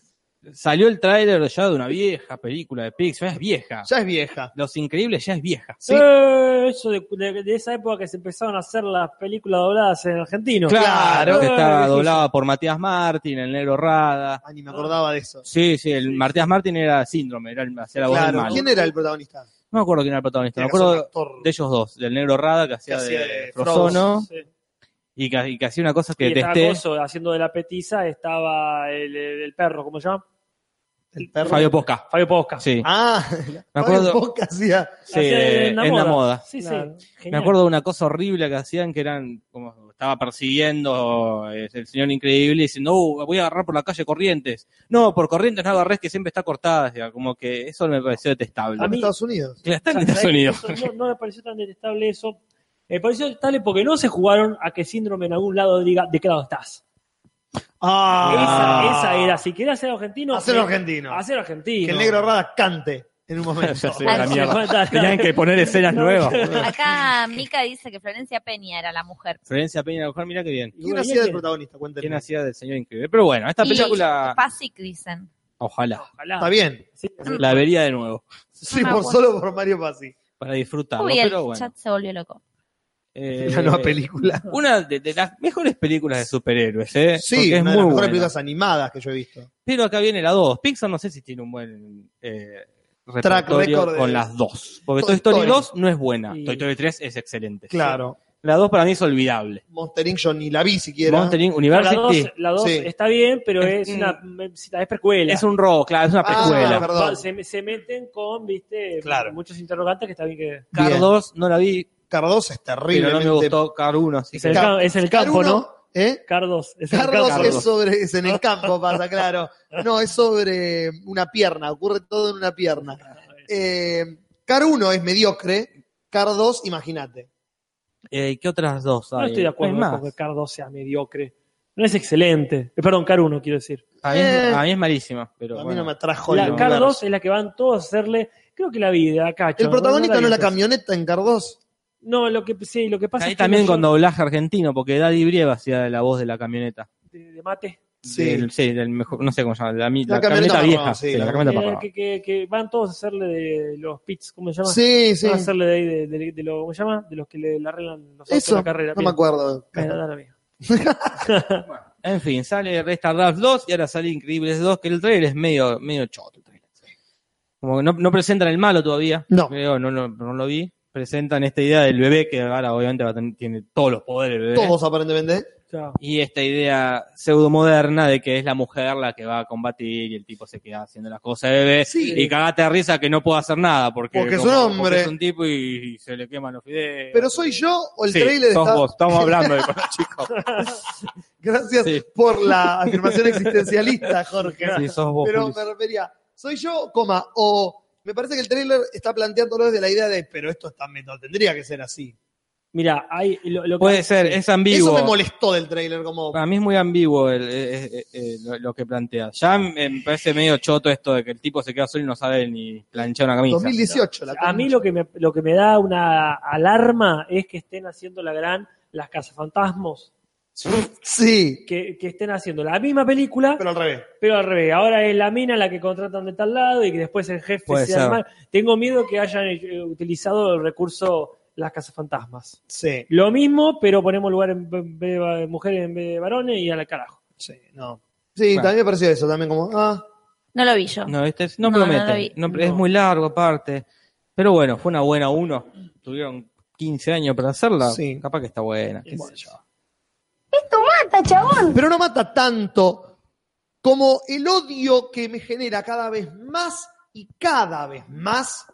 salió el tráiler ya de una vieja película de Pixar, ya es vieja.
Ya es vieja.
Los Increíbles ya es vieja.
Sí.
Eh, eso de, de- de esa época que se empezaron a hacer las películas dobladas en argentino.
Claro, que
Eh,
estaba
viejísimo.
doblada por Matías Martín, el negro Rada.
Ah, ni me acordaba de eso.
Sí, sí, el Matías Martín era síndrome, era el, hacía la voz del
Claro,
malo.
¿quién era el protagonista?
No me acuerdo quién era el protagonista, me
Era un
acuerdo
actor.
de ellos dos, del negro Rada que hacía
hacía
de
de
Frozono
Sí.
y que, y que hacía una cosa que
Y estaba
detesté.
Coso haciendo de la petiza, estaba el, el- el perro, ¿cómo se llama?
El perro.
Fabio Posca.
Fabio Posca.
Sí,
Ah,
me
Fabio
acuerdo.
Posca hacía.
Sí, en la moda.
Sí, sí.
Claro.
Genial.
Me acuerdo de una cosa horrible que hacían que eran como estaba persiguiendo eh, el señor increíble y diciendo, "Uh, voy a agarrar por la calle Corrientes. No, por Corrientes no agarrés que siempre está cortada. O sea, como que eso me pareció detestable.
A
en
mí-
Estados Unidos.
Que la están en
¿Sabés
Estados
qué?
Unidos.
Eso No, no me pareció tan detestable eso. Me pareció detestable porque no se jugaron a que síndrome en algún lado diga de qué lado estás.
Ah,
Esa, esa era, si querías ser argentino,
Hacerlo
me-
argentino.
hacer argentino.
Que el negro Rada cante en un momento.
Ya sé, la
Ay,
mierda.
dale.
Tenían que poner escenas
No,
nuevas.
Acá Mica dice que Florencia Peña era la mujer.
Florencia Peña, a lo mejor, mira qué bien.
Y
¿Quién
bueno,
hacía del
¿quién?
protagonista? Cuéntenme.
¿Quién hacía del señor increíble? Pero bueno, esta
Y
película,
Pasic dicen.
ojalá,
Ojalá.
Está bien.
Sí.
la vería de nuevo
Sí,
Ah,
por
bueno.
solo por Mario Pazzi.
para disfrutarlo.
Uy, el
pero bueno.
chat se volvió loco.
Eh,
La nueva película.
Una de, de las mejores películas de superhéroes, ¿eh?
Sí,
Porque es
una de las
muy
mejores
buena.
películas animadas que yo he visto.
Pero acá viene la 2. Pixar no sé si tiene un buen eh, repertorio
record de-
con las dos. Porque
Toy
Toy Story
Story.
2 no es buena.
Y-
Toy Story 3 es excelente.
Claro.
La 2 para mí es olvidable.
Monster Inc. yo ni la vi siquiera.
Monster Inc.
No, la
University
2 la dos
Sí.
está bien, pero
Es-
es, una si la es precuela.
es un robo, claro, es una
Ah,
precuela.
la perdón.
se, se meten con, viste,
Claro.
muchos interrogantes que está bien que...
Car
Bien.
2 no la vi,
Cardos es terrible.
pero no me gustó Car 1. Así
Es
que-
el,
Ca-
cam- es el campo, ¿no?
¿Eh?
Cardos. Es el
Cardos
campo.
es sobre, es en el campo, pasa, claro. No, es sobre una pierna, ocurre todo en una pierna. Eh, Car 1 es mediocre, Car 2, imagínate.
Eh, ¿Qué otras dos hay?
No estoy de acuerdo
Hay más.
con que Cardos sea mediocre. No es excelente. Eh, perdón, Car 1, quiero decir.
A mí, es-
Eh.
a mí es malísima, pero
A mí
bueno.
no me atrajo
La
el
Car
universo.
2 es la que van todos a hacerle, creo que la vida, cacho.
El protagonista no, es la
hizo.
camioneta en Car 2.
No, lo que, sí, lo que pasa
Ahí
es que
también
no-
con doblaje argentino, porque Daddy Brieva hacía la voz de la camioneta.
de, de mate.
Sí.
Del, sí, del mejor, no sé cómo se llama, la, mi-
La
la
camioneta
camioneta,
marrón,
vieja.
sí,
sí,
la
la camioneta
Eh,
marrón.
que, que- que van todos a hacerle de los pits, ¿cómo se llama?
Sí, sí.
Van a hacerle de ahí, de, de- de lo, ¿cómo se llama? De los que le, le arreglan los autos a
Eso,
la carrera.
no me
Bien.
acuerdo.
Me da la misma.
En fin, sale Resta Draft 2 y ahora sale Increíbles 2, que el trailer es medio, medio choto. el trailer. Como que no, no presentan el malo todavía.
No.
Creo, no, lo- no lo vi. Presentan esta idea del bebé, que ahora obviamente va a tener- tiene todos los poderes el bebé.
Todos aparentemente.
Ya.
Y esta idea pseudo-moderna de que es la mujer la que va a combatir y el tipo se queda haciendo las cosas de bebé.
Sí.
Y cagate de risa que no puede hacer nada porque,
Porque es
como-
un hombre.
porque es un tipo y, y se le queman los fideos.
Pero soy yo o el
Sí,
trailer
sos
está.
vos, estamos hablando de con los chicos.
Gracias
Sí.
por la afirmación existencialista, Jorge.
Sí, sos vos,
pero
Juli.
me refería, soy yo, coma, o me parece que el trailer está planteándolo desde la idea de, pero esto está no tendría que ser así.
Mira, hay, lo, lo que-
Puede ser, es ambiguo.
Eso me molestó del trailer, como
Para mí es muy ambiguo el- eh, eh, eh, lo, lo que plantea. Ya me me parece medio choto esto de que el tipo se queda solo y no sabe ni planchar una camisa.
2018. La
A mí lo que, me, lo que me da una alarma es que estén haciendo la gran Las Cazafantasmos.
Sí,
Que, que estén haciendo la misma película,
pero
pero,
al revés.
al revés. Ahora es la mina la que contratan de tal lado y que después el jefe
Puede
sea
ser.
el mal. Tengo miedo que hayan eh, utilizado el recurso Las Cazafantasmas.
Sí,
Lo mismo, pero ponemos lugar en vez de mujeres en vez de varones y al carajo.
sí, no. Sí,
Bueno.
también me pareció eso, también como, ah,
No lo vi yo.
No, este es- no,
No,
promete.
no lo vi.
No, Es
No.
muy largo aparte. Pero bueno, fue una buena uno. Tuvieron 15 años para hacerla.
Sí.
Capaz que está buena. qué sé yo.
Esto mata, chabón. Pero no mata tanto como el odio que me genera cada vez más y cada vez más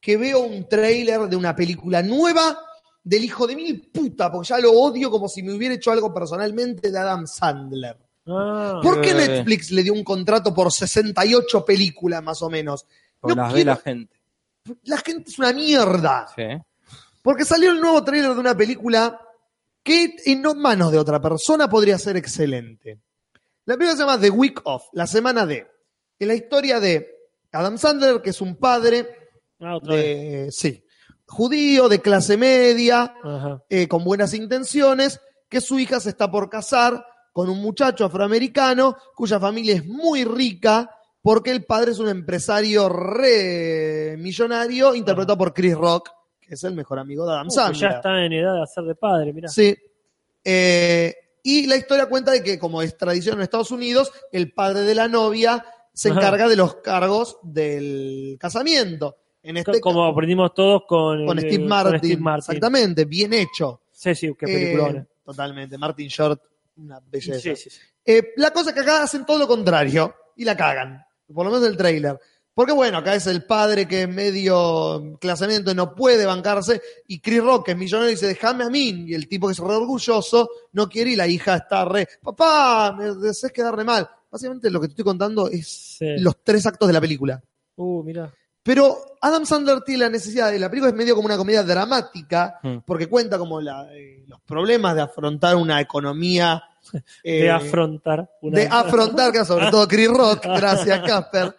que veo un tráiler de una película nueva del hijo de mil puta, porque ya lo odio como si me hubiera hecho algo personalmente de Adam Sandler.
Ah,
¿Por qué
Eh.
Netflix le dio un contrato por 68 películas más o menos?
Por
No
las de la
quiero-
gente.
la gente es una mierda.
Sí.
Porque salió el nuevo tráiler de una película que en no- manos de otra persona podría ser excelente. La película se llama The Week Off, la semana de. Es la historia de Adam Sandler, que es un padre
ah,
de- sí, judío, de clase media,
Ajá. Uh,
eh, con buenas intenciones, que su hija se está por casar con un muchacho afroamericano cuya familia es muy rica porque el padre es un empresario re millonario interpretado por Chris Rock, que es el mejor amigo de Adam
Uh,
Sandler.
pues ya está en edad de hacer de padre, mirá.
Sí. Eh, y la historia cuenta de que, como es tradición en Estados Unidos, el padre de la novia se
Ajá.
encarga de los cargos del casamiento. En este
Como aprendimos todos con,
con
el-
Steve
con
Martin.
Steve Martin.
Exactamente, bien hecho.
Sí, sí, qué
Eh,
película.
totalmente. Martin Short, una belleza.
Sí, sí, sí.
Eh, la cosa es que acá hacen todo lo contrario y la cagan. Por lo menos el trailer. Porque bueno, acá es el padre que es medio clasamiento no puede bancarse y Chris Rock, que es millonario, dice, déjame a mí. Y el tipo que es re orgulloso no quiere y la hija está re, papá, me haces quedarme mal. Básicamente lo que te estoy contando es los tres actos de la película.
Uh, mirá.
Pero Adam Sandler tiene la necesidad de la película es medio como una comedia dramática
Mm.
porque cuenta como la, eh, los problemas de afrontar una economía
de
eh,
afrontar. una-
de afrontar, que sobre todo Chris Rock, gracias Casper,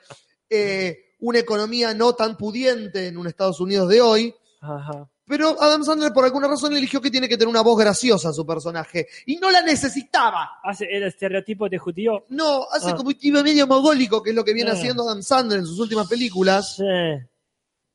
eh, una economía no tan pudiente en un Estados Unidos de hoy.
Ajá.
Pero Adam Sandler por alguna razón eligió que tiene que tener una voz graciosa a su personaje. Y no la necesitaba.
Hace el estereotipo de judío.
No, hace
Ah.
como un tipo medio mogólico, que es lo que viene
Ah.
haciendo Adam Sandler en sus últimas películas.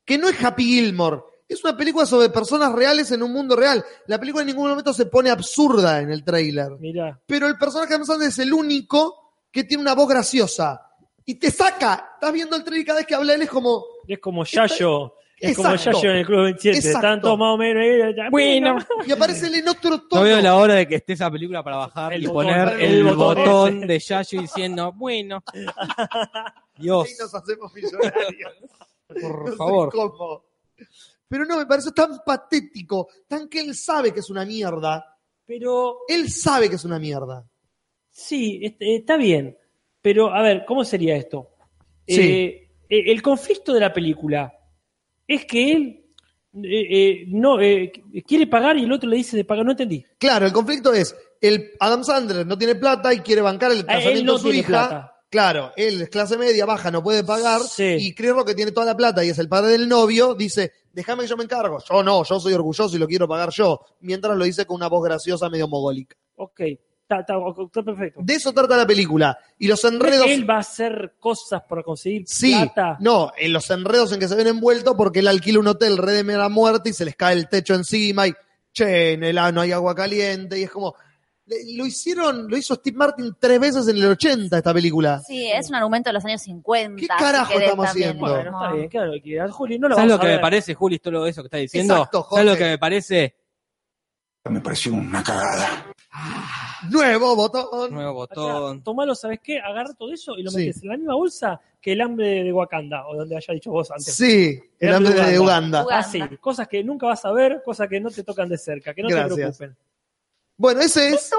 Que no es Happy Gilmore. Es una película sobre personas reales en un mundo real. La película en ningún momento se pone absurda en el tráiler.
Mirá.
pero el personaje de Adam Sandler es el único que tiene una voz graciosa. Y te saca. Estás viendo el trailer y cada vez que habla él es como.
Es como Yayo. Es como
Exacto.
Yayo en el Club 27.
Exacto.
Están todos más o menos. ahí, ya,
Bueno.
Y aparece él en otro tono.
No veo la hora de que esté esa película para bajar
El
y
botón,
poner
el
el
botón.
botón, de Yayo diciendo, bueno, Dios,
Y nos hacemos millonarios.
por
No sé
favor.
cómo. Pero no, me pareció tan patético. Tan que él sabe que es una mierda.
Pero
Él sabe que es una mierda.
sí, este, está bien. Pero, a ver, ¿cómo sería esto?
Sí.
Eh, eh, el conflicto de la película es que él eh, eh, no eh, quiere pagar y el otro le dice de pagar. No entendí.
Claro, el conflicto es. El Adam Sandler no tiene plata y quiere bancar el
Ah, él
casamiento
no
de su
tiene
hija.
plata.
Claro, él es clase media, baja, no puede pagar.
Sí.
Y Chris Rock, que tiene toda la plata y es el padre del novio, dice, déjame que yo me encargo. Yo no, yo soy orgulloso y lo quiero pagar yo. Mientras lo dice con una voz graciosa medio mogólica.
Ok, está, está- está perfecto.
De eso trata la película. Y los enredos...
Él va a hacer cosas para conseguir
Sí,
plata.
no, en los enredos en que se ven envueltos porque él alquila un hotel re de mera muerte y se les cae el techo encima y, che, en el ano hay agua caliente y es como... le- Lo hicieron, lo hizo Steve Martin tres veces en el 80 esta película.
Sí, es un argumento de los años 50.
¿Qué
si
carajo
querés
estamos
también,
haciendo?
como-
Bueno, está bien, claro, que- Juli, no lo
¿Sabes
vamos
lo que
a
me
ver.
parece, Juli, todo eso que estás diciendo?
Exacto,
¿Sabes lo
Jorge.
que me parece?
Me pareció una cagada.
Nuevo botón.
Nuevo
Acá,
botón.
Tomalo, ¿sabes qué? Agarra todo eso y lo
Sí.
metes en la misma bolsa que el hambre de Wakanda, o donde haya dicho vos antes.
Sí, el hambre de Uganda.
Ah, sí, cosas que nunca vas a ver, cosas que no te tocan de cerca, que no te
Gracias.
preocupen.
Bueno, ese es.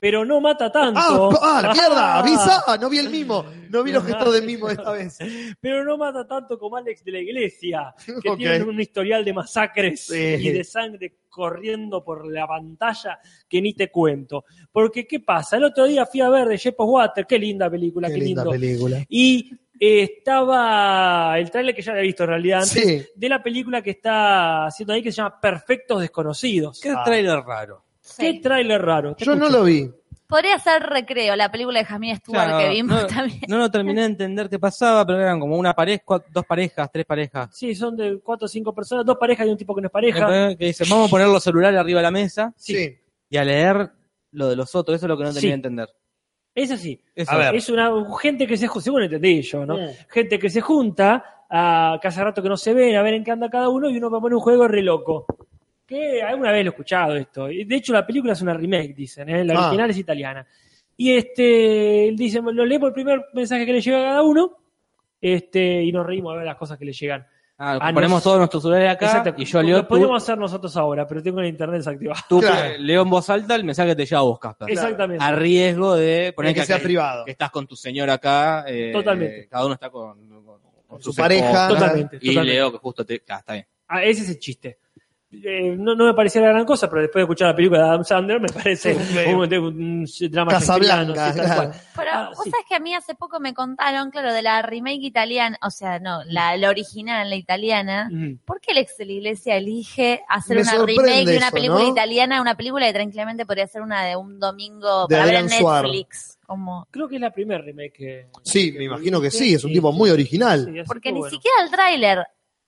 Pero no mata tanto.
¡Ah, pa- ah, la mierda!
Ah,
¡Avisa! No vi el mimo. No vi los gestos de mimo esta vez.
Pero no mata tanto como Alex de la Iglesia, que
Ok.
tiene un historial de masacres
Sí.
y de sangre corriendo por la pantalla que ni te cuento. Porque, ¿qué pasa? El otro día fui a ver de Shape of Water, qué linda película, qué,
Qué linda
lindo.
película.
Y eh, estaba el trailer que ya había visto en realidad antes,
Sí.
de la película que está haciendo ahí que se llama Perfectos Desconocidos. Ah,
¿Qué trailer raro?
¿Qué tráiler raro? Te
Yo no
escucho.
lo vi.
Podría ser Recreo, la película de Jasmine Stewart
Claro,
que vimos
no,
también.
no lo terminé de entender qué pasaba, pero eran como una pareja, cua- dos parejas, tres parejas.
Sí, son de cuatro o cinco personas, dos parejas y un tipo que no es pareja.
Que dicen, vamos a poner los celulares arriba de la mesa
Sí.
Sí.
y a leer lo de los otros. Eso es lo que no
Sí.
tenía que entender.
Es así.
Eso.
A ver. Es una gente que se junta, según entendí yo, ¿no?
Mm.
Gente que se junta, a, que hace rato que no se ven, a ver en qué anda cada uno y uno va a poner un juego re loco. que alguna vez lo he escuchado esto. Y, De hecho, la película es una remake, dicen, ¿eh? la
Ah.
original es italiana. Y este, él dice, lo leemos el primer mensaje que le llega a cada uno este, y nos reímos a ver las cosas que le llegan.
Ah,
Ah,
ponemos
nos-
todos nuestros celulares acá
Exacto.
y yo
Lo
leo. Tú,
podríamos hacer nosotros ahora, pero tengo el internet desactivado.
tú
Claro.
leo en voz alta el mensaje que te llega a vos, Casper.
Exactamente.
A riesgo de
Poner
poner
que sea privado.
que estás con tu señora acá. eh,
Totalmente.
Cada uno está con, con- con
Su
sus
pareja.
esposas.
Totalmente,
Y
totalmente.
leo que justo te. Ah, está bien.
Ah, ese es el chiste. Eh, no, no me parecía la gran cosa, pero después de escuchar la película de Adam Sandler, me parece
Sí.
un, un- un drama
Casablanca,
shakespeariano, sí, tal
claro.
cual.
Pero
Ah,
vos
sí.
sabés que a mí hace poco me contaron, claro, de la remake italiana, o sea, no, la, la original, la italiana.
Mm.
¿Por qué Alex de la Iglesia elige hacer
Me
una
sorprende
remake de una
eso,
película
¿no?
italiana, una película que tranquilamente podría ser una de un domingo
De
para ver en
Adrián Suar.
Netflix? Como,
Creo que es la primera remake que.
Sí,
que
me imagino que
tuviste.
sí, es un tipo muy original.
Sí, así
porque
que
ni
bueno.
siquiera el tráiler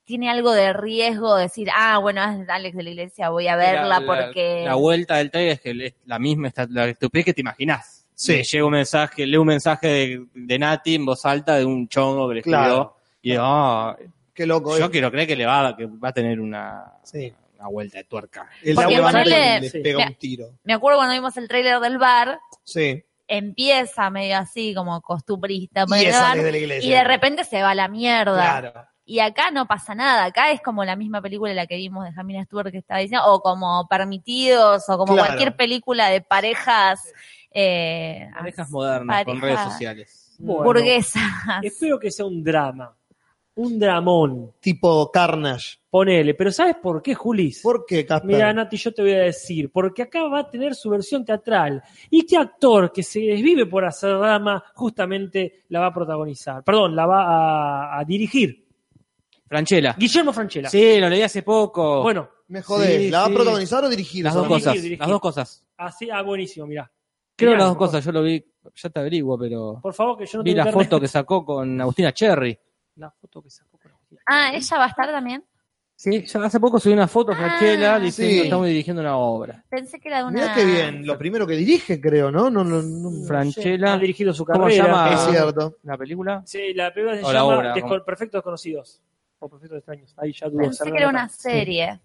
tiene algo de riesgo de decir, ah, bueno, es de Alex de la Iglesia, voy a verla
La- la-
porque...
La vuelta del trailer es que es la misma está- la estupidez que te imaginás.
Sí.
Le llega un mensaje, lee un mensaje de, de Nati en voz alta de un chongo que le escribió.
Claro.
Y ah,
Qué loco.
yo
eh.
quiero creer que le va, a- que va a tener una,
Sí.
una vuelta de tuerca.
El
Porque
laburo
ponele-
antes les
sí.
pega
Mira.
un tiro.
Me acuerdo cuando vimos el tráiler del bar,
Sí.
empieza medio así, como costumbrista, por
Y
el
eso
bar,
desde la iglesia.
y de repente se va a la mierda.
Claro.
Y acá no pasa nada, acá es como la misma película la que vimos de Jamila Stewart que estaba diciendo, o como Permitidos, o como
Claro.
cualquier película de parejas, eh,
Parejas modernas con redes
parejas
sociales.
Bueno,
burguesas.
Espero que sea un drama. Un dramón.
Tipo Carnage.
Ponele. Pero ¿sabes por qué, Julis?
¿Por qué, Casper?
Mira, Nati, yo te voy a decir, porque acá va a tener su versión teatral. ¿Y qué actor que se desvive por hacer drama justamente la va a protagonizar? Perdón, la va a, a dirigir.
Franchella.
Guillermo Franchella.
Sí, lo leí hace poco.
Bueno,
Me jodés.
Sí,
¿La va a
sí.
protagonizar o dirigir?
las dos
Solamente?
cosas.
dirigir.
Las dos cosas.
así, ah, buenísimo, mirá.
Creo
Mirá,
las dos
por-
cosas. Yo lo vi, ya te averiguo, pero.
Por favor, que yo no
Vi
tengo
la
internet.
foto que sacó con Agustina Cherry.
La foto que sacó con la botella.
Ah, ella va a estar también.
Sí, ya hace poco subí una foto, Franchella,
Ah,
diciendo
sí.
que estamos dirigiendo una obra.
Pensé que era de una...
Mirá qué bien. Lo primero que dirige, creo, ¿no? no, no, no.
Ha
Franchella.
dirigido su
¿Cómo
carrera.
se llama?
Es cierto.
¿La película?
Sí, la película se
O la
llama
obra,
Desco-
como-
Perfectos Desconocidos. O Perfectos Extraños. Ahí ya dudo.
Pensé que era una serie.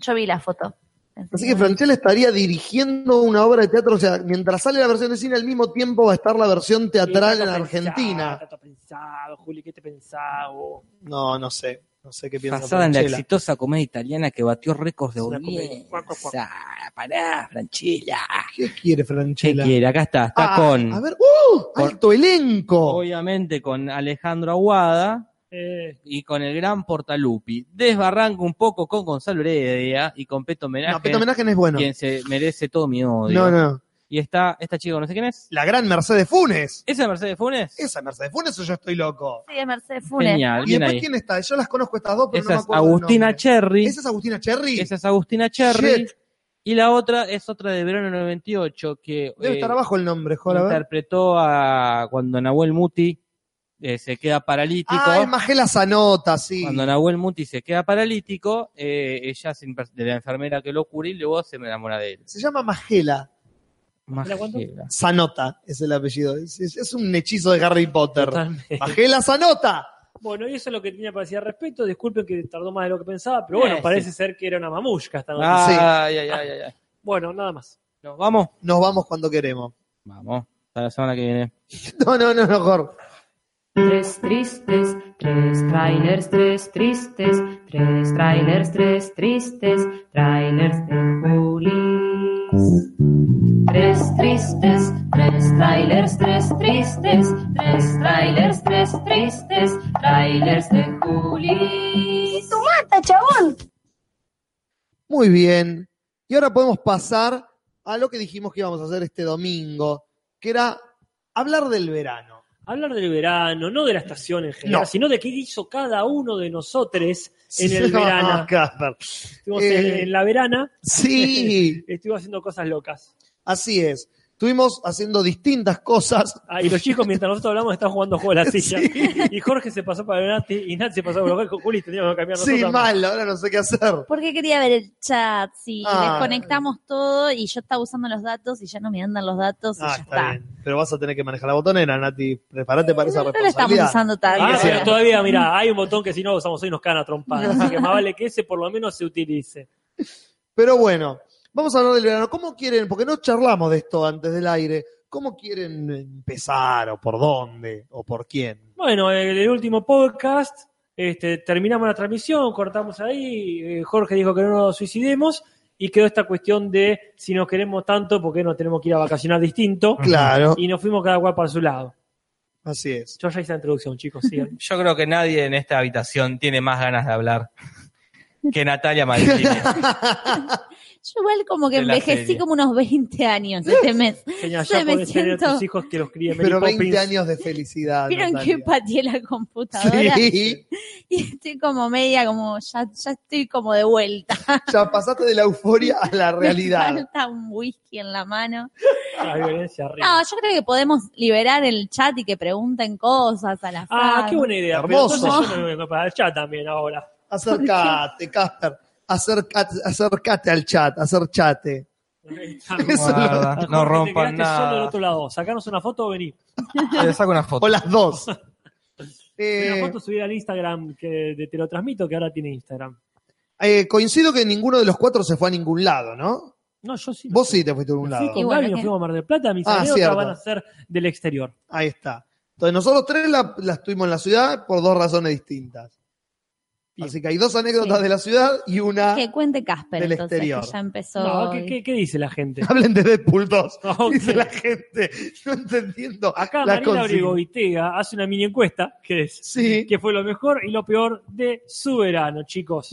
Yo vi la foto. Pensé
Así
que
que
Ah.
Franchella estaría dirigiendo una obra de teatro. O sea, mientras sale la versión de cine, al mismo tiempo va a estar la versión teatral en Argentina.
Tanto pensado, Juli, ¿qué te pensado?
No, no sé. No sé qué piensa
Basada en la
Franchella.
exitosa comedia italiana que batió récords de
Es una comedia.
audiencia. Ah, Pará, Franchella.
¿Qué quiere
¿Qué
Franchella?
quiere? Acá está, está
Ah,
con.
A ver, ¡uh!
con-
¡Alto elenco!
Obviamente con Alejandro Aguada
Eh,
y con el gran Portalupi. Desbarranco un poco con Gonzalo Heredia y con Peto Homenaje.
No, Peto Homenaje no es bueno.
Quien se merece todo mi odio.
No, no.
Y está esta chica, no sé quién es.
La gran Mercedes Funes.
¿Esa es Mercedes Funes?
Esa Mercedes Funes o yo estoy loco.
sí, de Mercedes Funes.
Genial,
Y
bien
después,
ahí.
¿quién está? Yo las conozco estas dos, pero
Esa
no me
es
acuerdo. el
Agustina
nombre.
Cherry.
¿Esa es Agustina Cherry?
Esa es Agustina Cherry.
Shit.
Y la otra es otra de verano 98 que
Debe
eh,
estar abajo el nombre, joder. a ver.
interpretó a cuando Nahuel Muti eh, se queda paralítico.
Ah, es Magela Zanota, sí.
Cuando Nahuel Muti se queda paralítico, eh, ella se imper- de la enfermera que lo cura y luego se enamora de él.
Se llama Magela
¿Era cuánto?
Magela.
Zanota, es el apellido. Es, es- es un hechizo de Harry Potter.
totalmente.
Magela Zanota.
bueno, y eso es lo que tenía para decir al respecto. Disculpen que tardó más de lo que pensaba, pero bueno,
Eh,
parece ser que era una mamushka esta noche.
Ay,
Sí.
ay, ay, ay, ay.
Bueno, nada más.
¿Nos vamos?
Nos vamos cuando queremos.
Vamos. Hasta la semana que viene.
No, no, no, no, Jor.
Tres tristes, tres trailers, tres tristes, tres trailers, tres tristes, trailers de Julis. Tres tristes, tres trailers, tres tristes, tres trailers, tres tristes, trailers de Julis.
Muy bien. Y ahora podemos pasar a lo que dijimos que íbamos a hacer este domingo, que era hablar del verano.
Hablar del verano, no de la estación en general,
No.
sino de qué hizo cada uno de nosotros en el
No,
verano.
Casper.
Estuvimos en,
Eh.
en la verana,
Sí,
estuvimos haciendo cosas locas.
así es. Estuvimos haciendo distintas cosas.
Ah, y los chicos, mientras nosotros hablamos, están jugando a juego de la silla. Y Jorge se pasó para Nati, y Nati se pasó para Jorge, Juli, teníamos que cambiar nosotros.
Sí, mal, ahora no sé qué hacer.
Porque quería ver el chat, sí,
Ah.
desconectamos todo y yo estaba usando los datos y ya no me andan los datos y
Ah,
ya
está,
está.
bien. Pero vas a tener que manejar la botonera, Nati. Prepárate para esa
Eh, No lo estamos
responsabilidad.
usando tanto.
Ah,
Sí,
pero
sí.
todavía, mira, hay un botón que si no lo usamos hoy nos caen a trompadas. Así que más vale que ese por lo menos se utilice.
Pero bueno, vamos a hablar del verano. ¿Cómo quieren? Porque no charlamos de esto antes del aire. ¿Cómo quieren empezar o por dónde o por quién?
Bueno, el, el último podcast, este, terminamos la transmisión, cortamos ahí, eh, Jorge dijo que no nos suicidemos y quedó esta cuestión de si nos queremos tanto, porque no tenemos que ir a vacacionar distinto?
Claro.
Y nos fuimos cada cual para su lado.
Así es.
Yo ya hice la introducción, chicos, sigan.
Yo creo que nadie en esta habitación tiene más ganas de hablar que Natalia Maldini.
Yo igual como que
De la
envejecí
serie.
como unos 20 años este mes.
Señora,
Se
ya
me
podés tener a
siento-
tus hijos que los críen
Pero 20 años de felicidad.
¿Vieron
Ah, Natalia.
que pateé la computadora?
Sí,
Y estoy como media, como ya, ya estoy como de vuelta.
ya pasaste de la euforia a la
Me
realidad.
falta un whisky en la mano.
La violencia arriba.
No, yo creo que podemos liberar el chat y que pregunten cosas a la
Ah,
fan.
qué buena idea. pero
Hermoso.
entonces yo me vengo para el chat también ahora.
Acércate, Casper. Acércate, acércate al chat, acérchate.
Guarda,
Jorge,
no
te
rompan
quedaste solo del
nada.
otro lado. Sacanos una foto o vení.
Le saco una foto.
O las dos.
Una
Eh,
foto subida al Instagram que de- te lo transmito, que ahora tiene Instagram.
eh, coincido que ninguno de los cuatro se fue a ningún lado, ¿no?
No, yo sí.
Vos sí te fuiste a un
Fui
lado.
con
Y bueno,
Gaby,
¿qué?
nos fuimos a Mar del Plata. Mis
Ah,
anécdotas
cierto.
van a ser del exterior.
Ahí está. Entonces nosotros tres la- las tuvimos en la ciudad por dos razones distintas.
Bien.
Así que hay dos anécdotas
Sí.
de la ciudad y una...
Que cuente Casper,
Del
entonces,
exterior.
que ya empezó.
No, ¿qué,
hoy.
qué- qué dice la gente?
Hablen de Deadpool 2.
Ok.
Dice la gente. No entendiendo.
Acá
la
Marina
consigna.
Brigoitea hace una mini encuesta que es
Sí.
¿Qué fue lo mejor y lo peor de su verano, chicos?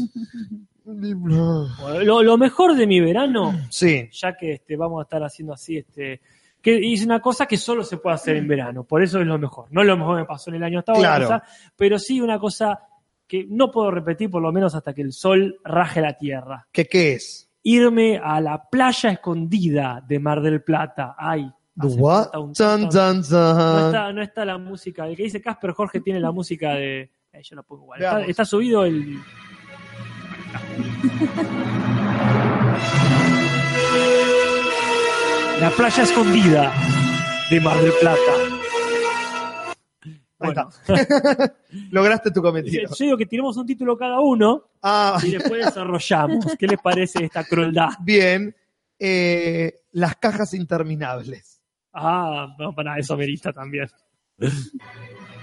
Bueno, Lo, lo mejor de mi verano,
Sí.
ya que este, vamos a estar haciendo así, este, que hice una cosa que solo se puede hacer en verano, por eso es lo mejor. No es lo mejor que me pasó en el año hasta ahora,
Claro.
quizá, pero sí una cosa que no puedo repetir, por lo menos hasta que el sol raje la tierra.
¿Qué, qué es?
Irme a la playa escondida de Mar del Plata. Ay,
The
hace
what?
falta un-
Dun, dun,
no
dun.
está, no está la música. El que dice Casper Jorge tiene la música de. eh, yo no puedo igual. Está,
Veamos.
está subido el. La playa escondida de Mar del Plata.
Ahí está.
Bueno,
Lograste tu cometido.
yo digo que tiremos un título cada uno
Ah,
y después desarrollamos. ¿Qué les parece esta crueldad?
bien. Eh, las cajas interminables.
Ah, no, para eso merita también. De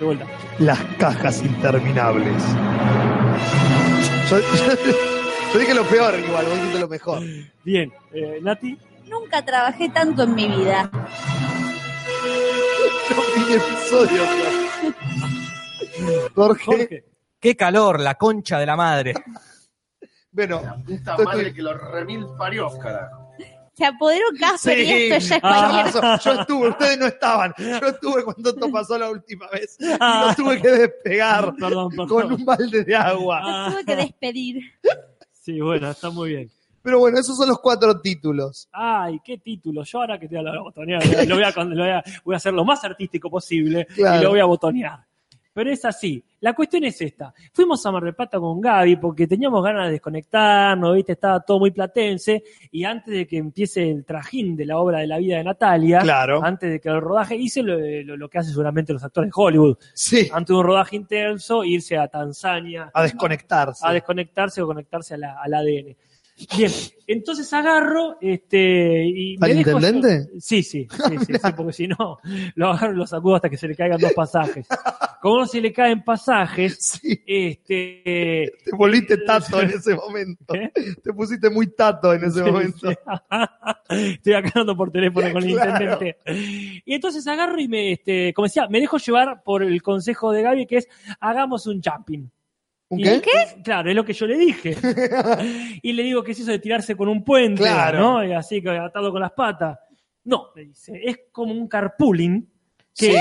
vuelta.
Las cajas interminables. Yo, yo dije lo peor igual, vos dijiste lo mejor.
Bien, eh, Nati.
Nunca trabajé tanto en mi vida.
No vi episodio. pues. Jorge,
Jorge.
Qué calor, la concha de la madre.
bueno,
Esta
Estoy-
madre
estoy-
que lo remil parió, carajo.
Se apoderó Casper y
Sí.
esto ya es
Ah.
cualquier
Eso, yo estuve, ustedes no estaban. Yo estuve cuando esto pasó la última vez. Y lo tuve que despegar
Ah. Perdón, perdón.
con un balde de agua.
Ah.
cosa. Tuve que despedir.
Sí, bueno, está muy bien.
Pero bueno, esos son los cuatro títulos.
Ay, qué título. Yo ahora que te la botonear, lo voy a, con- lo voy a- voy a hacer lo más artístico posible
Claro.
y lo voy a botonear. Pero es así. La cuestión es esta. Fuimos a Mar del Plata con Gaby porque teníamos ganas de desconectarnos, ¿viste? Estaba todo muy platense. Y antes de que empiece el trajín de la obra de la vida de Natalia,
Claro.
antes de que el rodaje, hice lo, lo- lo que hacen seguramente los actores de Hollywood.
Sí,
Antes de un rodaje intenso, irse a Tanzania,
a desconectarse.
a desconectarse o conectarse a la- al ADN. Bien, entonces agarro este y
¿Al
dejo
intendente?
yo- Sí, sí, sí, sí, sí, porque si no, lo agarro y lo sacudo hasta que se le caigan dos pasajes. Como no se le caen pasajes,
Sí,
este
te volviste tato en ese momento.
¿eh?
Te pusiste muy tato en ese momento.
Estoy acá hablando por teléfono con el
Claro.
intendente. Y entonces agarro y me, este, como decía, me dejo llevar por el consejo de Gaby, que es hagamos un jumping.
¿Un
Y-
qué?
Claro, es lo que yo le dije. y le digo que es eso de tirarse con un puente,
Claro.
¿no? Y así, que atado con las patas. No, me dice, es como un carpooling. Que,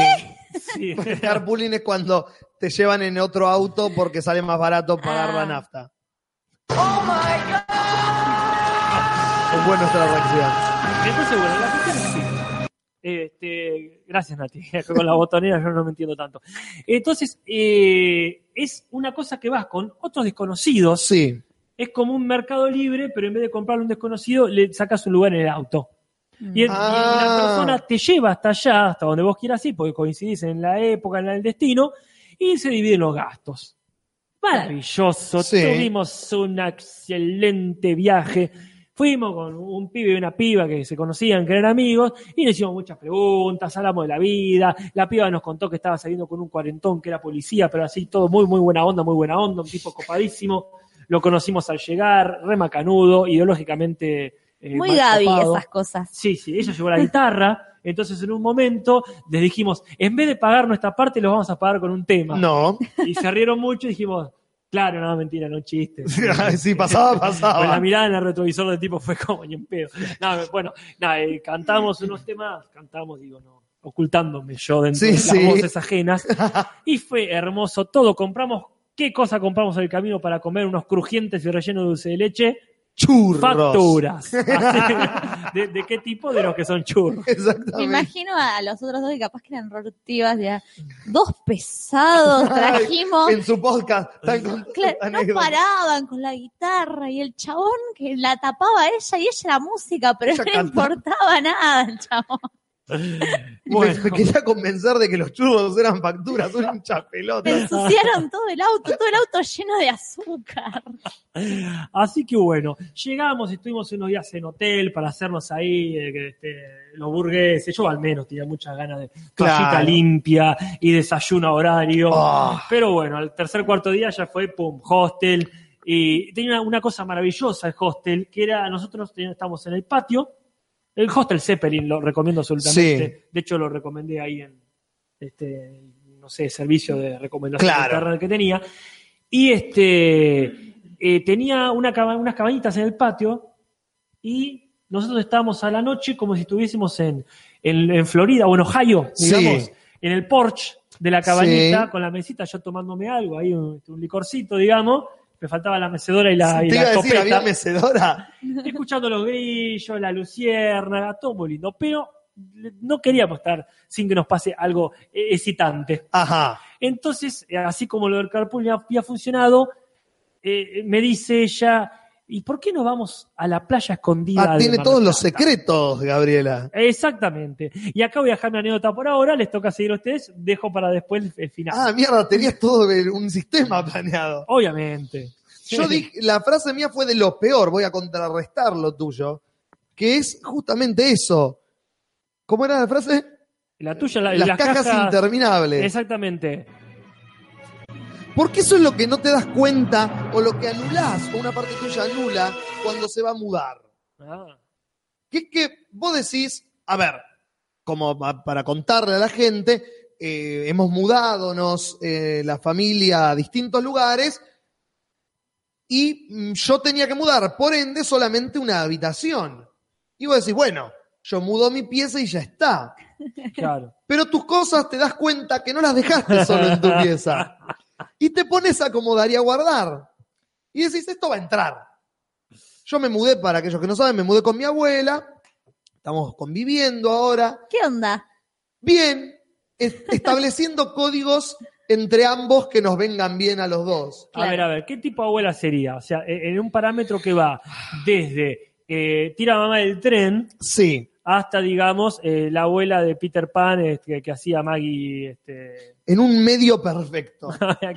Sí.
Carpooling es cuando te llevan en otro auto porque sale más barato pagar la
Ah.
nafta. ¡Oh, my God! Es buena nuestra reacción.
Entonces, bueno, la cuestión es así. Este, gracias, Nati. Con la botonera yo no me entiendo tanto. Entonces, eh, es una cosa que vas con otros desconocidos.
Sí,
Es como un mercado libre, pero en vez de comprarle un desconocido, le sacas un lugar en el auto. Y, el- y
Ah.
la persona te lleva hasta allá, hasta donde vos quieras ir, porque coincidís en la época, en el destino, y se dividen los gastos. Maravilloso,
Sí.
tuvimos un excelente viaje. Fuimos con un pibe y una piba que se conocían, que eran amigos, y nos hicimos muchas preguntas, hablamos de la vida. La piba nos contó que estaba saliendo con un cuarentón que era policía, pero así todo muy, muy buena onda, muy buena onda, un tipo copadísimo. Lo conocimos al llegar, remacanudo, ideológicamente. eh,
Muy
mal
Gaby
copado.
esas cosas.
Sí, sí, ella llevó la guitarra. Entonces, en un momento, les dijimos, en vez de pagar nuestra parte, los vamos a pagar con un tema.
No.
Y se rieron mucho y dijimos, claro, no, mentira, no chiste.
sí, pasaba, pasaba.
Con Pues la mirada en el retrovisor del tipo fue como ni en pedo. No, bueno, nada, eh, cantamos unos temas, cantamos, digo, no, ocultándome yo dentro
Sí,
de
sí.
las voces ajenas. Y fue hermoso todo. Compramos, ¿qué cosa compramos en el camino para comer? Unos crujientes y relleno de dulce de leche.
Churros.
Facturas. Así, ¿De, de qué tipo? De los que son churros.
Me imagino a a los otros dos que capaz que eran rotivas, ya. Dos pesados trajimos.
En su podcast. están con-
Cla- no
anécdotas.
paraban con la guitarra y el chabón que la tapaba a ella y ella la música, pero
Ella
no le
canta.
importaba nada al chabón.
Y me- me quería convencer de que los churros eran facturas, un hincha pelota.
Ensuciaron todo el auto, todo el auto lleno de azúcar.
Así que bueno, llegamos, estuvimos unos días en hotel para hacernos ahí eh, que, este, los burgueses. Yo al menos tenía muchas ganas de toallita
Claro.
limpia y desayuno a horario.
Ah.
Pero bueno, al tercer cuarto día ya fue pum, hostel. Y tenía una, una cosa maravillosa el hostel, que era, nosotros teníamos- estábamos en el patio. El hostel Zeppelin lo recomiendo absolutamente. De hecho, lo recomendé ahí en este, no sé, servicio de recomendación
Claro.
interna que tenía. Y este eh, tenía una caba- unas cabañitas en el patio y nosotros estábamos a la noche como si estuviésemos en, en, en Florida o en Ohio,
Sí.
digamos, en el porch de la cabañita
Sí.
con la mesita, yo tomándome algo, ahí un, este, un licorcito, digamos. Me faltaba la mecedora y la, y
Te
la
iba a decir,
copeta.
había mecedora.
Escuchando los grillos, la lucierna, todo muy lindo. Pero no queríamos estar sin que nos pase algo eh, excitante.
Ajá.
Entonces, eh, así como lo del carpool ya había funcionado, eh, me dice ella, ¿y por qué no vamos a la playa escondida?
Ah,
de
tiene
Mar
todos
del
los
Plata?
secretos, Gabriela.
Exactamente. Y acá voy a dejar mi anécdota por ahora, les toca seguir a ustedes, dejo para después el final.
Ah, mierda, tenías todo el- un sistema planeado.
Obviamente.
Yo dije, la frase mía fue de lo peor, voy a contrarrestar lo tuyo, que es justamente eso. ¿Cómo era la frase?
La tuya, la,
Las cajas interminables.
Exactamente.
Porque eso es lo que no te das cuenta o lo que anulás, o una parte tuya anula cuando se va a mudar.
Ah,
Que es que vos decís, a ver, como pa- para contarle a la gente, eh, hemos mudádonos eh, la familia a distintos lugares y mm, yo tenía que mudar, por ende, solamente una habitación. Y vos decís, bueno, yo mudo mi pieza y ya está.
claro.
Pero tus cosas te das cuenta que no las dejaste solo en tu pieza. Y te pones a acomodar y a guardar. Y decís, esto va a entrar. Yo me mudé, para aquellos que no saben, me mudé con mi abuela. Estamos conviviendo ahora.
¿Qué onda?
Bien, es- estableciendo códigos entre ambos que nos vengan bien a los dos.
A ver, a ver, ¿qué tipo de abuela sería? O sea, e, en en un parámetro que va desde eh, tira mamá del tren
Sí,
hasta, digamos, eh, la abuela de Peter Pan este, que, que hacía Maggie. Este...
en un medio perfecto.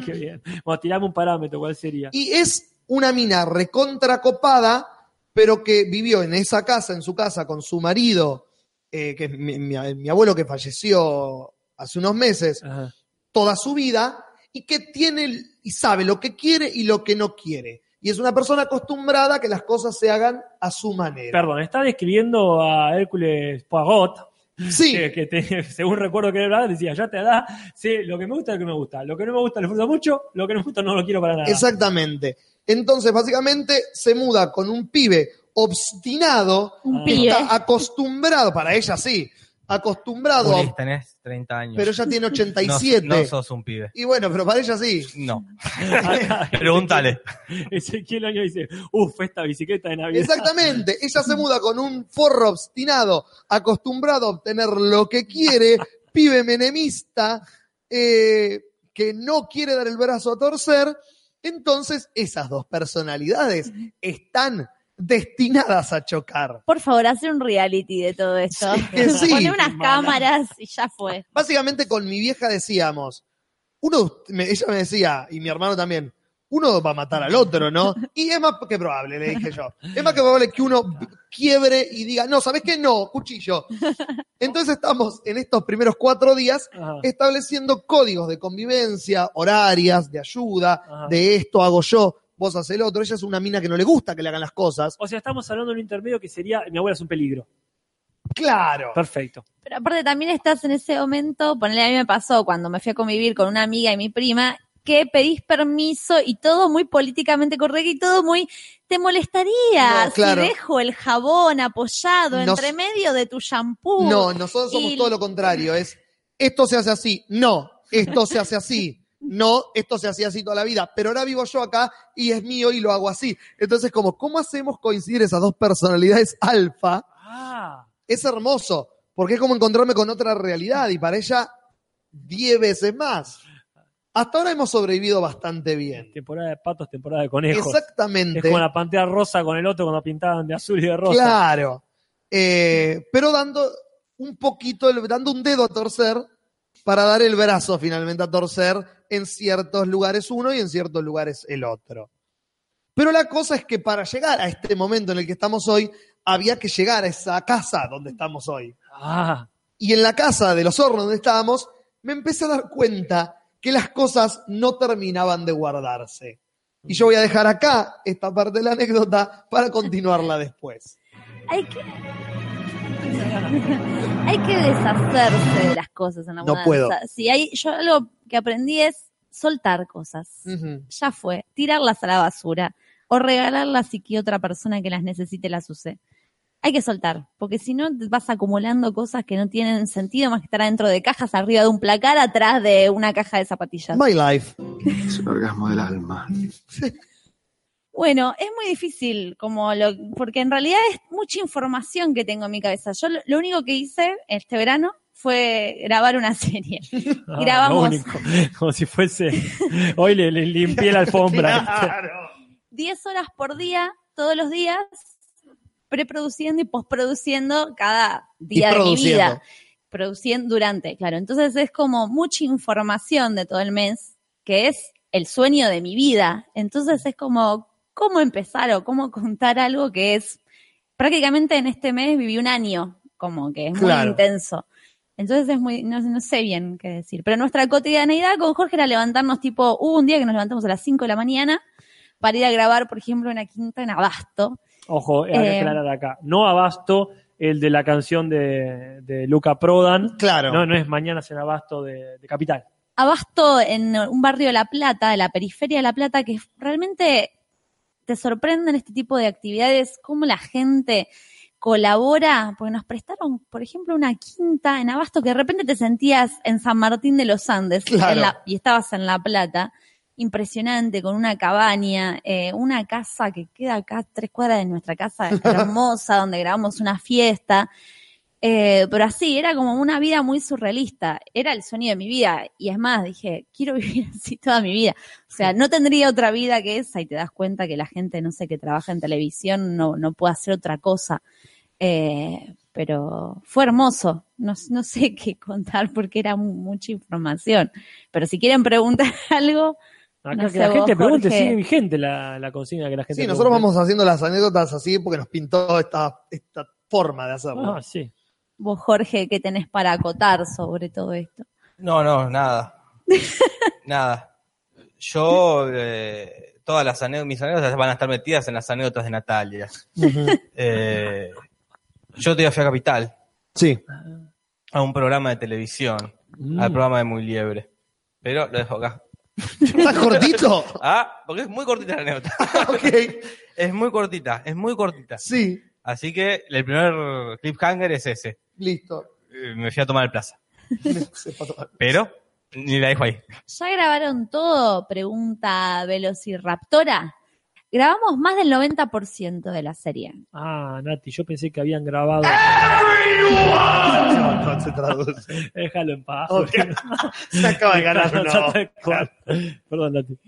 Qué bien. Bueno, tirame un parámetro, ¿cuál sería?
Y es una mina recontra copada, pero que vivió en esa casa, en su casa, con su marido, eh, que es mi, mi- mi abuelo que falleció hace unos meses,
Ajá.
toda su vida, y que tiene el- y sabe lo que quiere y lo que no quiere. Y es una persona acostumbrada a que las cosas se hagan a su manera.
Eh, Perdón, está describiendo a Hércules Poirot, eh,
Sí,
que, que te- según recuerdo que era verdad, decía, ya te da, sé lo que me gusta, lo que me gusta, lo que no me gusta lo disfruto mucho, lo que no me gusta no lo quiero para nada.
exactamente. Entonces, básicamente, se muda con un pibe obstinado,
Un
Ah.
que
pibe.
está acostumbrado, para ella sí, acostumbrado a
Juli, tenés 30 años.
pero ella tiene
no,
87.
no sos un pibe.
Y bueno, pero para ella sí.
No. Pregúntale.
Ezequiel Año dice, uff, esta bicicleta de Navidad.
Exactamente, ella se muda con un forro obstinado, acostumbrado a obtener lo que quiere, pibe menemista, eh, que no quiere dar el brazo a torcer. Entonces, esas dos personalidades están destinadas a chocar.
Por favor, hace un reality de todo esto.
que sí.
Pone unas cámaras y ya fue.
Básicamente, con mi vieja decíamos, uno, de ust- me- ella me decía, y mi hermano también, uno va a matar al otro, ¿no? Y es más que probable, le dije yo. Es más que probable que uno quiebre y diga, no, ¿sabes qué? No, cuchillo. Entonces estamos en estos primeros cuatro días estableciendo códigos de convivencia, horarias, de ayuda, de esto hago yo, vos haces el otro. Ella es una mina que no le gusta que le hagan las cosas.
O sea, estamos hablando de un intermedio que sería, mi abuela es un peligro.
Claro.
Perfecto.
Pero aparte también estás en ese momento, ponele a mí me pasó cuando me fui a convivir con una amiga y mi prima, que pedís permiso y todo muy políticamente correcto y todo muy te molestaría
No, claro.
si dejo el jabón apoyado
Nos-
entre medio de tu shampoo.
No, nosotros somos
Y-
todo lo contrario. Es esto se hace así, no, esto se hace así. No, esto se hacía así toda la vida, pero ahora vivo yo acá y es mío y lo hago así. Entonces, como, ¿cómo hacemos coincidir esas dos personalidades alfa?
Ah,
Es hermoso, porque es como encontrarme con otra realidad y para ella, diez veces más. Hasta ahora hemos sobrevivido bastante bien.
temporada de patos, temporada de conejos.
Exactamente.
Es como la pantera rosa con el otro cuando pintaban de azul y de rosa.
Claro. Eh, pero dando un poquito, el- dando un dedo a torcer para dar el brazo finalmente a torcer en ciertos lugares uno y en ciertos lugares el otro. Pero la cosa es que para llegar a este momento en el que estamos hoy, había que llegar a esa casa donde estamos hoy.
Ah,
Y en la casa de los hornos donde estábamos, me empecé a dar cuenta que las cosas no terminaban de guardarse. Y yo voy a dejar acá esta parte de la anécdota para continuarla después.
Hay que hay que deshacerse de las cosas en la
No
mudanza.
puedo.
Si hay, yo algo que aprendí es soltar cosas.
Ujú.
Ya fue, tirarlas a la basura o regalarlas y que otra persona que las necesite las use. Hay que soltar, porque si no te vas acumulando cosas que no tienen sentido más que estar dentro de cajas, arriba de un placar, atrás de una caja de zapatillas.
My life.
Es un orgasmo del alma.
Bueno, es muy difícil, como lo, porque en realidad es mucha información que tengo en mi cabeza. Yo lo, lo único que hice este verano fue grabar una serie.
Ah,
Grabamos
lo único. Como si fuese. Hoy le, le limpié la alfombra.
Claro.
10 horas por día, todos los días, preproduciendo y posproduciendo cada día de mi
produciendo.
vida. Produciendo durante, claro. Entonces es como mucha información de todo el mes, que es el sueño de mi vida. Entonces es como, ¿cómo empezar o cómo contar algo que es prácticamente en este mes viví un año, como que es
Claro.
muy intenso. Entonces es muy, no, no sé bien qué decir. Pero nuestra cotidianeidad con Jorge era levantarnos tipo, hubo un día que nos levantamos a las 5 de la mañana para ir a grabar, por ejemplo, una quinta en Abasto.
Ojo, hay que
Eh.
aclarar acá. No abasto el de la canción de, de Luca Prodan.
Claro.
No, no es mañana en abasto de, de Capital.
Abasto en un barrio de La Plata, de la periferia de La Plata, que realmente te sorprenden este tipo de actividades, cómo la gente colabora, porque nos prestaron, por ejemplo, una quinta en Abasto que de repente te sentías en San Martín de los Andes
Claro.
en la- y estabas en La Plata, impresionante, con una cabaña, eh, una casa que queda acá a tres cuadras de nuestra casa, hermosa, donde grabamos una fiesta. Eh, pero así, era como una vida muy surrealista. Era el sueño de mi vida. Y es más, dije, quiero vivir así toda mi vida. O sea, no tendría otra vida que esa. Y te das cuenta que la gente, no sé, que trabaja en televisión no, no puede hacer otra cosa. Eh, pero fue hermoso. No, no sé qué contar porque era mu- mucha información. Pero si quieren preguntar algo,
Acá
No
que
sé
la
vos,
gente pregunte,
Jorge.
sigue vigente la, la consigna que la gente
Sí, nosotros
pregunte.
vamos haciendo las anécdotas así porque nos pintó esta, esta forma de hacerlo.
Ah, sí.
vos, Jorge, ¿qué tenés para acotar sobre todo esto?
No, no, nada. nada. Yo, eh, todas las anécdotas, mis anécdotas van a estar metidas en las anécdotas de Natalia. Eh, yo te fui a Capital,
Sí.
a un programa de televisión,
Mm.
al programa de Muy Liebre. Pero lo dejo acá.
¿Estás cortito?
Ah, porque es muy cortita la anécdota.
ok.
es muy cortita, es muy cortita.
Sí,
Así que el primer cliffhanger es ese.
listo.
Eh, Me fui a tomar el plaza.
Se pasó.
Pero ni la dejo ahí.
¿Ya grabaron todo? Pregunta Velociraptora. Grabamos más del 90% de la serie.
Ah, Nati, yo pensé que habían grabado.
¡Eh! No, no, se traduce.
Déjalo en paz.
Ok. Se acaba de ganar
Ah, Ya
uno.
tal cual. Perdón, Nati.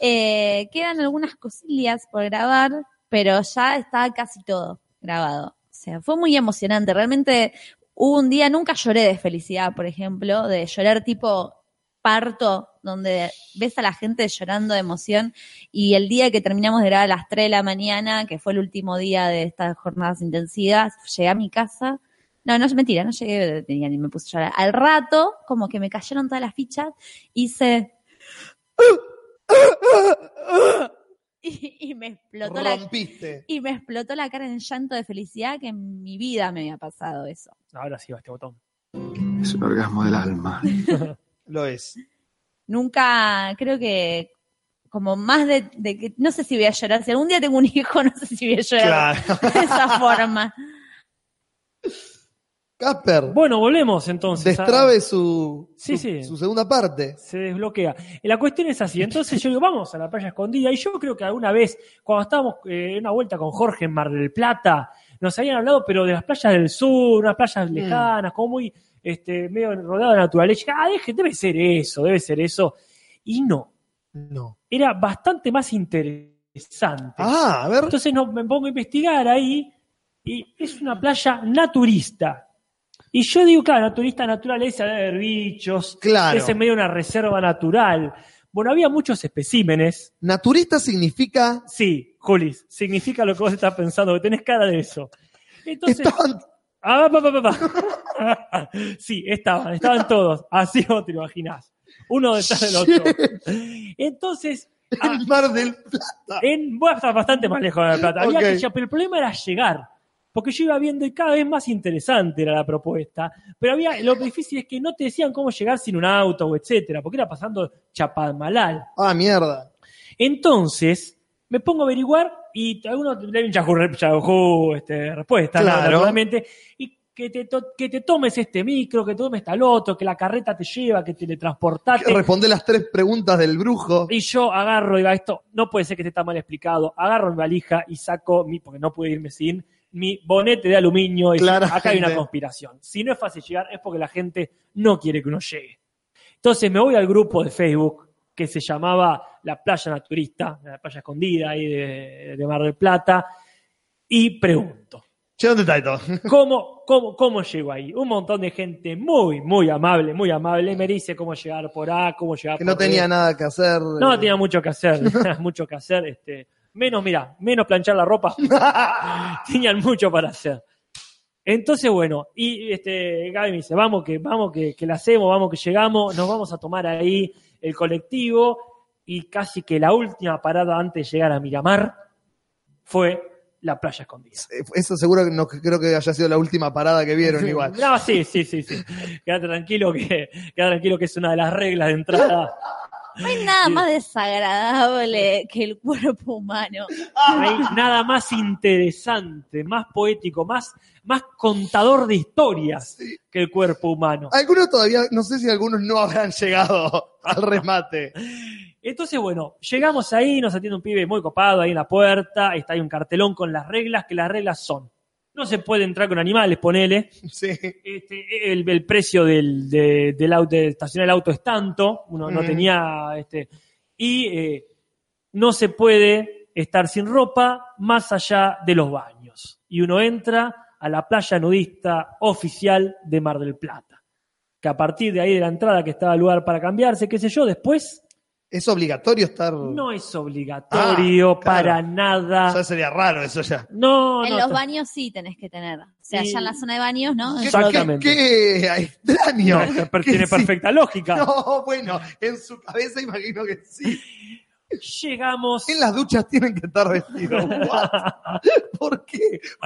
Eh, quedan algunas cosillas por grabar, pero ya está casi todo grabado. O sea, fue muy emocionante. Realmente hubo un día, nunca lloré de felicidad, por ejemplo, de llorar tipo parto donde ves a la gente llorando de emoción y el día que terminamos de grabar a las 3 de la mañana, que fue el último día de estas jornadas intensivas, llegué a mi casa. No, no es mentira, no llegué, tenía ni me puse a llorar. Al rato, como que me cayeron todas las fichas, hice y, y me explotó la
Rompiste.
y me explotó la cara en llanto de felicidad que en mi vida me había pasado eso.
Ahora sí va este botón.
Es un orgasmo del alma.
Lo es.
Nunca, creo que como más de, de que no sé si voy a llorar. Si algún día tengo un hijo, no sé si voy a llorar de esa forma.
Casper,
Bueno, volvemos entonces. a-
destrabe su,
Sí,
su,
sí.
su segunda parte.
se desbloquea. Y La cuestión es así. Entonces yo digo, vamos a la playa escondida. Y yo creo que alguna vez, cuando estábamos eh, en una vuelta con Jorge en Mar del Plata, nos habían hablado, pero de las playas del sur, unas
Mm.
playas lejanas, como muy este, medio rodeado de naturaleza. Ah, deje, debe ser eso, debe ser eso. Y no.
No.
Era bastante más interesante.
Ah, a ver.
Entonces no, me pongo a investigar ahí y es una playa naturista. Y yo digo, claro, naturista, naturaleza, debe haber bichos,
Claro.
es en medio de una reserva natural. Bueno, había muchos especímenes.
Naturista significa
Sí, Julis, significa lo que vos estás pensando, que tenés cara de eso. Entonces,
estaban
Ah, pa, pa, pa, pa. sí, estaban, estaban todos. Así vos te lo imaginás. Uno detrás del otro. Entonces, ah,
en Mar del Plata.
en, bueno, estaba bastante más lejos de La Plata. Había
Ok.
que llegar, pero el problema era llegar. Porque yo iba viendo y cada vez más interesante era la propuesta. Pero había lo difícil es que no te decían cómo llegar sin un auto o etcétera, porque era pasando Chapadmalal.
Ah, mierda.
Entonces, me pongo a averiguar y alguno le un chajú, chajú, este, respuesta, ¿no?
Claro.
naturalmente. Y que te, to- que te tomes este micro, que te tomes tal otro, que la carreta te lleva, que teletransportate.
Que Responde las tres preguntas del brujo.
Y yo agarro y va esto, no puede ser que esté tan mal explicado. Agarro mi valija y saco mi, porque no pude irme sin, mi bonete de aluminio. Y digo,
Claramente.
acá hay una conspiración. Si no es fácil llegar, es porque la gente no quiere que uno llegue. Entonces me voy al grupo de Facebook que se llamaba La Playa Naturista, la playa escondida ahí de, de Mar del Plata, y pregunto.
Che, ¿dónde está esto?
Ah, ¿Cómo, cómo, ¿Cómo llego ahí? Un montón de gente muy, muy amable, muy amable, me dice cómo llegar por A, cómo llegar
Que
por
no tenía
B.
nada que hacer.
No, tenía mucho que hacer, mucho que hacer. Este, menos, mira, menos planchar la ropa. Tenían mucho para hacer. Entonces, bueno, y este, Gaby me dice, vamos que, vamos que, que la hacemos, vamos que llegamos, nos vamos a tomar ahí el colectivo y casi que la última parada antes de llegar a Miramar fue la playa escondida.
Eh, Eso seguro que no creo que haya sido la última parada que vieron igual.
No, sí, sí, sí, sí. Quédate tranquilo que, quédate tranquilo que es una de las reglas de entrada.
No hay nada más desagradable que el cuerpo humano.
No hay nada más interesante, más poético, más, más contador de historias que el cuerpo humano.
Algunos todavía, no sé si algunos no habrán llegado al remate.
Entonces, bueno, llegamos ahí, nos atiende un pibe muy copado ahí en la puerta, está ahí un cartelón con las reglas, que las reglas son, no se puede entrar con animales, ponele,
Sí.
este, el, el precio del, de, del auto, de estacionar el auto es tanto, uno no
Mm.
tenía, este, y eh, no se puede estar sin ropa más allá de los baños. Y uno entra a la playa nudista oficial de Mar del Plata, que a partir de ahí de la entrada que estaba el lugar para cambiarse, qué sé yo, después
¿Es obligatorio estar.?
no es obligatorio
Ah, claro.
para nada.
Ya sería raro eso ya.
no,
en
no,
los
ta-
baños sí tenés que tener. O sea,
Y-
ya en la zona de baños, ¿no?
¿Qué,
Exactamente.
qué- qué extraño.
no, esta per-
Que
tiene
sí.
perfecta lógica.
No, bueno, en su cabeza imagino que sí.
Llegamos.
En las duchas tienen que estar vestidos. What? ¿Por qué?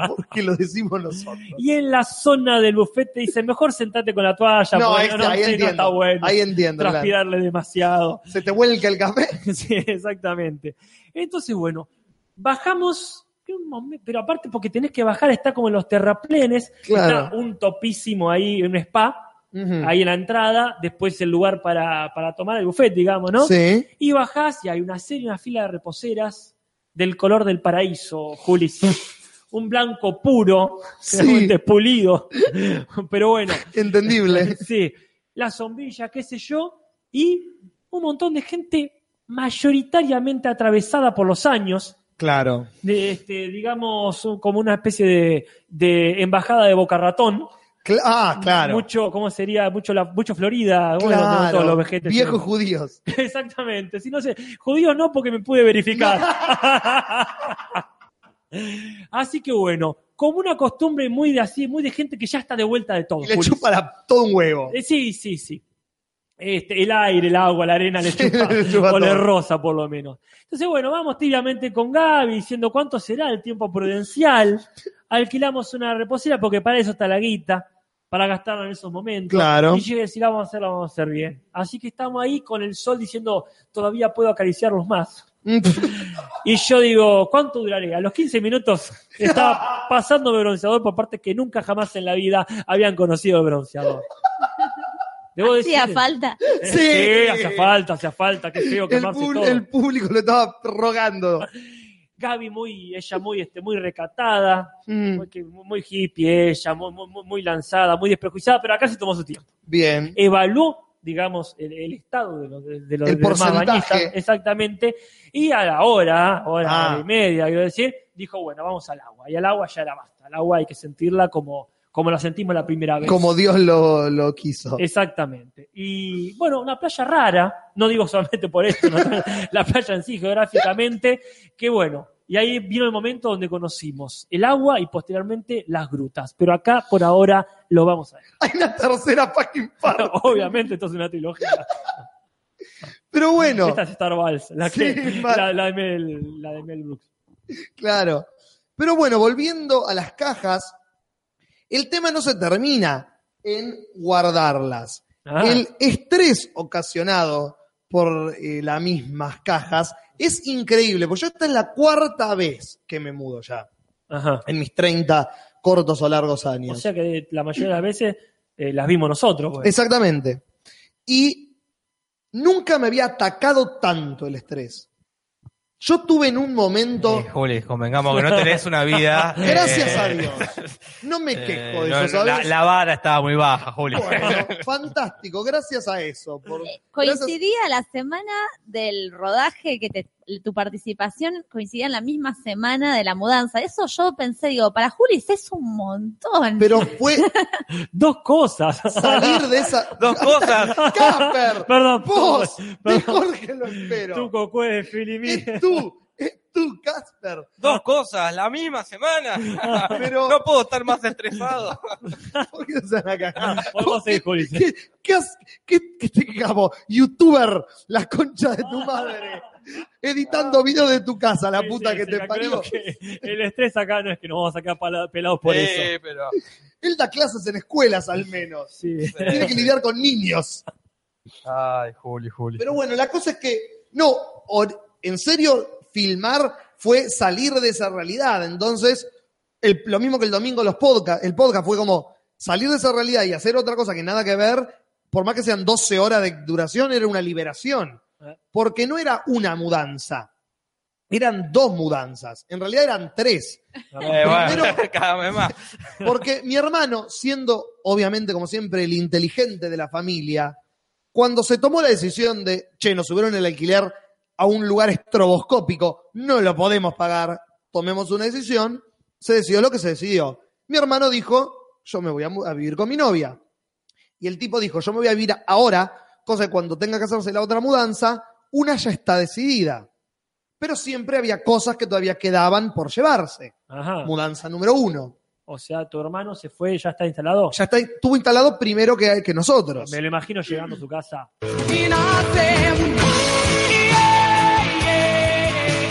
Porque lo decimos nosotros.
Y en la zona del bufete dice, mejor sentate con la toalla,
No,
porque
ahí, está, ahí
sí,
entiendo.
está bueno
Ahí entiendo. claro.
transpirarle demasiado.
Se te vuelca el café.
Sí, exactamente. Entonces, bueno, bajamos, que un momen- pero aparte porque tenés que bajar, está como en los terraplenes,
Claro. Mm.
está un topísimo ahí, un spa,
Ujú.
ahí en la entrada, después el lugar para, para tomar el buffet, digamos, ¿no?
Sí.
Y bajás y hay una serie, una fila de reposeras del color del paraíso, Julis. Un blanco puro,
Sí.
un despulido. Pero bueno,
Entendible.
sí. La sombrilla, qué sé yo, y un montón de gente mayoritariamente atravesada por los años,
Claro.
de, este, digamos, como una especie de, de embajada de boca ratón.
Cla- ah, claro.
Mucho, ¿cómo sería? Mucho, la- mucho Florida. ¿cómo
Claro,
lo llaman todos los vejetes?
viejos judíos.
Exactamente. Si no sé, judíos no porque me pude verificar. Así que bueno, como una costumbre muy de así, muy de gente que ya está de vuelta de todo.
Y le
Juli.
chupa la- todo un huevo.
Eh, sí, sí, sí. Este, el aire, el agua, la arena le
Sí,
chupa,
le chupa
o le
todo.
rosa por lo menos. Entonces, bueno, vamos tibiamente con Gaby diciendo cuánto será el tiempo prudencial. Alquilamos una reposera porque para eso está la guita, para gastarla en esos momentos.
Claro.
Y yo decir, la vamos a hacer, la vamos a hacer bien. Así que estamos ahí con el sol diciendo, todavía puedo acariciarlos más. y yo digo, ¿cuánto duraré? A los 15 minutos estaba pasando de bronceador por partes que nunca jamás en la vida habían conocido de bronceador. Debo decir.
Hacía falta.
Eh,
Sí.
sí, hacía falta, hacía falta, qué feo
El,
quemarse
pub-
todo.
el público lo estaba rogando.
Gaby muy, ella muy, este, muy recatada,
Mm,
muy, que- muy hippie ella, muy, muy, muy- muy lanzada, muy desprejuiciada, pero acá se tomó su tiempo. Eh,
bien.
Evaluó, digamos, el, el estado de los de, de los
El
demás
porcentaje.
bañistas, exactamente, y a la hora, hora,
Ah.
hora y media, quiero decir, dijo, bueno, vamos al agua, y al agua ya era basta, al agua hay que sentirla como, como la sentimos la primera vez.
Como Dios lo, lo quiso.
Eh. Exactamente. Y bueno, una playa rara, no digo solamente por esto, ¿no? la playa en sí geográficamente, que bueno, y ahí vino el momento donde conocimos el agua y posteriormente las grutas, pero acá por ahora lo vamos a dejar.
Hay una tercera fucking parte.
Obviamente, esto es una trilogía.
Pero bueno,
Esta es Star Wars, la, que-
Sí, mal.
la, la de, Mel, la de Mel Brooks.
claro. Pero bueno, volviendo a las cajas, el tema no se termina en guardarlas.
Ah,
El estrés ocasionado por eh, las mismas cajas es increíble, porque yo esta es la cuarta vez que me mudo ya,
ajá.
en mis 30 cortos o largos
O
años.
sea que la mayoría de las veces eh, las vimos nosotros. bueno.
Exactamente. Y nunca me había atacado tanto el estrés. Yo tuve en un momento...
Eh, Juli, convengamos que no tenés una vida.
Gracias
eh,
a Dios. No me
eh,
quejo de
no,
eso, ¿sabes?
la, la vara estaba muy baja, Juli.
Bueno, fantástico, gracias a eso. por-
Coincidía la semana del rodaje que te- tu participación coincidía en la misma semana de la mudanza. Eso yo pensé, digo, para Julis es un montón.
Pero fue
Dos cosas.
salir de esa...
Dos cosas.
¡Casper!
Perdón.
¡Vos!
Perdón.
Mejor que lo espero.
Tú, Cocué, Fili, mí.
Es tú, es tú, Casper.
Dos cosas, la misma semana.
Pero-
No puedo estar más estresado.
¿Por qué te hacen la cagada?
Vamos a seguir, Juli.
¿Qué, qué, has- qué- qué te cago? Youtuber, la concha de tu madre. Editando videos de tu casa, la
Ah. Sí,
puta
sí,
que
sí,
te
calculemos
parió.
que El estrés acá no es que nos vamos a quedar pala- pelados por eso.
Eh, pero-
Él da clases en escuelas al menos.
Sí.
Tiene que lidiar con niños.
Ay, Juli, Juli.
Pero bueno, la cosa es que, no, or- en serio, filmar fue salir de esa realidad. Entonces, el- lo mismo que el domingo los podcast, el podcast fue como salir de esa realidad y hacer otra cosa que nada que ver, por más que sean 12 horas de duración, era una liberación.
Eh.
Porque no era una mudanza, eran dos mudanzas. En realidad eran tres.
Eh, bueno,
Primero-
cada vez más.
Porque mi hermano, siendo obviamente como siempre el inteligente de la familia, cuando se tomó la decisión de, che, nos subieron el alquiler a un lugar estroboscópico, no lo podemos pagar, tomemos una decisión, se decidió lo que se decidió. Mi hermano dijo, yo me voy a, mu- a vivir con mi novia. Y el tipo dijo, yo me voy a vivir ahora, cosa que cuando tenga que hacerse la otra mudanza, una ya está decidida. Pero siempre había cosas que todavía quedaban por llevarse.
Ajá.
Mudanza número uno.
O sea, tu hermano se fue, ya está instalado.
Ya está, estuvo instalado primero que, que nosotros.
Me lo imagino llegando a su casa.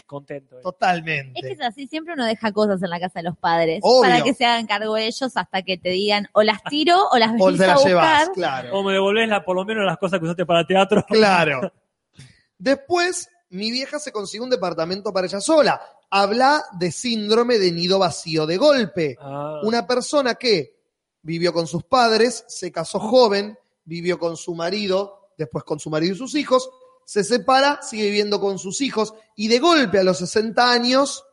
Contento. eh.
Totalmente.
Es que es así, siempre uno deja cosas en la casa de los padres
Obvio.
para que se hagan cargo ellos hasta que te digan o las tiro o las venís
o te
a
la
buscar.
llevas, claro.
O me devolvés la, por lo menos las cosas que usaste para teatro.
Claro. Después, mi vieja se consiguió un departamento para ella sola. Habla de síndrome de nido vacío de golpe.
Ah,
Una persona que vivió con sus padres, se casó joven, vivió con su marido, después con su marido y sus hijos, se separa, sigue viviendo con sus hijos y de golpe a los 60 años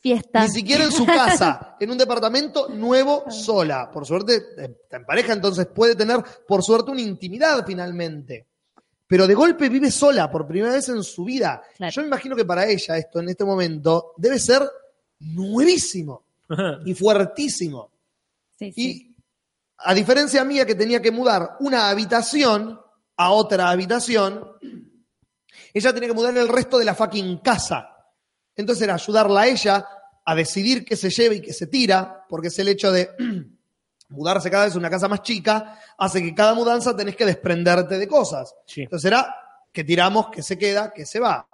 Fiesta. Ah.
Ni siquiera en su casa, en un departamento nuevo sola. Por suerte, eh, está en pareja, entonces puede tener, por suerte, una intimidad finalmente. Pero de golpe vive sola por primera vez en su vida.
Claro.
Yo me imagino que para ella esto en este momento debe ser nuevísimo. y fuertísimo. Y a diferencia mía que tenía que mudar una habitación a otra habitación, ella tenía que mudar el resto de la fucking casa. Entonces era ayudarla a ella a decidir qué se lleva y qué se tira, porque es el hecho de mudarse cada vez a una casa más chica, hace que cada mudanza tenés que desprenderte de cosas. Entonces era que tiramos, que se queda, que se va.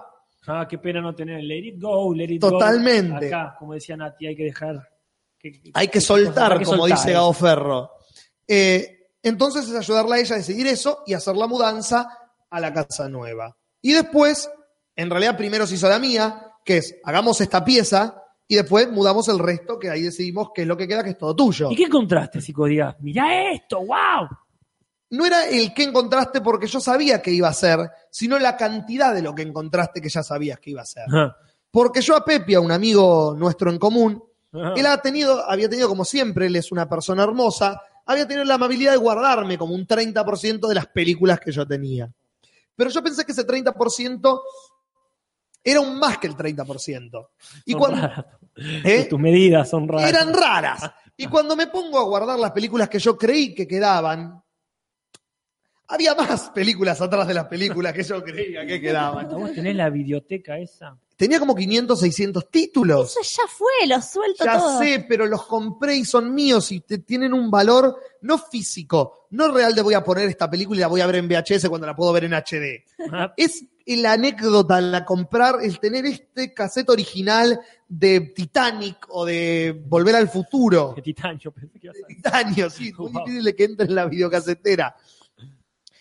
Ah, qué pena no tener el let it go, let it go.
Totalmente.
Acá, como decía Nati, hay que dejar.
Hay que soltar,
hay que
como
soltar,
dice
eh.
Gao Ferro. Eh, entonces es ayudarla a ella a decidir eso y hacer la mudanza a la casa nueva. Y después, en realidad primero se hizo la mía, que es hagamos esta pieza y después mudamos el resto, que ahí decidimos qué es lo que queda, que es todo tuyo.
¿Y qué encontraste, psicodía? Mirá esto, wow.
No era el que encontraste porque yo sabía que iba a ser, sino la cantidad de lo que encontraste que ya sabías que iba a ser.
Ah.
Porque yo a Pepe, a un amigo nuestro en común, él ha tenido, había tenido, como siempre, él es una persona hermosa, había tenido la amabilidad de guardarme como un 30% de las películas que yo tenía. Pero yo pensé que ese 30% era un más que el 30%. Y
Son
cuando, ¿eh?
raras. Tus medidas son raras.
eran raras. Y cuando me pongo a guardar las películas que yo creí que quedaban, había más películas atrás de las películas que yo creía que quedaban.
Ah, ¿Vos tenés la biblioteca esa?
Tenía como 500, 600 títulos.
Eso ya fue, lo suelto
Ya
todo.
sé, pero los compré y son míos y te- tienen un valor no físico, no real de voy a poner esta película y la voy a ver en VHS cuando la puedo ver en HD.
Ah,
Es la anécdota, la comprar, el tener este cassette original de Titanic o de Volver al Futuro.
De titanio, pensé que ibas a decir.
años, sí, es muy difícil de que entre en la videocasetera.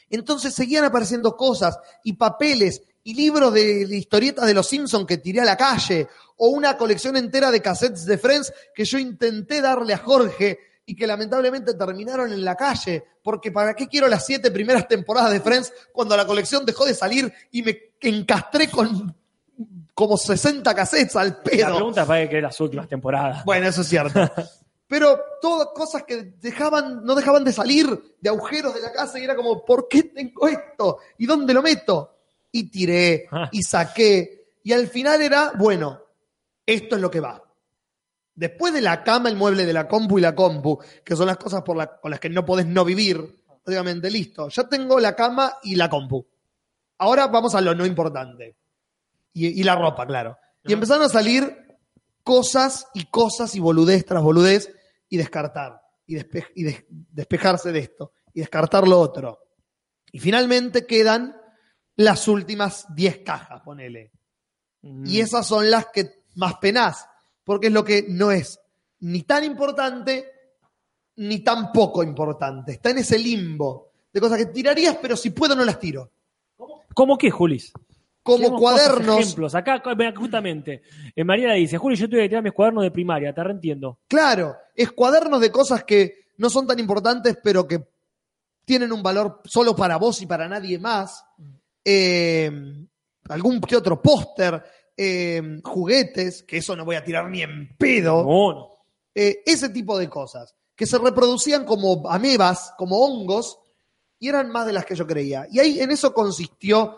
Entonces seguían apareciendo cosas y papeles y libros de, de historietas de los Simpsons que tiré a la calle o una colección entera de cassettes de Friends que yo intenté darle a Jorge y que lamentablemente terminaron en la calle porque ¿para qué quiero las siete primeras temporadas de Friends cuando la colección dejó de salir y me encastré con como 60 cassettes al pedo?
La pregunta es para que las últimas temporadas.
Bueno, eso es cierto. pero todas cosas que dejaban, no dejaban de salir de agujeros de la casa y era como, ¿por qué tengo esto? ¿Y dónde lo meto? Y tiré, y saqué, y al final era, bueno, esto es lo que va. Después de la cama, el mueble de la compu y la compu, que son las cosas por la- con las que no podés no vivir, básicamente, listo, ya tengo la cama y la compu. Ahora vamos a lo no importante. Y, y la ropa, claro. Y empezaron a salir cosas y cosas y boludez tras boludez y descartar y, despe- y des- despejarse de esto y descartar lo otro. Y finalmente quedan las últimas 10 cajas, ponele. Mm. Y
Mm.
esas son las que más penás, porque es lo que no es ni tan importante ni tan poco importante. Está en ese limbo de cosas que tirarías, pero si puedo no las tiro.
¿Cómo qué, Julis?
Como
Tenemos cosas,
cuadernos.
ejemplos. Acá, acá, mira, justamente, eh, Mariana dice, Julio, yo tuve que tirar mis cuadernos de primaria, te reentiendo.
Claro, es cuadernos de cosas que no son tan importantes, pero que tienen un valor solo para vos y para nadie más. Eh, algún que otro póster, eh, juguetes, que eso no voy a tirar ni en pedo. Eh, ese tipo de cosas, que se reproducían como amebas, como hongos, y eran más de las que yo creía. Y ahí en eso consistió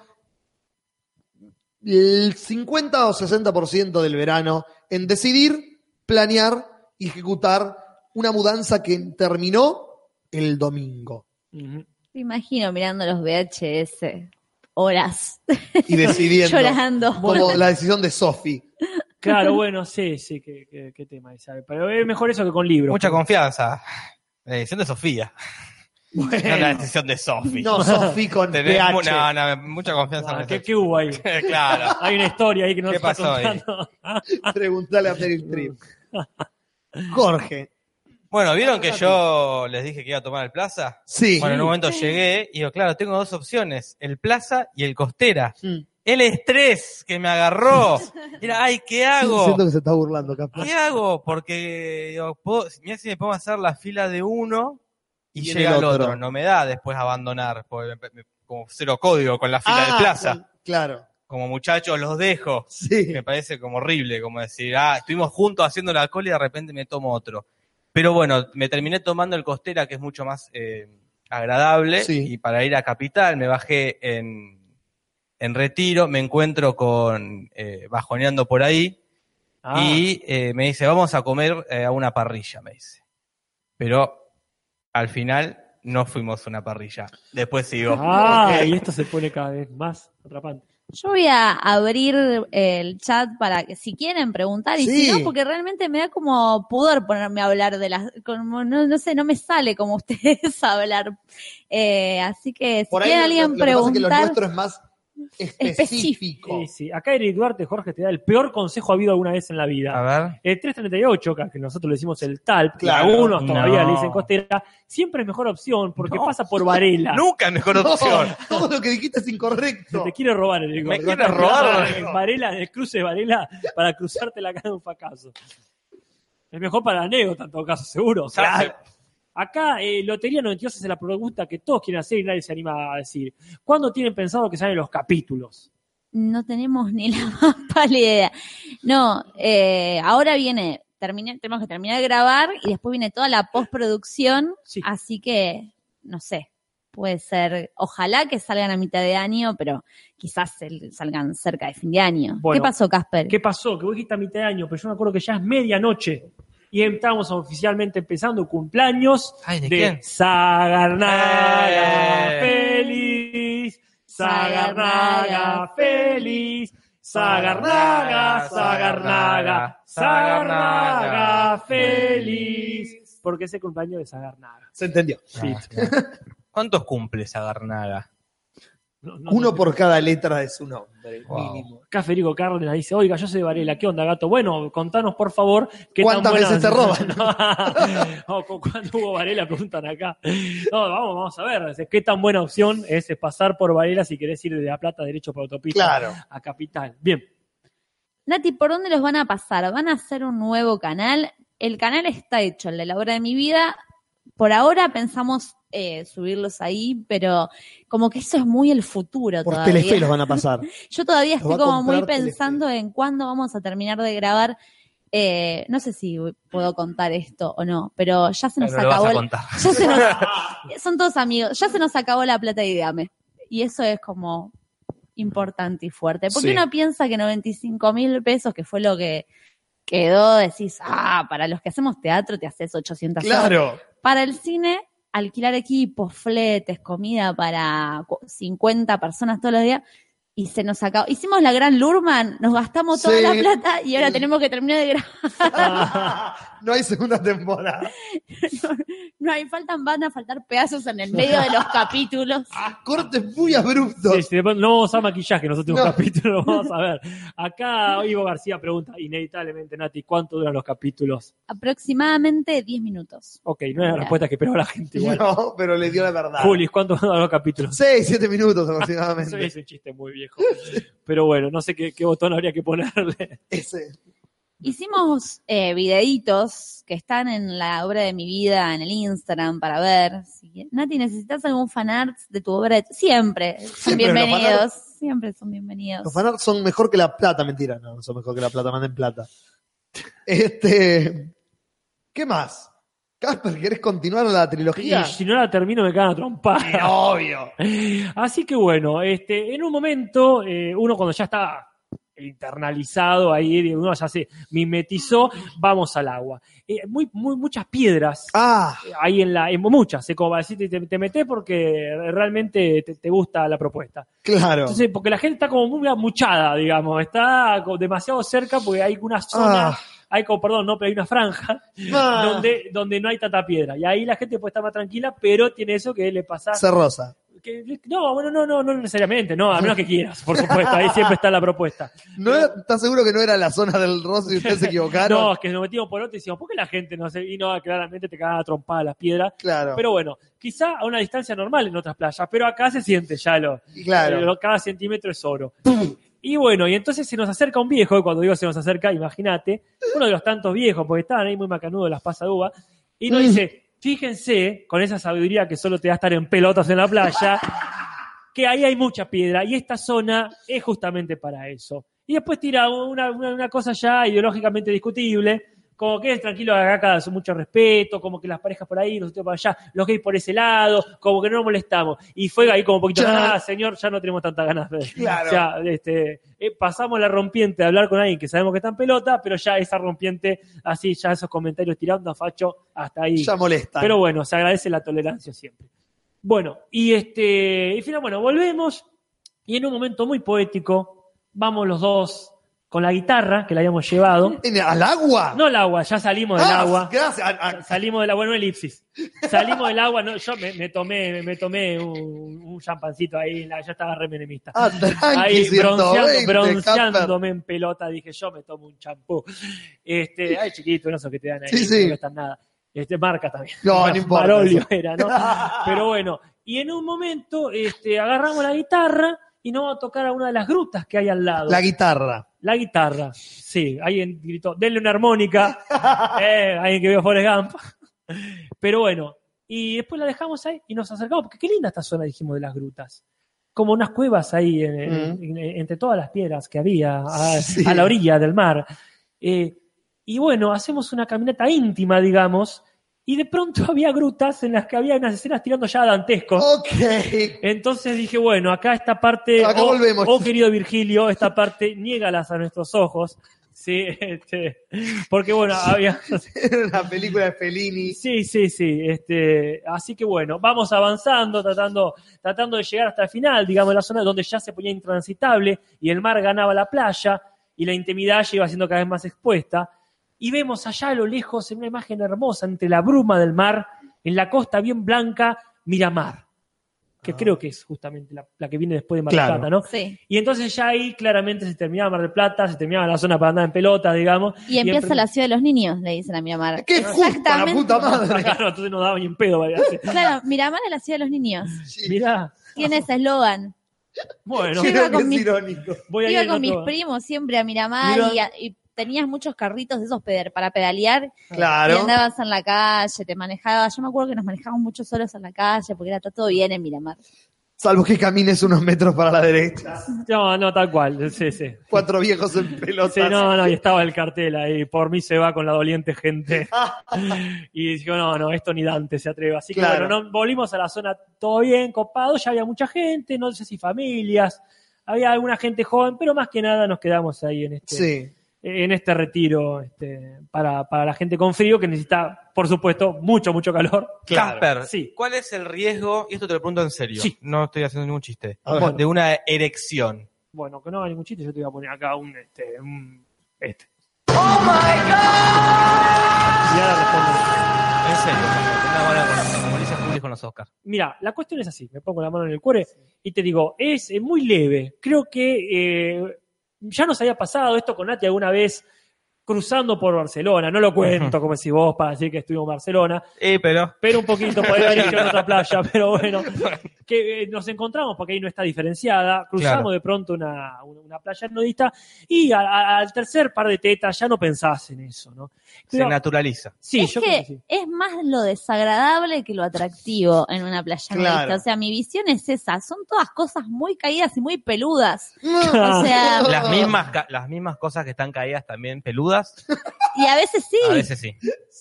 el 50 o 60% del verano en decidir, planear y ejecutar una mudanza que terminó el domingo.
Te imagino mirando los VHS horas.
Y decidiendo.
Llorando.
Como la decisión de Sofi.
Claro, bueno, sí, sí, qué, qué- qué tema ese. Pero es mejor eso que con libros.
Mucha confianza. La edición de Sofía. No la decisión de Sofi.
Eh, No, Sofi con
Tenés
PH.
mu- no, no, mucha confianza.
Ah,
en
¿qué,
eso.
qué hubo ahí?
claro.
Hay una historia ahí que no
¿Qué
está
pasó ahí?
contando.
Preguntale a Meryl Streep. Jorge.
Bueno, ¿vieron que yo les dije que iba a tomar el Plaza?
Sí.
Bueno, en un momento llegué y digo, claro, tengo dos opciones, el Plaza y el Costera.
Mm.
El estrés que me agarró. Era, ay, ¿qué hago?
Siento que se está burlando, capaz.
Ah,
¿Qué hago? Porque digo, puedo- mirá si me pongo a hacer la fila de uno y,
Y en
llega
el
el otro.
otro.
No me da después abandonar, porque me- me- como cero código con la fila
Ah,
de Plaza.
Claro.
Como muchachos, los dejo.
Me
parece como horrible, como decir, ah, estuvimos juntos haciendo la cola y de repente me tomo otro. Pero bueno, me terminé tomando el Costera, que es mucho más eh, agradable. Y para ir a Capital me bajé en, en Retiro, me encuentro con eh, Bajoneando por ahí.
Ah.
Y eh, me dice, vamos a comer eh, a una parrilla, me dice. Pero al final no fuimos a una parrilla. Después sigo.
Ah, y esto se pone cada vez más atrapante.
Yo voy a abrir el chat para que si quieren preguntar y
Sí.
si no, porque realmente me da como pudor ponerme a hablar de las, como no, no sé, no me sale como ustedes hablar. Eh, así que si
Por ahí
quieren
lo-
alguien
lo, que pasa es que lo
preguntar,
nuestro es más específico.
Sí, sí. Acá Eric Duarte, Jorge, te da el peor consejo habido alguna vez en la vida.
A ver.
El 338, acá, que nosotros le decimos el TALP, que
Claro.
algunos todavía
No.
le dicen costera, siempre es mejor opción porque pasa por Varela.
Nunca es mejor
No,
opción.
todo lo que dijiste es incorrecto.
Te quiere robar el
Me
gordo.
quiere robar.
En Varela, en el cruce de Varela, para cruzarte la cara de un fracaso. Es mejor para la anécdota, en todo caso, seguro.
Claro.
Acá, eh, Lotería 92 es la pregunta que todos quieren hacer y nadie se anima a decir. ¿Cuándo tienen pensado que salen los capítulos?
no tenemos ni la más pálida idea. No, eh, ahora viene, termina- tenemos que terminar de grabar y después viene toda la postproducción, así que, no sé, puede ser, ojalá que salgan a mitad de año, pero quizás el- salgan cerca de fin de año.
Bueno,
¿Qué pasó, Casper?
¿Qué pasó? Que vos dijiste a mitad de año, pero yo me acuerdo que ya es medianoche. Y estábamos oficialmente empezando cumpleaños
Ay, ¿de
de
quién?
Sagarnaga
Eh.
feliz, Sagarnaga feliz, Sagarnaga, Sagarnaga, Sagarnaga feliz. Porque es el cumpleaños de Sagarnaga.
Se entendió.
Ah,
Ah.
¿Cuántos cumples a Garnaga?
No, no,
Uno
no.
por cada letra de su nombre,
Wow.
mínimo.
Acá Federico Cárdenas dice, oiga, yo soy de Varela, ¿qué onda, gato? Bueno, contanos, por favor, qué tan
¿Cuántas
buenas-
veces te
roban? no, cu- ¿Cuándo hubo Varela? Preguntan acá. No, vamos, vamos a ver, dice, qué tan buena opción es pasar por Varela si querés ir de La Plata derecho por autopista
Claro.
a Capital. Bien,
Nati, ¿por dónde los van a pasar? ¿Van a hacer un nuevo canal? El canal está hecho, el de la hora de mi vida. Por ahora pensamos eh, subirlos ahí, pero como que eso es muy el futuro
Por
todavía.
Telefe los van a pasar.
Yo todavía
Los
estoy
va a
como muy
comprar
pensando en cuándo vamos a terminar de grabar. Eh, no sé si puedo contar esto o no, pero ya se nos
Pero lo vas
acabó.
a
el-
contar.
ya se nos- son todos amigos. Ya se nos acabó la plata de Ideame. Y eso es como importante y fuerte. Porque
Sí.
uno piensa que 95 mil pesos, que fue lo que quedó, decís, ah, para los que hacemos teatro te haces 800 horas.
Claro.
Para el cine, alquilar equipos, fletes, comida para cu- 50 personas todos los días. Y se nos acabó. Hicimos la gran Lurman, nos gastamos toda
Sí.
la plata y ahora tenemos que terminar de grabar.
No hay segunda temporada.
No hay faltan, van a faltar pedazos en el medio de los capítulos.
Cortes muy abruptos.
Sí, sí, después no vamos a usar maquillaje en los últimos
No.
capítulos, vamos a ver. Acá Ivo García pregunta, inevitablemente, Nati, ¿cuánto duran los capítulos?
Aproximadamente 10 minutos.
Ok, no es la respuesta que esperaba la gente igual.
No, pero le dio la verdad.
Julis, ¿cuánto duran los capítulos?
Seis, siete minutos
Eso
aproximadamente.
es un chiste muy viejo. Pero bueno, no sé qué, qué botón habría que ponerle.
Ese.
Hicimos eh, videitos que están en la obra de mi vida, en el Instagram, para ver. Si, Nati, ¿necesitas algún fanart de tu obra? de- Siempre, son
Siempre los
bienvenidos.
fanarts.
Siempre son bienvenidos.
Los fanarts son mejor que la plata, mentira. No, no son mejor que la plata, manden plata. Este. ¿Qué más? Casper, ¿querés continuar la
Y
trilogía?
si no la termino me cagan a trompar.
Obvio.
Así que bueno, este, en un momento, eh, uno cuando ya está internalizado ahí, uno ya se mimetizó, vamos al agua. Eh, muy, muy, muchas piedras eh,
Ah,
ahí en la, en muchas, eh, como para decirte, te, te metés porque realmente te- te gusta la propuesta.
claro.
Entonces, porque la gente está como muy amuchada, digamos, está como demasiado cerca porque hay una zona,
Ah.
hay como, perdón, no, pero hay una franja
Ah.
donde, donde no hay tanta piedra. Y ahí la gente puede estar más tranquila, pero tiene eso que le pasa.
Cerrosa.
que- no, bueno, no, no, no necesariamente, no, a menos que quieras, por supuesto, ahí siempre está la propuesta.
¿No era- ¿Estás seguro que no era la zona del Rosso y ustedes se equivocaron?
No, es que nos metimos por otro y decimos, ¿por qué la gente no se vino? Claramente te cagaba a trompada las piedras.
Claro.
Pero bueno, quizá a una distancia normal en otras playas, pero acá se siente ya lo,
Claro.
lo- cada centímetro es oro. Y bueno, y entonces se nos acerca un viejo, y cuando digo se nos acerca, imagínate, uno de los tantos viejos, porque estaban ahí muy macanudos las pasas de uva, y nos dice, fíjense, con esa sabiduría que solo te da estar en pelotas en la playa, que ahí hay mucha piedra y esta zona es justamente para eso. Y después tira una, una- una cosa ya ideológicamente discutible, Como que es tranquilo, acá con mucho respeto, como que las parejas por ahí, nosotros para allá, los gays por ese lado, como que no nos molestamos. Y fue ahí como un poquito,
Ya.
ah, señor, ya no tenemos tantas ganas. de-
Claro.
O sea, este, eh, pasamos la rompiente de hablar con alguien que sabemos que está en pelota, pero ya esa rompiente, así, ya esos comentarios tirando a facho, hasta ahí.
Ya molesta.
Pero bueno, se agradece la tolerancia siempre. Bueno, y este, y final, bueno, volvemos y en un momento muy poético vamos los dos con la guitarra que la habíamos llevado.
¿Al agua?
No al agua, ya salimos del
Ah,
agua.
Gracias. Ah, ah,
Salimos del agua, bueno, elipsis. Salimos del agua, no, yo me, me tomé, me tomé un, un champancito ahí, la- ya estaba re menemista.
ah, tranqui,
Ahí
120,
bronceando,
Capper.
bronceándome en pelota, dije yo me tomo un champú. Este, ay chiquito, no sé que te dan ahí,
Sí, sí.
no gastan nada. Este, marca también.
No, no importa
Marolio
eso.
era, ¿no? Pero bueno, y en un momento este, agarramos la guitarra y nos vamos a tocar a una de las grutas que hay al lado.
La guitarra.
La guitarra, sí. Alguien gritó, denle una armónica. Eh, alguien que vio Forrest Gump. Pero bueno, y después la dejamos ahí y nos acercamos, porque qué linda esta zona, dijimos, de las grutas. Como unas cuevas ahí en- en- en- entre todas las piedras que había a,
Sí.
a la orilla del mar. Eh, y bueno, hacemos una caminata íntima, digamos, y de pronto había grutas en las que había unas escenas tirando ya a dantesco.
Ok.
Entonces dije, bueno, acá esta parte,
Acá
oh,
volvemos.
oh, querido Virgilio, esta parte niégalas a nuestros ojos. Sí, este, porque bueno, había...
la película de Fellini.
Sí, sí, sí. Este, así que bueno, vamos avanzando, tratando, tratando de llegar hasta el final, digamos, la zona donde ya se ponía intransitable y el mar ganaba la playa y la intimidad ya iba siendo cada vez más expuesta. Y vemos allá a lo lejos, en una imagen hermosa, entre la bruma del mar, en la costa bien blanca, Miramar, que creo que es justamente la, la que viene después de Mar del
Claro.
Plata, ¿no?
Sí.
Y entonces ya ahí claramente se terminaba Mar del Plata, se terminaba la zona para andar en pelota, digamos.
Y empieza
empe-
la ciudad de los niños, le dicen a Miramar.
¡Qué justa la puta madre!
Claro, entonces no daba ni un pedo. ¿vale?
Claro, Miramar es la ciudad de los niños.
Mirá,
Tiene ese eslogan.
bueno,
Sí,
Creo que
con
es
mis-
irónico.
voy a ir
Iba
en
con mis
otro-
primos siempre a Miramar
Mirá.
y, a- y tenías muchos carritos de esos peder- para pedalear y
Claro.
andabas en la calle, te manejabas. Yo me acuerdo que nos manejábamos mucho solos en la calle porque era está todo bien en Miramar.
Salvo que camines unos metros para la derecha.
No, no, tal cual, sí, sí.
Cuatro viejos en pelotas.
Sí, no, no, y estaba el cartel ahí, por mí se va con la doliente gente. Y digo, no, no, esto ni Dante se atreve. Así que
Claro.
bueno, no, volvimos a la zona todo bien, copado, ya había mucha gente, no sé si familias, había alguna gente joven, pero más que nada nos quedamos ahí en este,
Sí.
en este retiro este, para, para la gente con frío que necesita, por supuesto, mucho, mucho calor.
Claro.
Casper,
Sí.
¿cuál es el riesgo? Y esto te lo pregunto en serio.
Sí.
No estoy haciendo ningún chiste.
A ver.
De una erección.
Bueno, que no haga ningún chiste, yo te voy a poner acá un este. Un, este. ¡Oh my God! Y ahora respondo.
En serio. Casper, Una buena con- como Alicia Julis con los Oscars.
Mira, la cuestión es así: me pongo la mano en el cuore y te digo, es eh, muy leve. Creo que eh, ya nos había pasado esto con Nati alguna vez cruzando por Barcelona. No lo cuento como si vos para decir que estuvimos en Barcelona,
Eh, pero.
pero un poquito, podría haber ido en otra playa, pero bueno, que eh, nos encontramos porque ahí no está diferenciada, cruzamos
Claro.
de pronto una, una- una playa nudista y a- a- al tercer par de tetas ya no pensás en eso, ¿no? Pero-
se naturaliza.
sí,
es
yo
que,
creo que sí.
es más lo desagradable que lo atractivo en una playa
Claro.
nudista. O sea, mi visión es esa. Son todas cosas muy caídas y muy peludas.
No.
O sea,
Las mismas, ca- las mismas cosas que están caídas también peludas,
y a veces sí.
a veces sí.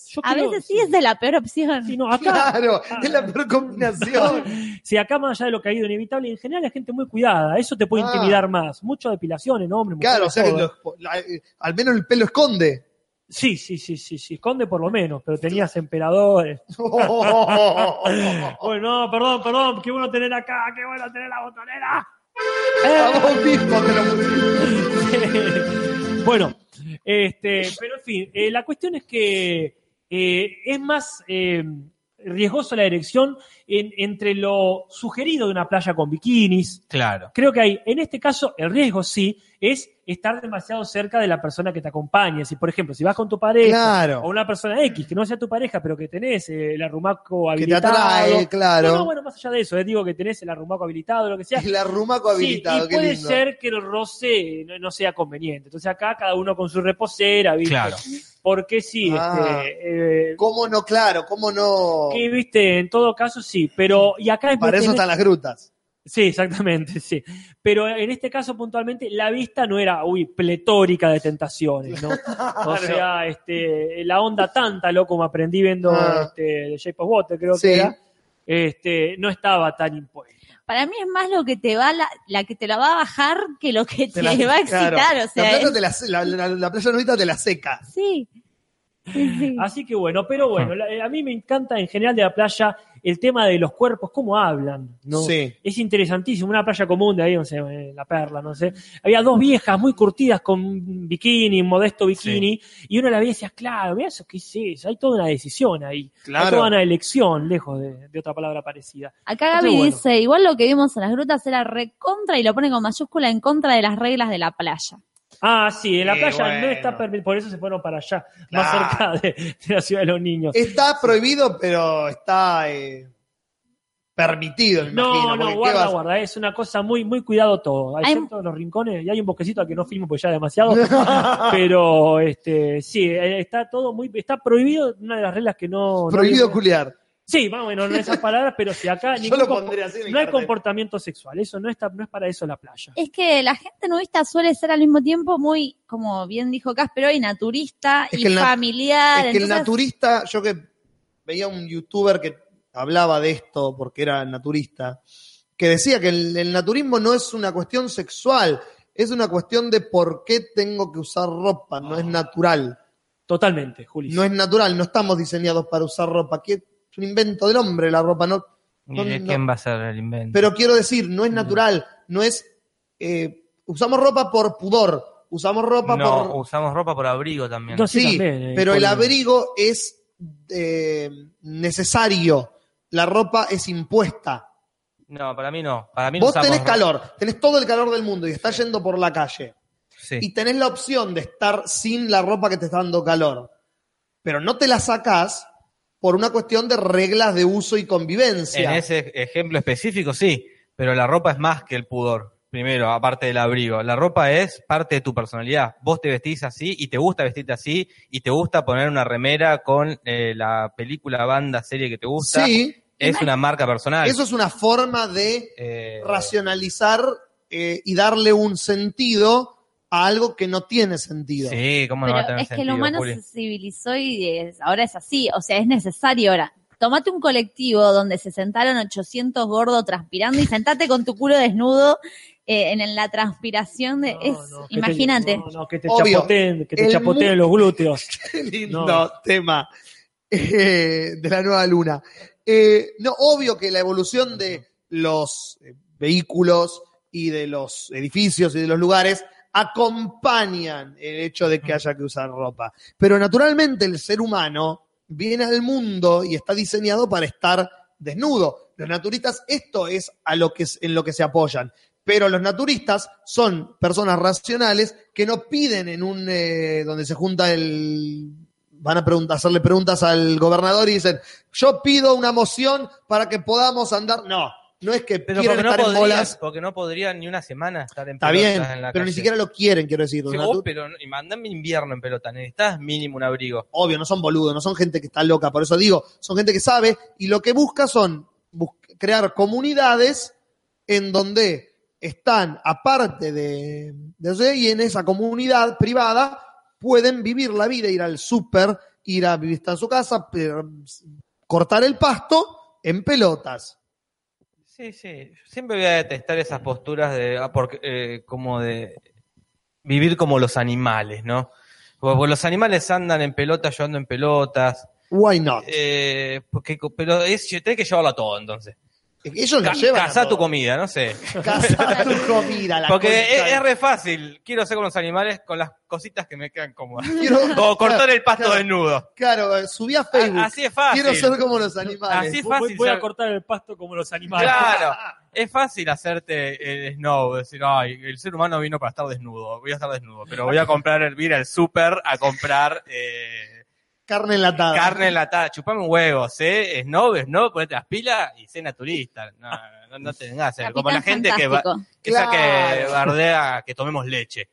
Yo
A
creo-
veces sí es de la peor opción.
Sí, no, acá,
Claro, es la peor combinación.
sí, acá más allá de lo caído inevitable, en general es gente muy cuidada, eso te puede
Ah.
intimidar más. Mucho depilaciones, ¿no? Hombre,
Claro, o sea que
todo.
lo- la- eh, al menos el pelo esconde.
Sí, sí, sí, sí, sí, esconde por lo menos, pero tenías emperadores.
Oh,
Bueno, no, perdón, perdón, qué bueno tener acá, qué bueno tener la botonera.
A vos mismo te lo pusiste.
bueno, este, pero en fin, eh, la cuestión es que eh, es más eh, riesgoso la erección en- entre lo sugerido de una playa con bikinis.
Claro.
Creo que hay, en este caso, el riesgo sí es estar demasiado cerca de la persona que te acompaña. Si, por ejemplo, si vas con tu pareja
Claro.
o una persona X que no sea tu pareja, pero que tenés eh, el arrumaco
Que te
habilitado.
atrae,
No, no,
claro.
bueno, más allá de eso, eh, digo que tenés el arrumaco habilitado, lo que sea.
El arrumaco
Sí,
habilitado,
y
qué
puede
lindo.
ser que el roce no, no sea conveniente. Entonces acá cada uno con su reposera, ¿viste?
Claro.
Porque sí,
Ah.
este, eh,
¿Cómo no, claro? ¿Cómo no?
que, viste, en todo caso sí, pero y acá es
Para eso
tenés-
están las grutas.
Sí, exactamente, sí. Pero en este caso puntualmente la vista no era, uy, pletórica de tentaciones, ¿no? O sea, este, la onda tanta, loco, como aprendí viendo
Ah.
este, The Shape of Water, creo
Sí.
que era, este, no estaba tan impuesta.
Para mí es más lo que te va, la, la que te la va a bajar que lo que te,
la-
va a excitar,
claro.
o sea.
La playa,
es-
te la, se- la- la- la playa nudista te la seca.
Sí.
Así que bueno, pero
Ah.
bueno, la- eh, a mí me encanta en general de la playa el tema de los cuerpos, cómo hablan, ¿no?
Sí.
Es interesantísimo, una playa común de ahí, no sé, eh, La Perla, no sé. Había dos viejas muy curtidas con bikini, modesto bikini, y uno la veía y decía, claro, mira eso que es eso, hay toda una decisión ahí,
Claro.
hay toda una elección, lejos de, de otra palabra parecida.
Acá
Entonces,
Gaby
bueno.
dice, igual lo que vimos en las grutas era recontra y lo pone con mayúscula en contra de las reglas de la playa.
Ah, sí, en la
Sí,
playa no
bueno.
está permitido, por eso se fueron para allá,
Claro.
más cerca de, de la ciudad de los niños.
Está prohibido, pero está eh, permitido, me imagino.
No,
porque
no,
¿qué
guarda,
vas-
guarda, es una cosa muy, muy cuidado todo,
Hay-
excepto en los rincones, y hay un bosquecito al que no filmo porque ya es demasiado, pero este, sí, eh, está todo muy, está prohibido, una de las reglas que no... no
Prohibido
había-
culiar.
Sí, más o menos, no esas palabras, pero si acá
Yo
ningún
lo
compo-
pondría así en el
no hay
cartel.
comportamiento sexual, eso no está, no es para eso la playa.
Es que la gente nudista suele ser al mismo tiempo muy, como bien dijo Casper hoy, naturista
Es
y
que el na-
familiar.
Es que el
Ah, entonces-
naturista, yo que veía un youtuber que hablaba de esto porque era naturista, que decía que el, el naturismo no es una cuestión sexual, es una cuestión de por qué tengo que usar ropa, no es natural.
Totalmente, Juli.
No es natural, no estamos diseñados para usar ropa, que es un invento del hombre la ropa, no.
¿Y de
no-
quién va a ser el invento?
Pero quiero decir, no es natural, no es. eh, usamos ropa por pudor, usamos ropa
no,
por.
usamos ropa por abrigo también.
No, sí,
Sí,
también, eh,
pero el
por-
abrigo es eh, necesario. La ropa es impuesta.
No, para mí no. Para mí no
Vos
usamos
tenés
ropa.
calor, tenés todo el calor del mundo y estás yendo por la calle.
Sí.
Y tenés la opción de estar sin la ropa que te está dando calor. Pero no te la sacás por una cuestión de reglas de uso y
En
convivencia.
ese ejemplo específico, sí, pero la ropa es más que el pudor. Primero, aparte del abrigo. La ropa es parte de tu personalidad. Vos te vestís así y te gusta vestirte así y te gusta poner una remera con eh, la película, banda, serie que te gusta.
Sí,
Es una marca personal.
eso es una forma de
Eh,
racionalizar eh, y darle un sentido a algo que no tiene sentido.
Sí, cómo no
Pero
va a tener
es que el
sentido,
humano
Juli?
se civilizó y es- ahora es así, o sea, es necesario ahora. Tomate un colectivo donde se sentaron 800 gordos transpirando y sentate con tu culo desnudo eh, en, en la transpiración de...
No,
es,
no, que te-
imagínate.
no, no, que te
Obvio.
chapoteen, que te
El
chapoteen
mu-
los glúteos.
Qué lindo
No.
tema eh, de la nueva luna. Eh, no, obvio que la evolución de los eh, vehículos y de los edificios y de los lugares acompañan el hecho de que haya que usar ropa. Pero naturalmente el ser humano viene al mundo y está diseñado para estar desnudo. Los naturistas, esto es a lo que, en lo que se apoyan. Pero los naturistas son personas racionales que no piden en un eh, donde se junta el van a pregunta- hacerle preguntas al gobernador y dicen yo pido una moción para que podamos andar. No, no es que
Pero
quieran
porque no,
estar en
podrían,
bolas.
porque no podrían ni una semana estar en
Está
pelotas
bien,
en la
pero ni
calle.
siquiera lo quieren, quiero decir. Los
Sí,
natu-
oh, pero no- y mandame invierno en pelota, necesitas mínimo un abrigo.
obvio, no son boludos, no son gente que está loca, por eso digo, son gente que sabe y lo que busca son bus- crear comunidades en donde están aparte de, de eso, y en esa comunidad privada pueden vivir la vida, ir al súper, ir a vivir en su casa, per- cortar el pasto en pelotas.
Sí, sí. Siempre voy a detestar esas posturas de, ah, porque, eh, como de vivir como los animales, ¿no? Porque porque los animales andan en pelotas, yo ando en pelotas.
Why not?
Eh, porque, co- pero es, tenés que llevarlo a todo, entonces.
Ellos la
Ca-
llevan. a
Cazá tu
todo.
comida, no sé.
Cazá tu comida. la
Porque
concha
es,
de-
es re fácil. Quiero hacer con los animales con las cositas que me quedan cómodas.
Quiero-
O cortar el pasto
Claro.
desnudo.
Claro, eh, subí a Facebook.
A- Así es fácil.
Quiero ser como los animales.
Así es
Voy-
fácil.
voy a
ser-
cortar el pasto como los animales.
Claro. Es fácil hacerte el snow, decir, ay, el ser humano vino para estar desnudo, voy a estar desnudo, pero voy a comprar el ir al súper a comprar eh,
Carne enlatada.
carne enlatada, chupame un huevo, sé snow, snow, ponete las pilas y sé naturista. No, no, no te vengas a hacer como la
Capitán
gente que, va,
Fantástico.
esa que
Claro.
bardea que tomemos leche.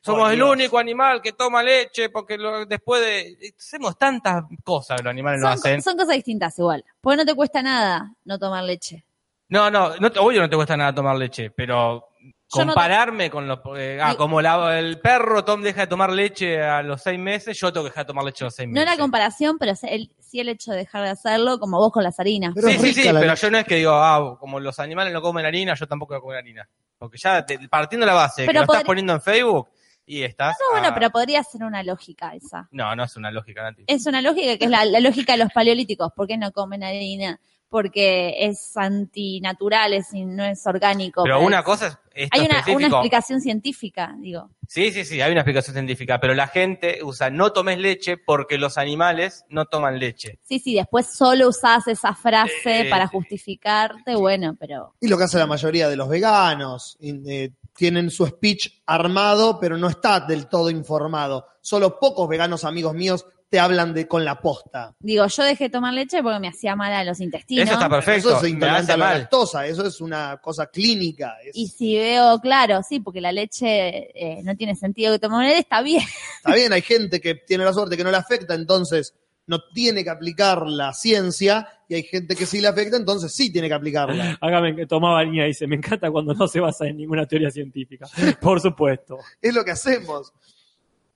Somos
Ay,
el
Dios.
único animal que toma leche porque lo- después de... Hacemos tantas cosas que los animales no
Son, co-
hacen.
son cosas distintas igual. Porque no te cuesta nada no tomar leche.
No, no, no te- obvio no te cuesta nada tomar leche, pero
Yo no
compararme con los... eh, ah,
Ni-
como la- el perro Tom deja de tomar leche a los seis meses, yo tengo que dejar de tomar leche a los seis
No
meses.
la comparación, pero se- el- sí el hecho de dejar de hacerlo, como vos con las harinas.
sí, sí, sí, pero yo no es que digo, ah, como los animales no comen harina, yo tampoco voy a comer harina. Porque ya te- partiendo de la base, que
Pero
lo estás
podría-
poniendo en Facebook y estás...
No, bueno,
ah,
pero Eh, podría ser una lógica esa.
No, no es una lógica, Nati.
Es una lógica que es la, la lógica de los paleolíticos. ¿Por qué no comen harina? Porque es antinatural, es, in- no es orgánico.
Pero
para
una
el-
cosa es esto
Hay una,
específico.
una explicación científica, digo.
Sí, sí, sí, hay una explicación científica, pero la gente usa no tomes leche porque los animales no toman leche.
Sí, sí, después solo usás esa frase
Eh,
para justificarte, bueno, pero...
Y lo que hace la mayoría de los veganos, in- eh, tienen su speech armado, pero no está del todo informado. Solo pocos veganos amigos míos te hablan de con la posta.
Digo, yo dejé de tomar leche porque me hacía mal a los intestinos.
Eso está perfecto.
Eso es
me
intolerante
hace
a la
mal.
lactosa, eso es una cosa clínica. es-
Y si veo, claro, sí, porque la leche eh, no tiene sentido que tomar leche, está bien.
Está bien, hay gente que tiene la suerte que no le afecta, entonces no tiene que aplicar la ciencia, y hay gente que sí le afecta, entonces sí tiene que aplicarla.
Acá me tomaba línea y dice, me encanta cuando no se basa en ninguna teoría científica. Por supuesto.
Es lo que hacemos.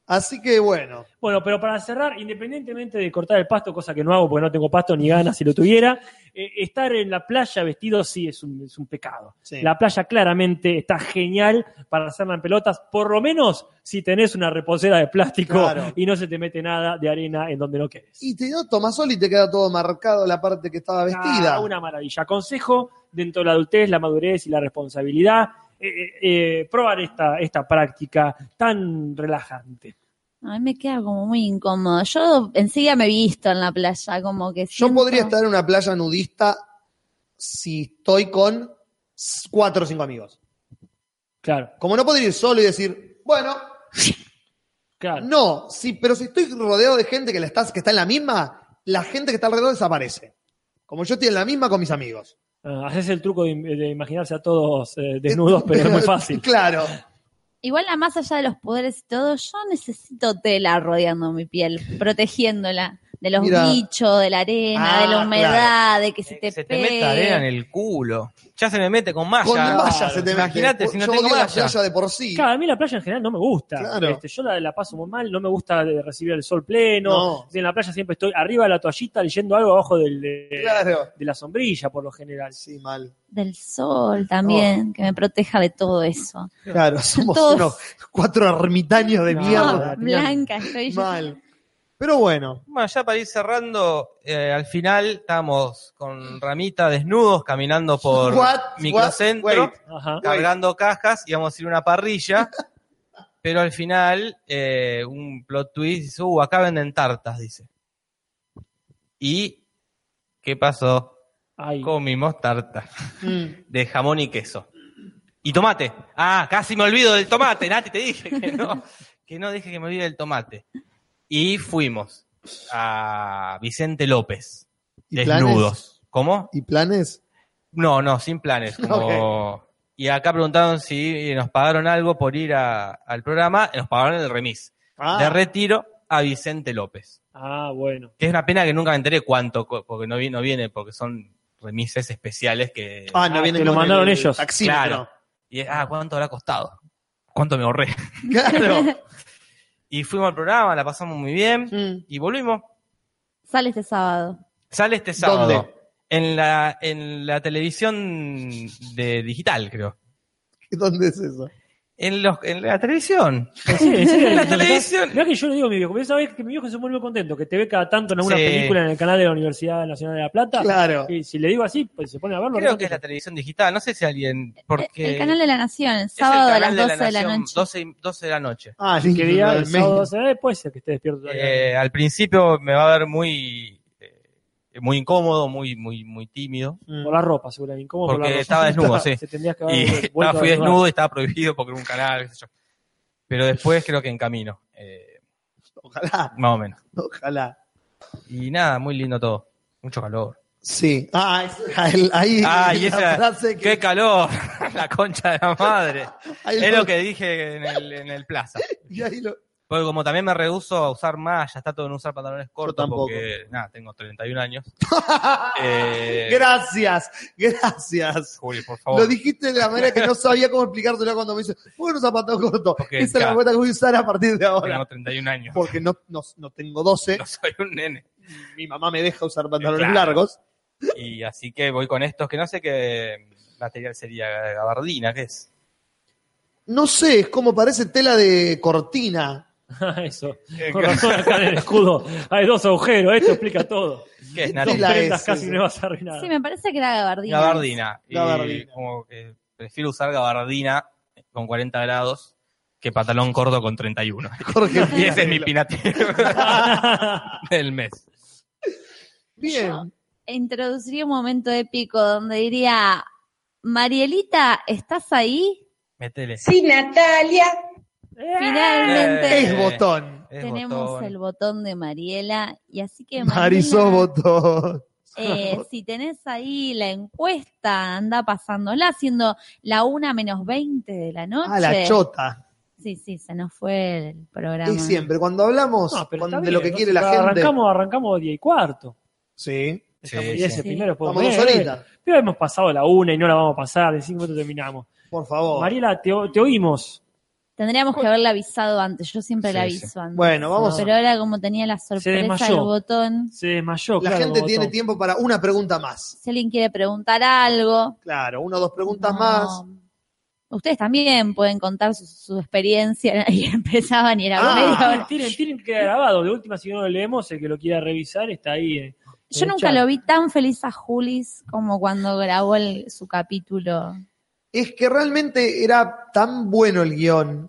Así que bueno,
Bueno, pero para cerrar, independientemente de cortar el pasto, cosa que no hago porque no tengo pasto ni ganas si lo tuviera, eh, estar en la playa vestido sí es un, es un pecado.
Sí.
La playa claramente está genial para hacerla en pelotas, por lo menos si tenés una reposera de plástico
Claro.
y no se te mete nada de arena en donde no querés.
y te no tomas sol y te queda todo marcado la parte que estaba vestida.
Ah, una maravilla. Consejo dentro de la adultez, la madurez y la responsabilidad. eh, eh, eh, probar esta, esta práctica tan relajante.
A mí me queda como muy incómodo. Yo enseguida me he visto en la playa, como que
Yo
siento-
podría estar en una playa nudista si estoy con s- cuatro o cinco amigos.
Claro,
Como no podría ir solo y decir, bueno,
claro.
no, sí, pero si estoy rodeado de gente que, la estás, que está en la misma, la gente que está alrededor desaparece. Como yo estoy en la misma con mis amigos.
Ah, haces el truco de, im- de imaginarse a todos eh, desnudos, pero es muy fácil.
claro.
Igual, a más allá de los poderes y todo, yo necesito tela rodeando mi piel, protegiéndola de los
Mira.
bichos, de la arena,
Ah,
de la humedad, de que se
Eh,
te
se te
pegue.
mete arena en el culo. Ya se me mete con malla.
Con malla
claro.
se te mete.
Imagínate si no
Yo
tengo
odio la
malla.
playa de por sí.
Claro, a mí la playa en general no me gusta.
Claro.
Este, yo la, la paso muy mal, no me gusta de recibir el sol pleno.
No.
En la playa siempre estoy arriba de la toallita leyendo algo abajo del, de,
Claro.
de la sombrilla, por lo general.
Sí, mal.
Del sol también,
Oh.
que me proteja de todo eso.
Claro, somos
Todos-
unos cuatro ermitaños de
No,
mierda.
la tenía-
Ah, Blanca, estoy yo.
Mal. Pero bueno,
Bueno, ya para ir cerrando, eh, al final estábamos con Ramita desnudos caminando por
What?
microcentro,
What? Wait.
Ajá.
cargando cajas, íbamos a ir a una parrilla, pero al final eh, un plot twist dice, uh, acá venden tartas, dice. ¿Y qué pasó?
Ay.
Comimos tartas
mm,
de jamón y queso. Y tomate. Ah, casi me olvido del tomate, Nati, te dije que no, que no dije que me olvide del tomate. Y fuimos a Vicente López,
¿Y
desnudos. ¿Cómo?
¿y planes?
No, no, sin planes. como- Y acá preguntaron si nos pagaron algo por ir a- al programa, nos pagaron el remis.
Ah,
De retiro a Vicente López.
Ah, bueno.
Que es una pena que nunca me enteré cuánto, co- porque no, vi- no viene, porque son remises especiales que...
ah, no
Ah,
viene
te lo
con
mandaron
el
ellos.
taxímetro.
Y es, ah, ¿cuánto habrá costado? ¿Cuánto me ahorré?
Claro.
Y fuimos al programa, la pasamos muy bien
Mm.
y volvimos.
Sale este sábado.
Sale este sábado.
¿Dónde?
En la, en la televisión de digital, creo.
¿Dónde es eso?
En, los, en la televisión.
Ah,
Sí, sí,
En la
sí.
televisión.
Mirá que yo le digo a mi viejo, porque sabés que mi viejo se pone muy contento, que te ve cada tanto en alguna
Sí.
película en el canal de la Universidad Nacional de La Plata.
Claro.
Y si le digo así, pues se pone a verlo.
Creo
¿no?
que es la televisión digital. No sé si alguien. Porque
Eh, El canal de la Nación, el
es el
sábado a las
canal
12 de la,
Nación,
noche.
12, y- 12 de la noche.
Ah,
¿Qué
lindo,
día?
al
El sábado
menos.
12 de la- puede ser que esté despierto todavía.
Eh, al principio me va a ver muy. eh, muy incómodo, muy, muy, muy tímido.
Mm.
por la ropa, seguramente. ¿Cómo por la
Porque
ropa?
estaba desnudo, sí.
Se tendrías que
y
haber
estaba,
vuelto
fui
a desnudar.
desnudo y estaba prohibido porque era un canal, qué sé yo. Pero después creo que en camino, eh,
Ojalá,
más o menos.
ojalá.
Y nada, muy lindo todo. Mucho calor.
Sí. Ah, es- ahí- ahí
Ah, y
la
esa,
frase que-
¡Qué calor! la concha de la madre.
ahí
Es lo que dije en el, en el plaza.
y ahí lo-
Porque como también me rehuso a usar más, ya está todo en usar pantalones cortos
tampoco.
porque, nada, tengo 31 años. Eh,
Gracias, gracias.
Juli, por
Oh.
favor.
Lo dijiste de la manera que no sabía cómo explicártelo cuando me dice, bueno, zapato corto. Esa es la
claro.
respuesta que voy a usar a partir de ahora.
Tengo 31 años.
Porque no, no, no tengo 12,
No soy un nene.
mi mamá me deja usar pantalones
Claro.
largos.
Y así que voy con estos que no sé qué material sería gabardina, ¿qué es?
No sé, es como parece tela de cortina.
Ah, Eso. Con razón acá en el escudo hay dos agujeros, esto explica todo.
¿Qué es,
Dos
Nati?
Sí, la
prendas
es,
casi
sí, sí.
nuevas arruinadas.
Sí, me parece que era gabardina.
Gabardina. Y
Gabardina.
como que prefiero usar gabardina con 40 grados que pantalón corto con 31.
Jorge
Y ese es mi
Pinatelo.
pinatero del mes.
Bien.
E Introduciría un momento épico donde diría, Marielita, ¿estás ahí?
Metele.
Sí, Natalia.
Finalmente
Eh,
Es botón.
Es
tenemos
botón.
el botón de Mariela. Y así que
Marisol
Mariela,
botón.
Eh, si tenés ahí la encuesta, anda pasándola, siendo la 1 menos 20 de la noche.
A Ah, la chota.
Sí, sí, se nos fue el programa.
Y siempre, cuando hablamos
No, pero
con-
está
de
bien,
lo que
no
quiere
sé,
la gente.
Arrancamos, arrancamos 10 y cuarto.
Sí.
Estamos
Sí,
10
sí.
primero, pues,
Estamos dos
eh,
horitas.
Pero hemos pasado la una y no la vamos a pasar, en 5 minutos terminamos.
Por favor.
Mariela, te, o- te oímos.
Tendríamos que haberla avisado antes, yo siempre
Sí,
la
sí.
aviso antes.
Bueno, vamos.
Pero ahora como tenía la sorpresa
desmayó.
del botón,
Se desmayó.
La
claro,
gente
botón.
tiene tiempo para una pregunta más.
si alguien quiere preguntar algo.
Claro, una o dos preguntas
no.
más.
Ustedes también pueden contar su, su experiencia y empezaban y era
Ah.
media hora.
Tienen, tienen, tienen que quedar grabado. De última, si no lo leemos, el que lo quiera revisar está ahí. eh.
Yo
en el
nunca
chat.
lo vi tan feliz a Julis como cuando grabó el- su capítulo.
Es que realmente era tan bueno el guión.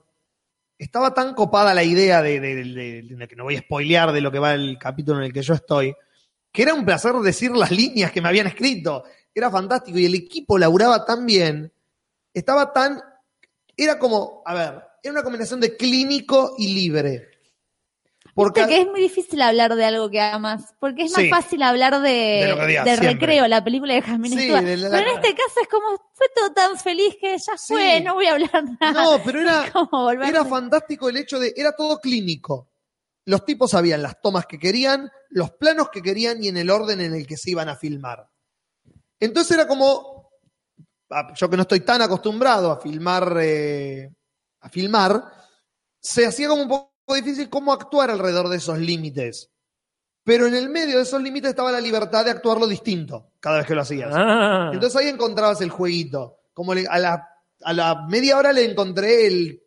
Estaba tan copada la idea de, de- de- de- de que no voy a spoilear de lo que va el capítulo en el que yo estoy, que era un placer decir las líneas que me habían escrito. Era fantástico y el equipo laburaba tan bien. Estaba tan. Era como. A ver, era una combinación de clínico y libre.
Viste que es muy difícil hablar de algo que amas, porque es más
Sí.
fácil hablar de,
De lo que odias,
de
siempre.
recreo, la película de Jasmine
Sí,
Stewart.
de la-
Pero en este caso es como, fue todo tan feliz que ya
Sí.
fue, no voy a hablar nada.
No, pero era.
como volver
Era fantástico el hecho de, era todo clínico. Los tipos sabían las tomas que querían, los planos que querían y en el orden en el que se iban a filmar. Entonces era como, ah, yo que no estoy tan acostumbrado a filmar, eh, a filmar, se hacía como un poco difícil cómo actuar alrededor de esos límites. Pero en el medio de esos límites estaba la libertad de actuarlo distinto cada vez que lo hacías.
Ah.
Entonces ahí encontrabas el jueguito. Como le- a, la, a la media hora le encontré el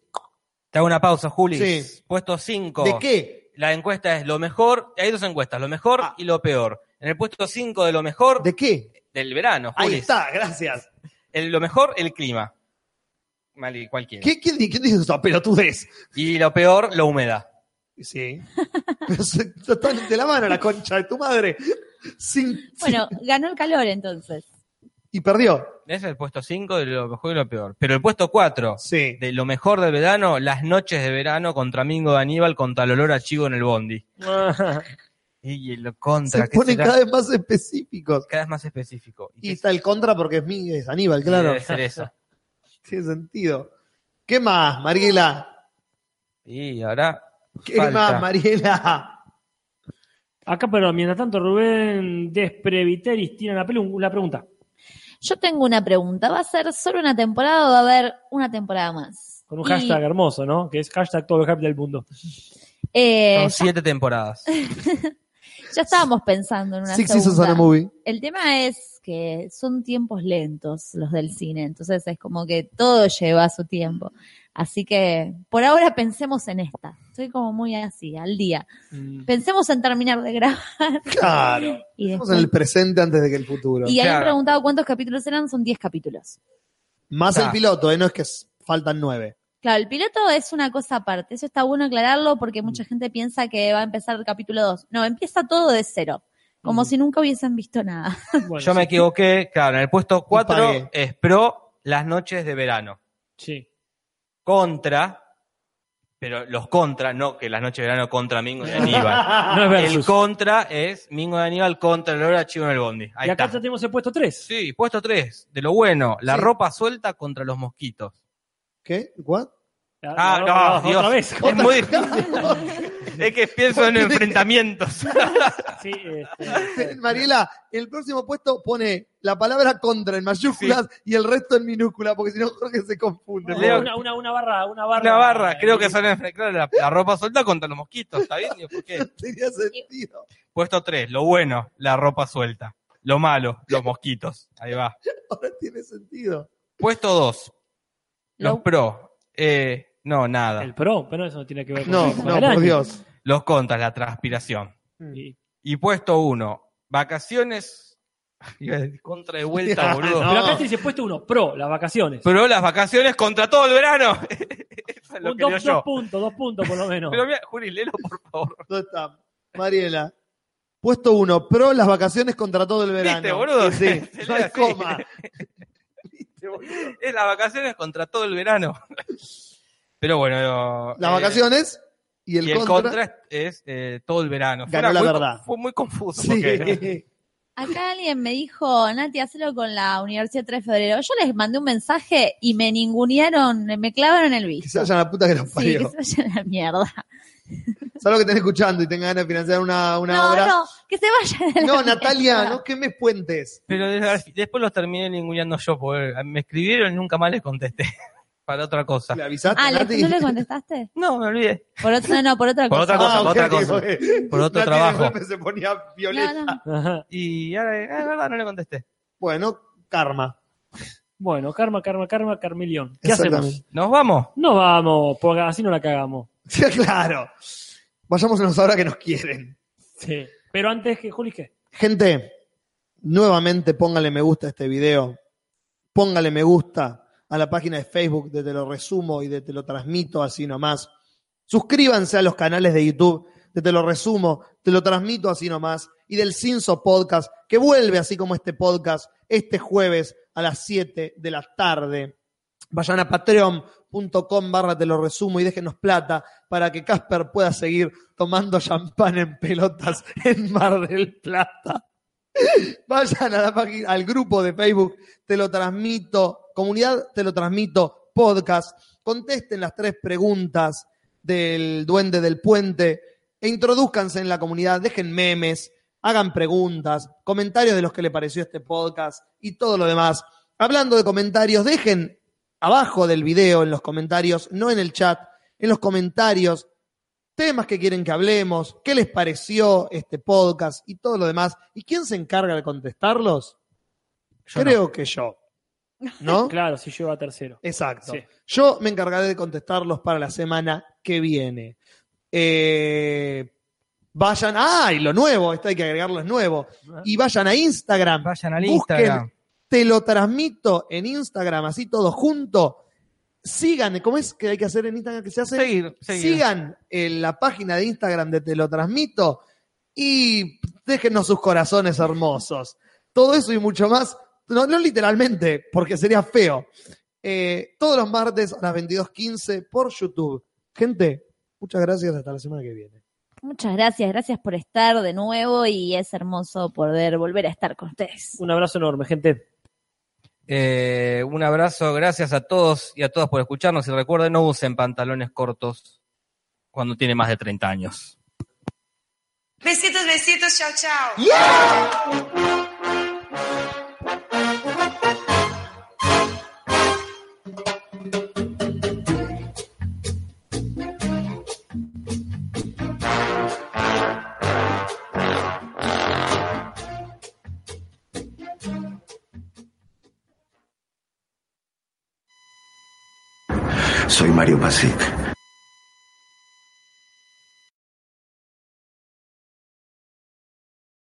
Te hago una pausa, Juli.
Sí.
Puesto 5.
¿De qué?
La encuesta es lo mejor. Hay dos encuestas, lo mejor
Ah.
y lo peor. En el puesto 5 de lo mejor
¿De qué?
del verano,
Ahí
Juli.
está, gracias.
El- lo mejor, el clima. Mali, cualquiera.
¿Qué, quién, quién dice esa pelotudez?
Y lo peor, la humedad.
Sí. Pero se- total, de la mano la concha de tu madre. Sin,
Bueno, ganó el calor entonces.
Y perdió.
Ese es el puesto 5 de lo mejor y lo peor. Pero el puesto 4
Sí.
de lo mejor del verano, las noches de verano contra Mingo de Aníbal, contra el olor a chivo en el bondi.
Ah.
Y el contra,
Se
¿qué
ponen
será?
cada vez más específicos.
Cada vez más específico.
Y
qué
está el contra porque es, mí, es Aníbal, claro.
Debe ser eso.
Tiene sentido. ¿Qué más, Mariela?
Y ahora.
¿Qué
falta.
más, Mariela?
Acá, pero mientras tanto, Rubén Despreviteris tiene la, pelu- la pregunta.
Yo tengo una pregunta, ¿va a ser solo una temporada o va a haber una temporada más?
Con un
Y,
hashtag hermoso, ¿no? Que es hashtag todo el hype del mundo.
eh,
Son
ya,
siete temporadas.
ya estábamos pensando en una
Six
segunda.
Seasons and a Movie.
El tema es que son tiempos lentos los del cine, entonces es como que todo lleva su tiempo. Así que por ahora pensemos en esta. Estoy como muy así, al día.
Mm.
Pensemos en terminar de grabar.
Claro.
Y,
Estamos en
después-
el presente antes de que el futuro.
y habían
Claro.
preguntado cuántos capítulos eran, son 10 capítulos.
Más el
Ah.
piloto, ¿eh? No es que s- faltan nueve.
Claro, el piloto es una cosa aparte, eso está bueno aclararlo porque mucha
Mm.
gente piensa que va a empezar el capítulo 2. No, empieza todo de cero, como
Mm.
si nunca hubiesen visto nada.
Bueno,
Yo me
sí.
equivoqué. Claro, en el puesto
pagué.
4 es pro las noches de verano.
Sí.
Contra, pero los contra, no que las noches de verano contra Mingo de Aníbal.
No es
el
versus.
contra es Mingo de Aníbal contra el Lora Chivo en el Bondi.
y
Ahí
acá
está.
ya tenemos el puesto 3.
Sí, puesto 3, de lo bueno, la
Sí.
ropa suelta contra los mosquitos.
¿Qué? ¿What?
Ah, no, Dios.
otra vez.
Es muy Es que pienso en enfrentamientos.
Sí, este,
Mariela, el próximo puesto pone la palabra contra en mayúsculas y el resto en minúscula, porque si no Jorge se confunde.
Leo-
una, una, una barra, una barra. eh,
Una barra, creo que son enf- claro, la, la ropa suelta contra los mosquitos, ¿está bien? Digo, ¿por qué?
Tenía sentido.
Puesto 3, lo bueno, la ropa suelta. Lo malo, los mosquitos. Ahí va.
Ahora tiene sentido.
Puesto 2, los
Lo-
pro. Eh, no, nada.
El pro, pero eso no tiene que ver con
No,
con
no,
el
por
año.
Dios.
Los contras, la transpiración.
Y-
Y puesto 1, vacaciones. Iba a decir Contra de vuelta, boludo.
Pero acá te dice puesto uno, pro, las vacaciones.
Pero las vacaciones contra todo el verano. Eso es lo
Un
que
dos,
leo
dos
yo.
puntos, dos puntos por lo menos.
Pero mira, Juli, léelo, por favor.
¿Dónde está? Mariela. Puesto uno, pro las vacaciones contra todo el verano.
¿Viste, boludo?
Sí,
Se
no
lee
hay
así.
coma.
Es las vacaciones contra todo el verano. Pero bueno.
Las
eh,
vacaciones y
Y
el,
el,
contra.
contra, es eh, todo el verano.
Ganó la
muy,
verdad.
Fue muy confuso.
Sí.
porque-
Acá alguien me dijo, Nati, hacelo con la Universidad 3 de Febrero. Yo les mandé un mensaje y me ningunearon, me clavaron el
Que
bicho.
se vayan a la puta que los
Sí,
parió.
que se vayan a la mierda.
Salvo que estén escuchando y tengan ganas de financiar una, una
no,
obra.
no, que se vayan a la
No, Natalia,
mierda.
no quemes puentes.
Pero des- después los terminé ninguneando yo. Porque eh, me escribieron y nunca más les contesté. Para otra cosa.
¿Le avisaste,
Ah, ¿le-
Nati?
¿no le contestaste?
No, me olvidé.
Por otro, no, no, por otra
Por
cosa.
otra cosa,
Ah, ok,
otra cosa.
digo,
Por otro
Nati de
trabajo.
golpe se ponía violeta.
No, no.
Ajá.
Y ahora, eh, es verdad, no le contesté.
Bueno, karma.
Bueno, karma, karma, karma, carmelión. ¿Qué hacemos?
Exactamente.
Nos vamos.
No vamos, porque así no la cagamos.
Sí, claro. Vayámonos ahora que nos quieren.
Sí. Pero antes que Juli, ¿qué?
Gente, nuevamente póngale me gusta a este video. Póngale me gusta a la página de Facebook de Te lo resumo y de Te lo transmito así nomás. Suscríbanse a los canales de YouTube de Te lo resumo, Te lo transmito así nomás y del Cinso Podcast que vuelve así como este podcast este jueves a las 7 de la tarde. Vayan a patreon.com barra te lo resumo y déjenos plata para que Casper pueda seguir tomando champán en pelotas en Mar del Plata. Vayan a la página, al grupo de Facebook, te lo transmito, comunidad, te lo transmito, podcast. Contesten las tres preguntas del duende del puente e introduzcanse en la comunidad, dejen memes, hagan preguntas, comentarios de los que le pareció este podcast y todo lo demás. Hablando de comentarios, dejen abajo del video en los comentarios, no en el chat, en los comentarios temas que quieren que hablemos, qué les pareció este podcast y todo lo demás. ¿Y quién se encarga de contestarlos?
Yo
Creo que yo. ¿No?
Claro, si lleva tercero.
Exacto.
Sí.
Yo me encargaré de contestarlos para la semana que viene. Eh, vayan, ah, y lo nuevo, esto hay que agregarlo, es nuevo. Y vayan a Instagram.
Ah. Vayan al
Busquen,
Instagram.
Te lo transmito en Instagram, así todo junto. Sigan, ¿cómo es que hay que hacer en Instagram que se hace?
Seguir, seguir.
Sigan en la página de Instagram de Te lo transmito y déjenos sus corazones hermosos. Todo eso y mucho más, no, no literalmente, porque sería feo. Eh, todos los martes a las 22.15 por YouTube. Gente, muchas gracias, hasta la semana que viene.
Muchas gracias, gracias por estar de nuevo y es hermoso poder volver a estar con ustedes.
Un abrazo enorme, gente.
Eh, un abrazo, gracias a todos y a todas por escucharnos. Y recuerden, no usen pantalones cortos cuando tiene más de 30 años.
Besitos, besitos, chao, chao.
Soy Mario Pasic.